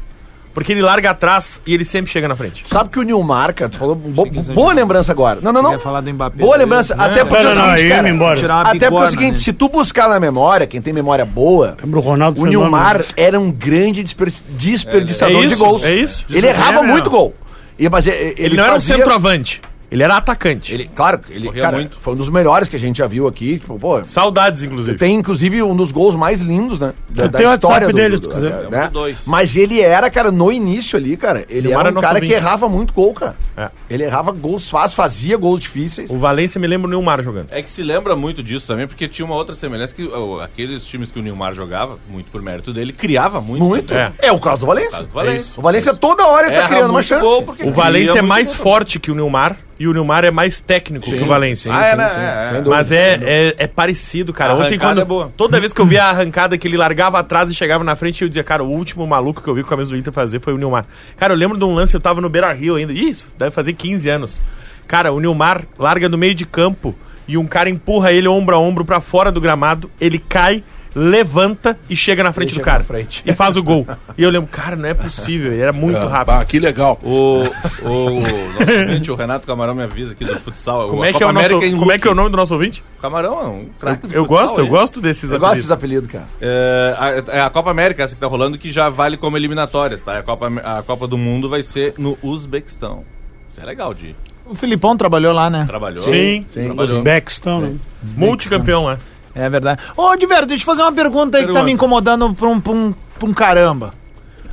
[SPEAKER 4] Porque ele larga atrás e ele sempre chega na frente.
[SPEAKER 5] Tu Sabe que o Nilmar, cara, tu falou bo-
[SPEAKER 2] que exagerou.
[SPEAKER 5] boa lembrança agora. Não, não, não.
[SPEAKER 2] Queria falar do Mbappé.
[SPEAKER 5] Boa lembrança.
[SPEAKER 2] Não,
[SPEAKER 5] até porque é
[SPEAKER 3] não,
[SPEAKER 5] o
[SPEAKER 3] não,
[SPEAKER 5] seguinte,
[SPEAKER 3] aí eu ia
[SPEAKER 5] cara,
[SPEAKER 3] me embora.
[SPEAKER 2] Tirar
[SPEAKER 4] Tá
[SPEAKER 2] uma
[SPEAKER 5] Até porque é o
[SPEAKER 2] bigorna
[SPEAKER 5] seguinte,
[SPEAKER 4] né?
[SPEAKER 2] nele.
[SPEAKER 5] se tu buscar na memória, quem tem memória boa,
[SPEAKER 3] Lembra o Ronaldo
[SPEAKER 5] o
[SPEAKER 3] É Fenômeno.
[SPEAKER 5] Nilmar era um grande desper- desperdiçador
[SPEAKER 4] É
[SPEAKER 5] de
[SPEAKER 4] isso,
[SPEAKER 5] gols.
[SPEAKER 4] é isso.
[SPEAKER 5] Ele errava
[SPEAKER 3] mesmo.
[SPEAKER 5] muito gol. E, mas e- e- ele,
[SPEAKER 4] Ele, não
[SPEAKER 5] fazia-
[SPEAKER 4] era um centroavante, ele era atacante.
[SPEAKER 5] Ele, claro, ele
[SPEAKER 6] Corria
[SPEAKER 5] cara,
[SPEAKER 6] muito.
[SPEAKER 5] foi um dos melhores que a gente já viu aqui. Tipo, pô,
[SPEAKER 4] Saudades, inclusive.
[SPEAKER 5] tem inclusive um dos gols mais lindos, né? Da,
[SPEAKER 3] Eu
[SPEAKER 5] da
[SPEAKER 3] tenho o
[SPEAKER 5] história
[SPEAKER 3] WhatsApp
[SPEAKER 5] do,
[SPEAKER 3] dele,
[SPEAKER 5] do-
[SPEAKER 3] se quiser.
[SPEAKER 4] É
[SPEAKER 5] né?
[SPEAKER 4] um
[SPEAKER 6] Temos dois.
[SPEAKER 5] Mas ele era, cara, no início ali, cara, ele
[SPEAKER 4] Nilmar
[SPEAKER 5] era
[SPEAKER 4] é
[SPEAKER 5] um
[SPEAKER 4] nosso
[SPEAKER 5] cara que
[SPEAKER 4] ouvinte.
[SPEAKER 5] errava muito gol, cara.
[SPEAKER 4] É.
[SPEAKER 5] Ele errava gols fáceis, fazia gols difíceis.
[SPEAKER 4] O Valência me lembra o Nilmar jogando.
[SPEAKER 6] É que se lembra muito disso também, porque tinha uma outra semelhança que ó, aqueles times que o Nilmar jogava, muito por mérito dele, criava muito.
[SPEAKER 5] Muito.
[SPEAKER 4] É.
[SPEAKER 5] É. o caso do Valência.
[SPEAKER 6] Caso do Valência.
[SPEAKER 5] O Valência toda hora ele tá
[SPEAKER 6] Erra
[SPEAKER 5] criando uma
[SPEAKER 6] muito
[SPEAKER 5] chance.
[SPEAKER 6] gol porque
[SPEAKER 4] O
[SPEAKER 6] cria
[SPEAKER 4] Valência é
[SPEAKER 6] muito
[SPEAKER 4] mais
[SPEAKER 6] gol.
[SPEAKER 4] forte que o Nilmar e o Nilmar é mais técnico que o Valência.
[SPEAKER 6] Ah, era, é, é.
[SPEAKER 4] Mas é, é, é parecido, cara.
[SPEAKER 6] A
[SPEAKER 4] Ontem,
[SPEAKER 6] arrancada
[SPEAKER 4] quando.
[SPEAKER 6] é boa.
[SPEAKER 4] Toda vez que eu via a arrancada que ele largava atrás e chegava na frente, eu dizia, cara, o último maluco que eu vi com a camisa do Inter fazer foi o Nilmar. Cara, eu lembro de um lance, eu tava no Beira Rio ainda. Isso, deve fazer 15 anos. Cara, o Nilmar larga no meio de campo e um cara empurra ele ombro a ombro pra fora do gramado, ele cai. Levanta e chega na frente
[SPEAKER 5] Ele
[SPEAKER 4] do
[SPEAKER 5] chega
[SPEAKER 4] cara.
[SPEAKER 5] na frente.
[SPEAKER 4] E faz o gol. E eu lembro, cara, não é possível. Ele era muito
[SPEAKER 7] Ah,
[SPEAKER 4] rápido.
[SPEAKER 7] bah, que legal.
[SPEAKER 6] O, o nosso ouvinte, o Renato Camarão, me avisa aqui do futsal.
[SPEAKER 4] Como é, que é o nosso, como é que é o nome do nosso ouvinte?
[SPEAKER 6] Camarão é um craque do
[SPEAKER 4] Eu
[SPEAKER 6] futsal,
[SPEAKER 4] gosto, eu
[SPEAKER 6] ele.
[SPEAKER 4] gosto desses
[SPEAKER 5] Eu gosto desses
[SPEAKER 4] apelidos.
[SPEAKER 5] apelidos, cara.
[SPEAKER 6] É a, é a Copa América, essa que tá rolando, que já vale como eliminatórias, tá? A Copa, a Copa do Mundo vai ser no Uzbequistão. Isso é legal, de
[SPEAKER 2] O Filipão trabalhou lá, né?
[SPEAKER 6] Trabalhou.
[SPEAKER 4] Sim,
[SPEAKER 3] Os
[SPEAKER 6] trabalhou.
[SPEAKER 3] backs estão, né?
[SPEAKER 4] multicampeão lá.
[SPEAKER 2] É verdade. Ô, Diverto, deixa eu fazer uma pergunta aí que tá
[SPEAKER 6] Pergunta.
[SPEAKER 2] me incomodando pra um, pra um, pra um caramba.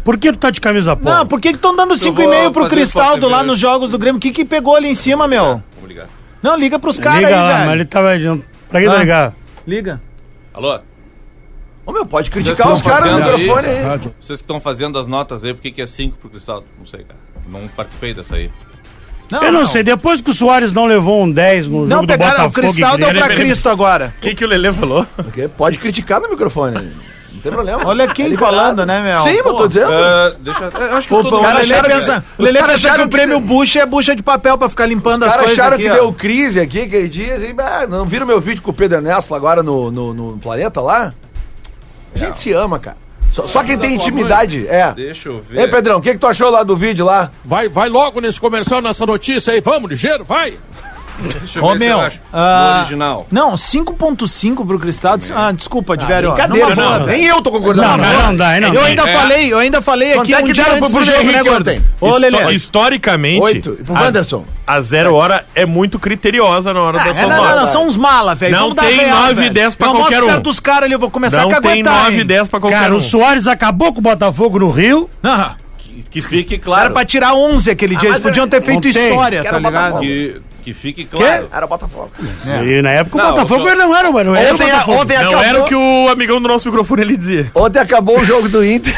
[SPEAKER 3] Por que tu tá de camisa polo?
[SPEAKER 2] Não, por que estão dando
[SPEAKER 6] vou
[SPEAKER 2] 5,5 pro
[SPEAKER 6] fazer
[SPEAKER 2] Cristaldo
[SPEAKER 6] forte É.
[SPEAKER 2] lá
[SPEAKER 6] mesmo.
[SPEAKER 2] nos jogos do Grêmio? O que que pegou ali em cima, meu?
[SPEAKER 6] Obrigado.
[SPEAKER 2] Não, liga pros caras aí,
[SPEAKER 3] Liga lá, mas
[SPEAKER 2] velho.
[SPEAKER 3] ele tava. adiando. Pra que
[SPEAKER 2] Ah.
[SPEAKER 3] ligar?
[SPEAKER 2] Liga.
[SPEAKER 6] Alô?
[SPEAKER 5] Ô meu, pode
[SPEAKER 6] Vocês
[SPEAKER 5] criticar
[SPEAKER 6] que
[SPEAKER 5] os
[SPEAKER 6] estão
[SPEAKER 5] caras no
[SPEAKER 6] fazendo aí,
[SPEAKER 5] microfone aí.
[SPEAKER 7] Rádio.
[SPEAKER 6] Vocês que estão fazendo as notas aí, por que que é 5 pro Cristal? Não sei, cara. Não participei dessa aí.
[SPEAKER 3] eu não, sei, depois que o Soares não levou um 10 no
[SPEAKER 2] Não
[SPEAKER 3] jogo do
[SPEAKER 2] pegaram
[SPEAKER 3] Botafogo...
[SPEAKER 2] o Cristaldo
[SPEAKER 3] e
[SPEAKER 2] deu pra
[SPEAKER 3] Grêmio, é
[SPEAKER 2] Cristo agora.
[SPEAKER 4] O que, que o Lelê falou?
[SPEAKER 5] Porque Pode criticar no microfone. Não tem problema.
[SPEAKER 2] Olha quem
[SPEAKER 5] É liberado.
[SPEAKER 2] falando, né, meu?
[SPEAKER 5] Sim, eu tô
[SPEAKER 2] Pô.
[SPEAKER 5] dizendo.
[SPEAKER 6] Ah, deixa eu- eu acho que
[SPEAKER 2] Pô,
[SPEAKER 6] todos
[SPEAKER 2] o
[SPEAKER 6] os
[SPEAKER 2] cara
[SPEAKER 6] caras
[SPEAKER 2] Lelê
[SPEAKER 6] acharam-
[SPEAKER 2] pensa,
[SPEAKER 5] os
[SPEAKER 2] Lelê
[SPEAKER 5] caras
[SPEAKER 2] pensa que
[SPEAKER 5] acharam
[SPEAKER 2] o
[SPEAKER 5] que-
[SPEAKER 2] prêmio bucha é bucha de papel pra ficar limpando
[SPEAKER 5] Os
[SPEAKER 2] as
[SPEAKER 5] caras
[SPEAKER 2] coisas
[SPEAKER 5] acharam
[SPEAKER 2] aqui,
[SPEAKER 5] que
[SPEAKER 2] ó.
[SPEAKER 5] deu crise aqui aquele dia, assim, bah, não viram meu vídeo com o Pedro Ernesto lá agora no, no, no planeta lá? A gente se ama, cara. Só, só quem tem intimidade, é.
[SPEAKER 6] Deixa eu ver.
[SPEAKER 5] Ei, Pedrão, o que, que tu achou lá do vídeo lá?
[SPEAKER 9] Vai, vai logo nesse comercial, nessa notícia aí. Vamos, ligeiro, vai.
[SPEAKER 6] Deixa eu
[SPEAKER 2] Ô,
[SPEAKER 6] ver se
[SPEAKER 2] meu,
[SPEAKER 6] eu acho.
[SPEAKER 2] ah,
[SPEAKER 6] No original.
[SPEAKER 2] Não, 5.5 pro Cristaldo. Ah, desculpa, Diverio. ó, numa
[SPEAKER 5] Brincadeira,
[SPEAKER 2] boa,
[SPEAKER 5] não,
[SPEAKER 2] velho.
[SPEAKER 5] nem eu tô concordando.
[SPEAKER 3] Não, não, não dá, aí não.
[SPEAKER 2] Eu ainda
[SPEAKER 6] É.
[SPEAKER 2] falei, eu ainda falei
[SPEAKER 5] Quanto
[SPEAKER 2] aqui um
[SPEAKER 5] é que deram pro- pro Henrique
[SPEAKER 2] né, gordo?
[SPEAKER 5] ontem?
[SPEAKER 2] Ô,
[SPEAKER 4] Histo-
[SPEAKER 2] Lelê.
[SPEAKER 4] Historicamente,
[SPEAKER 5] Oito. E pro
[SPEAKER 4] a-
[SPEAKER 5] Wanderson?
[SPEAKER 4] A, zero hora é muito criteriosa na hora
[SPEAKER 2] Ah,
[SPEAKER 4] dessas
[SPEAKER 2] é, não, não, não,
[SPEAKER 4] notas.
[SPEAKER 2] são uns mala, velho.
[SPEAKER 4] Não
[SPEAKER 2] Vamos dar
[SPEAKER 4] tem
[SPEAKER 2] real,
[SPEAKER 4] nove e
[SPEAKER 2] velho.
[SPEAKER 4] dez pra
[SPEAKER 2] Não
[SPEAKER 4] qualquer
[SPEAKER 2] mostra
[SPEAKER 4] um.
[SPEAKER 2] perto dos caras ali, eu vou começar a
[SPEAKER 4] Não tem
[SPEAKER 2] caguetar,
[SPEAKER 4] 9 e
[SPEAKER 2] hein.
[SPEAKER 4] 10 pra qualquer
[SPEAKER 3] Cara,
[SPEAKER 4] um.
[SPEAKER 3] o Soares acabou com o Botafogo no Rio.
[SPEAKER 2] Não, não.
[SPEAKER 6] Que fique
[SPEAKER 2] Era
[SPEAKER 6] claro.
[SPEAKER 2] pra tirar 11 aquele dia. Eles
[SPEAKER 5] mas eu-
[SPEAKER 2] podiam ter feito
[SPEAKER 3] não tem.
[SPEAKER 2] história,
[SPEAKER 5] Quero
[SPEAKER 2] tá
[SPEAKER 5] botar
[SPEAKER 2] ligado?
[SPEAKER 5] fogo.
[SPEAKER 6] Que, que fique claro.
[SPEAKER 5] Era o Botafogo.
[SPEAKER 3] E na época o
[SPEAKER 6] Não,
[SPEAKER 3] Botafogo
[SPEAKER 6] o-
[SPEAKER 3] ele não era, mano. Era o
[SPEAKER 5] Ontem, a-
[SPEAKER 3] Botafogo.
[SPEAKER 5] ontem
[SPEAKER 4] Não
[SPEAKER 5] acabou,
[SPEAKER 4] era o que o amigão do nosso microfone ele dizia.
[SPEAKER 5] Ontem acabou o jogo do Inter.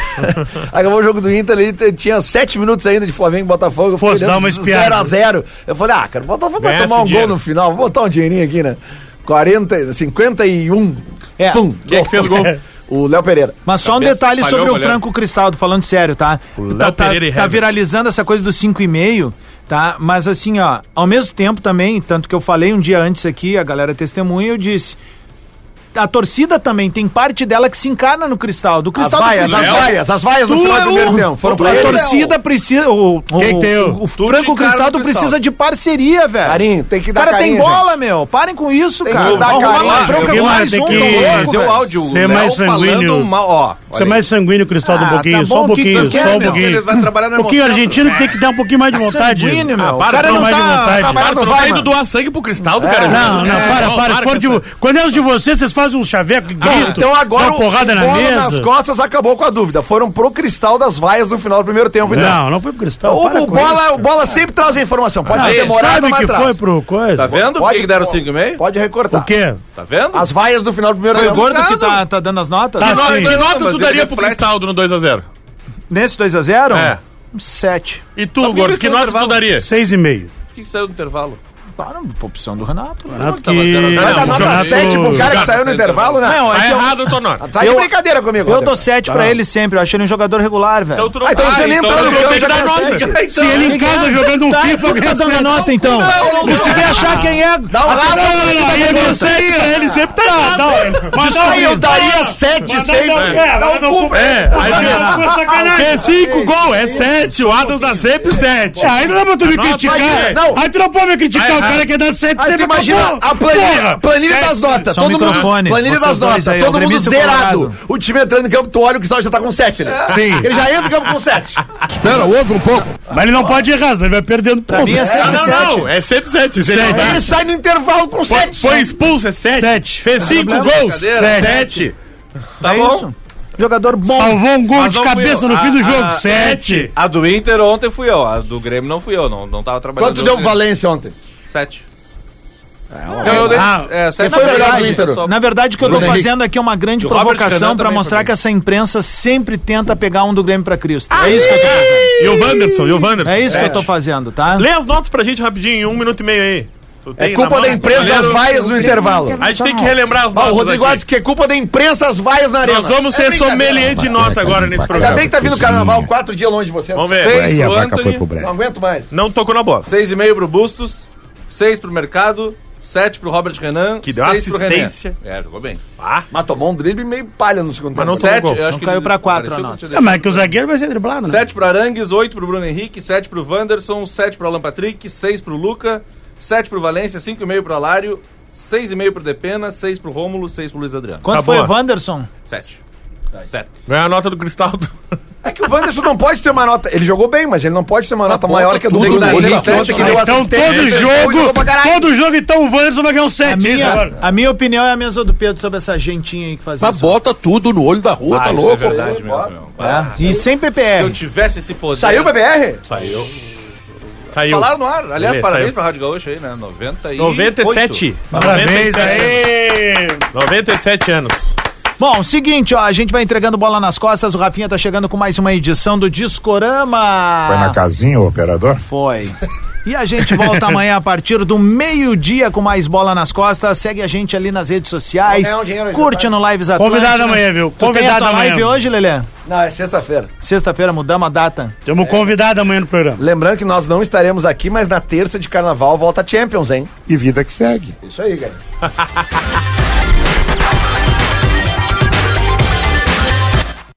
[SPEAKER 5] acabou o jogo do Inter ali, t- tinha sete minutos ainda de Flamengo e Botafogo. Eu
[SPEAKER 3] Fosse
[SPEAKER 5] fiquei
[SPEAKER 3] dar
[SPEAKER 5] olhando
[SPEAKER 3] uma
[SPEAKER 5] z-
[SPEAKER 3] espiada.
[SPEAKER 5] zero a zero. Eu falei, ah, cara, o Botafogo vai
[SPEAKER 4] Ganhasse
[SPEAKER 5] tomar um
[SPEAKER 4] um dinheiro.
[SPEAKER 5] gol no final. Vou botar um dinheirinho aqui, né? 40, 51.
[SPEAKER 2] É.
[SPEAKER 5] Pum,
[SPEAKER 4] Quem é que fez o gol?
[SPEAKER 5] O Léo Pereira.
[SPEAKER 2] Mas só um
[SPEAKER 6] Cabeça,
[SPEAKER 2] detalhe
[SPEAKER 6] falhou,
[SPEAKER 2] sobre o
[SPEAKER 6] goleiro.
[SPEAKER 2] Franco Cristaldo, falando sério, tá?
[SPEAKER 4] Léo
[SPEAKER 2] Tá, tá,
[SPEAKER 4] Pereira e
[SPEAKER 2] tá
[SPEAKER 4] Hever.
[SPEAKER 2] viralizando essa coisa do 5,5, tá? Mas assim, ó, ao mesmo tempo também, tanto que eu falei um dia antes aqui, a galera testemunha, eu disse. A torcida também tem parte dela que se encarna no cristal. Do
[SPEAKER 5] As
[SPEAKER 2] cristal do
[SPEAKER 5] vaias,
[SPEAKER 4] né?
[SPEAKER 2] Cristaldo.
[SPEAKER 5] as vaias, as vaias no
[SPEAKER 2] Tu
[SPEAKER 5] final
[SPEAKER 2] é
[SPEAKER 5] do primeiro
[SPEAKER 2] um.
[SPEAKER 5] tempo. Foram pra
[SPEAKER 2] A
[SPEAKER 5] ele.
[SPEAKER 2] torcida precisa. O, o,
[SPEAKER 3] Quem que tem
[SPEAKER 2] o-
[SPEAKER 3] o-
[SPEAKER 2] o
[SPEAKER 6] Tu te
[SPEAKER 2] Franco
[SPEAKER 6] encara no
[SPEAKER 2] Cristaldo
[SPEAKER 6] Cristaldo.
[SPEAKER 2] precisa de parceria, velho.
[SPEAKER 5] Carinho, tem que
[SPEAKER 2] O
[SPEAKER 5] dar
[SPEAKER 2] cara
[SPEAKER 5] carinho,
[SPEAKER 2] tem bola, meu. Parem com isso,
[SPEAKER 5] Tem que
[SPEAKER 2] cara. Vão
[SPEAKER 5] dar
[SPEAKER 2] arrumar
[SPEAKER 5] carinho,
[SPEAKER 2] uma bronca
[SPEAKER 3] Guilherme,
[SPEAKER 2] com mais
[SPEAKER 3] tem
[SPEAKER 2] um,
[SPEAKER 3] que-
[SPEAKER 2] tão
[SPEAKER 3] Esse
[SPEAKER 2] louco,
[SPEAKER 6] Seu
[SPEAKER 2] velho.
[SPEAKER 6] áudio, o
[SPEAKER 3] Ser mais
[SPEAKER 6] Léo
[SPEAKER 3] sanguíneo.
[SPEAKER 6] falando mal, ó.
[SPEAKER 3] Você é
[SPEAKER 6] olha
[SPEAKER 3] mais sanguíneo, Cristaldo,
[SPEAKER 2] Ah,
[SPEAKER 3] um pouquinho,
[SPEAKER 2] tá
[SPEAKER 3] só um
[SPEAKER 2] bom, o que que
[SPEAKER 3] pouquinho,
[SPEAKER 2] você
[SPEAKER 3] só
[SPEAKER 2] quer,
[SPEAKER 3] um
[SPEAKER 6] aí.
[SPEAKER 2] meu?
[SPEAKER 6] Ele
[SPEAKER 3] pouquinho.
[SPEAKER 6] vai trabalhar na
[SPEAKER 3] Um pouquinho, o
[SPEAKER 6] emoção.
[SPEAKER 3] argentino tem que dar um pouquinho mais de vontade.
[SPEAKER 2] Sanguíneo, meu.
[SPEAKER 4] Ah,
[SPEAKER 2] o
[SPEAKER 4] para,
[SPEAKER 2] cara
[SPEAKER 4] não
[SPEAKER 2] não
[SPEAKER 3] vai de vontade.
[SPEAKER 2] tá.
[SPEAKER 4] Para,
[SPEAKER 2] Mas
[SPEAKER 4] tu
[SPEAKER 2] não
[SPEAKER 4] tá
[SPEAKER 2] vai,
[SPEAKER 4] indo
[SPEAKER 2] mano.
[SPEAKER 4] doar sangue pro cristal, cara.
[SPEAKER 3] Não, não,
[SPEAKER 4] É,
[SPEAKER 6] tá
[SPEAKER 3] para, para. se
[SPEAKER 4] com
[SPEAKER 3] for de,
[SPEAKER 4] essa-
[SPEAKER 3] quando é de vocês, vocês fazem um chaveco, grito,
[SPEAKER 5] Ah, então agora
[SPEAKER 3] dá uma porrada
[SPEAKER 5] o
[SPEAKER 3] na
[SPEAKER 5] bola nas
[SPEAKER 3] mesa.
[SPEAKER 5] costas acabou com a dúvida. Foram pro cristal das vaias no final do primeiro tempo. então.
[SPEAKER 3] Não, não foi pro Cristal.
[SPEAKER 5] O,
[SPEAKER 3] para
[SPEAKER 5] o
[SPEAKER 3] com
[SPEAKER 5] bola, é
[SPEAKER 3] isso.
[SPEAKER 5] o bola sempre traz a informação. Pode ser
[SPEAKER 3] Ah,
[SPEAKER 5] demorado,
[SPEAKER 3] sabe
[SPEAKER 5] mas
[SPEAKER 3] que
[SPEAKER 5] traz.
[SPEAKER 3] foi pro
[SPEAKER 6] Tá
[SPEAKER 3] coisa?
[SPEAKER 6] vendo por que que deram 5,5?
[SPEAKER 5] Pode recortar.
[SPEAKER 3] O quê?
[SPEAKER 6] Tá vendo?
[SPEAKER 5] As vaias do final do primeiro
[SPEAKER 2] Foi o
[SPEAKER 5] tempo.
[SPEAKER 2] gordo que
[SPEAKER 6] Não,
[SPEAKER 2] tá, tá dando as notas?
[SPEAKER 3] Tá.
[SPEAKER 4] Que no-
[SPEAKER 3] Assim.
[SPEAKER 4] Que nota
[SPEAKER 6] Mas
[SPEAKER 4] tu
[SPEAKER 6] ele
[SPEAKER 4] daria pro
[SPEAKER 6] reflete.
[SPEAKER 4] Cristaldo no 2x0?
[SPEAKER 2] Nesse 2x0?
[SPEAKER 4] É.
[SPEAKER 2] Um 7.
[SPEAKER 4] E tu,
[SPEAKER 6] Mas por
[SPEAKER 4] Gordo,
[SPEAKER 6] que
[SPEAKER 4] que
[SPEAKER 6] você
[SPEAKER 4] nota
[SPEAKER 6] intervalo?
[SPEAKER 4] tu daria?
[SPEAKER 3] Seis e meio.
[SPEAKER 6] Por que que saiu do intervalo?
[SPEAKER 2] Para, opção do Renato. né?
[SPEAKER 3] Renato
[SPEAKER 6] tava
[SPEAKER 3] que-
[SPEAKER 6] zero a zero.
[SPEAKER 5] Vai
[SPEAKER 4] Não,
[SPEAKER 5] dar
[SPEAKER 4] o
[SPEAKER 5] nota
[SPEAKER 4] Renato-
[SPEAKER 5] 7 pro cara que
[SPEAKER 4] Renato
[SPEAKER 5] saiu no
[SPEAKER 6] saiu
[SPEAKER 5] intervalo, né?
[SPEAKER 2] Não, é
[SPEAKER 4] Tá
[SPEAKER 2] que eu-
[SPEAKER 4] errado a tua nota.
[SPEAKER 5] Tá de brincadeira comigo.
[SPEAKER 2] Eu
[SPEAKER 5] Rodrigo.
[SPEAKER 2] dou 7 pra ele sempre. Eu achei ele um jogador regular, velho.
[SPEAKER 4] Então tu não
[SPEAKER 5] Ah, então você nem entrou
[SPEAKER 4] tu
[SPEAKER 5] no
[SPEAKER 4] não
[SPEAKER 5] campo,
[SPEAKER 4] tem que
[SPEAKER 5] já
[SPEAKER 4] dar
[SPEAKER 5] tá
[SPEAKER 4] nota.
[SPEAKER 5] certo.
[SPEAKER 3] Se ele em casa jogando um
[SPEAKER 2] Então, Tá,
[SPEAKER 3] FIFA,
[SPEAKER 2] tu que tá
[SPEAKER 3] ganha
[SPEAKER 2] dando
[SPEAKER 3] sete.
[SPEAKER 2] nota então.
[SPEAKER 5] não, não.
[SPEAKER 2] Consegui achar quem é.
[SPEAKER 5] Dá um
[SPEAKER 3] Não,
[SPEAKER 5] abraço.
[SPEAKER 3] não, não, ele não sei,
[SPEAKER 2] um
[SPEAKER 3] ele sempre tá errado. Mas não,
[SPEAKER 5] Aí eu daria 7
[SPEAKER 2] um
[SPEAKER 3] Mas não,
[SPEAKER 5] sempre.
[SPEAKER 3] não, é, mas não compra.
[SPEAKER 4] É, aí
[SPEAKER 3] Não,
[SPEAKER 4] vira.
[SPEAKER 3] foi sacanagem.
[SPEAKER 4] É 5 gol, é 7. O Adams dá sempre 7.
[SPEAKER 3] Aí não dá pra tu me criticar.
[SPEAKER 5] aí, não.
[SPEAKER 3] Aí tu não pode me criticar,
[SPEAKER 4] Aí,
[SPEAKER 3] o cara
[SPEAKER 4] aí.
[SPEAKER 3] quer dar 7
[SPEAKER 5] Aí tu imagina a planilha, planilha das notas.
[SPEAKER 2] só
[SPEAKER 5] Todo mundo,
[SPEAKER 2] microfone,
[SPEAKER 5] planilha
[SPEAKER 2] vocês
[SPEAKER 5] das
[SPEAKER 2] dois
[SPEAKER 5] notas.
[SPEAKER 2] aí, é o
[SPEAKER 5] todo mundo
[SPEAKER 2] gremista
[SPEAKER 5] zerado.
[SPEAKER 2] colorado.
[SPEAKER 5] O time entrando em campo, tu olha o Cristal já tá com 7, né?
[SPEAKER 3] Sim.
[SPEAKER 5] Ele já entra em campo com 7.
[SPEAKER 7] Espera, ouve um pouco.
[SPEAKER 3] Mas ele não pode errar, senão ele vai perdendo ponto.
[SPEAKER 2] mim é
[SPEAKER 3] É,
[SPEAKER 2] sempre
[SPEAKER 4] Não,
[SPEAKER 2] sete.
[SPEAKER 4] não, é sempre 7.
[SPEAKER 3] Sete.
[SPEAKER 5] Aí ele sai no intervalo com 7.
[SPEAKER 4] Foi expulso, é 7.
[SPEAKER 3] Sete.
[SPEAKER 2] Tá
[SPEAKER 4] Fez 5
[SPEAKER 6] problema,
[SPEAKER 4] gols,
[SPEAKER 6] brincadeira.
[SPEAKER 4] 7.
[SPEAKER 6] Tá
[SPEAKER 2] É
[SPEAKER 6] bom.
[SPEAKER 2] isso. Jogador bom.
[SPEAKER 3] Salvou um gol
[SPEAKER 6] Mas
[SPEAKER 3] de
[SPEAKER 6] não fui
[SPEAKER 3] cabeça
[SPEAKER 6] eu.
[SPEAKER 2] Ah,
[SPEAKER 3] no fim do
[SPEAKER 6] A-
[SPEAKER 3] jogo.
[SPEAKER 6] a-
[SPEAKER 3] 7.
[SPEAKER 6] A do Inter ontem fui eu, a do Grêmio não fui eu, não, não tava trabalhando.
[SPEAKER 5] Quanto deu o Valência ontem?
[SPEAKER 6] Sete. Então eu dei-
[SPEAKER 4] né?
[SPEAKER 3] Ah,
[SPEAKER 6] é,
[SPEAKER 5] quem
[SPEAKER 6] sete
[SPEAKER 5] foi
[SPEAKER 6] na
[SPEAKER 5] o melhor
[SPEAKER 6] verdade,
[SPEAKER 5] do Inter?
[SPEAKER 6] só-
[SPEAKER 2] Na verdade, o que eu tô
[SPEAKER 5] Bruno Henrique.
[SPEAKER 2] fazendo aqui é uma grande
[SPEAKER 6] E o Robert
[SPEAKER 2] provocação
[SPEAKER 6] Renan
[SPEAKER 2] pra
[SPEAKER 6] também
[SPEAKER 2] mostrar
[SPEAKER 6] foi bem.
[SPEAKER 2] que essa imprensa sempre tenta pegar um do Grêmio pra Cristo. É isso que eu tô fazendo.
[SPEAKER 4] E o Wanderson, e o Wanderson. É.
[SPEAKER 2] É isso que eu tô fazendo, tá?
[SPEAKER 4] Lê as notas pra gente rapidinho, em um minuto e meio aí. Tu
[SPEAKER 5] É
[SPEAKER 4] tem na
[SPEAKER 5] culpa
[SPEAKER 4] mão?
[SPEAKER 5] da imprensa as
[SPEAKER 4] Primeiro,
[SPEAKER 5] vaias no intervalo.
[SPEAKER 4] A gente tem que relembrar as
[SPEAKER 5] Ah,
[SPEAKER 4] notas.
[SPEAKER 5] o Rodrigo
[SPEAKER 4] aqui.
[SPEAKER 5] Alves, que tá é culpa da imprensa as vaias na arena.
[SPEAKER 4] Nós vamos ser sommelier de nota agora nesse
[SPEAKER 5] Ainda
[SPEAKER 4] programa.
[SPEAKER 5] bem que tá vindo o
[SPEAKER 7] Cozinha.
[SPEAKER 5] carnaval quatro dias longe de vocês.
[SPEAKER 4] Vamos ver.
[SPEAKER 6] Seis
[SPEAKER 7] Aí a
[SPEAKER 6] pro
[SPEAKER 7] vaca
[SPEAKER 6] Anthony,
[SPEAKER 7] foi pro Breno.
[SPEAKER 5] Não aguento mais.
[SPEAKER 4] Não tocou na bola.
[SPEAKER 6] Seis e meio pro Bustos, seis pro Mercado, sete pro Robert Renan,
[SPEAKER 4] Que deu
[SPEAKER 6] seis pro Renan.
[SPEAKER 4] assistência.
[SPEAKER 6] É, jogou bem.
[SPEAKER 5] Mas tomou um drible meio palha no segundo
[SPEAKER 4] Mas não
[SPEAKER 5] tempo.
[SPEAKER 4] tomou gol.
[SPEAKER 6] eu acho
[SPEAKER 2] Não
[SPEAKER 6] que
[SPEAKER 2] caiu
[SPEAKER 6] ele
[SPEAKER 2] pra quatro,
[SPEAKER 6] apareceu
[SPEAKER 2] a
[SPEAKER 6] que eu te
[SPEAKER 3] É, mas é que o zagueiro vai ser driblado, né?
[SPEAKER 6] 7 pro Arangues, 8 pro Bruno Henrique, 7 pro Wanderson, 7 pro Alan Patrick, 6 pro Luca, 7 pro Valência, 5,5 pro Alário, 6,5 pro Depena, 6 pro Rômulo, 6 pro Luiz Adriano.
[SPEAKER 2] Quanto
[SPEAKER 4] Tá
[SPEAKER 2] foi
[SPEAKER 4] boa.
[SPEAKER 2] o Wanderson?
[SPEAKER 6] 7. 7.
[SPEAKER 4] Ganhou a nota do Cristaldo.
[SPEAKER 5] É que o Wanderson não pode ter uma nota. Ele jogou bem, mas ele não pode ter uma nota maior que a do
[SPEAKER 6] tem que
[SPEAKER 5] Bruno
[SPEAKER 6] dar
[SPEAKER 5] Henrique
[SPEAKER 6] sete,
[SPEAKER 5] ontem que
[SPEAKER 6] né?
[SPEAKER 5] deu
[SPEAKER 3] Então todo
[SPEAKER 5] assistência, ele
[SPEAKER 3] jogo,
[SPEAKER 5] jogou pra caralho.
[SPEAKER 3] todo jogo, então o Wanderson vai ganhar um 7.
[SPEAKER 2] A É minha, a minha opinião é a mesma do Pedro sobre essa gentinha aí que fazia
[SPEAKER 7] Mas
[SPEAKER 2] isso.
[SPEAKER 7] bota tudo no olho da rua, tá
[SPEAKER 6] isso é
[SPEAKER 7] louco?
[SPEAKER 6] verdade mesmo. meu.
[SPEAKER 2] É. E sem
[SPEAKER 6] Se eu
[SPEAKER 2] PPR.
[SPEAKER 6] tivesse esse poder.
[SPEAKER 5] Saiu o BBR?
[SPEAKER 6] Saiu.
[SPEAKER 4] Saiu.
[SPEAKER 6] Falaram no ar. Aliás,
[SPEAKER 4] Beleza,
[SPEAKER 6] parabéns
[SPEAKER 4] saiu.
[SPEAKER 6] pra Rádio Gaúcho aí, né? 90 e
[SPEAKER 4] 97.
[SPEAKER 3] Parabéns
[SPEAKER 4] 97.
[SPEAKER 3] aí.
[SPEAKER 4] 97 anos.
[SPEAKER 2] Bom, seguinte, ó, a gente vai entregando bola nas costas, o Rafinha tá chegando com mais uma edição do Discorama.
[SPEAKER 8] Vai na casinha, o operador?
[SPEAKER 2] Foi. E a gente volta amanhã a partir do meio-dia com mais bola nas costas. Segue a gente ali nas redes sociais.
[SPEAKER 5] Vou ganhar um dinheiro hoje,
[SPEAKER 2] Curte no Lives Atlântica.
[SPEAKER 3] Convidado amanhã, viu?
[SPEAKER 2] Tu tem a
[SPEAKER 3] Convidado
[SPEAKER 2] tua
[SPEAKER 3] amanhã.
[SPEAKER 2] live hoje, Lelê?
[SPEAKER 5] Não, é sexta-feira.
[SPEAKER 2] Sexta-feira mudamos a data.
[SPEAKER 3] Temos um convidado amanhã no programa.
[SPEAKER 5] Lembrando que nós não estaremos aqui, mas na terça de carnaval volta a Champions, hein?
[SPEAKER 8] E vida que segue.
[SPEAKER 5] Isso aí, cara.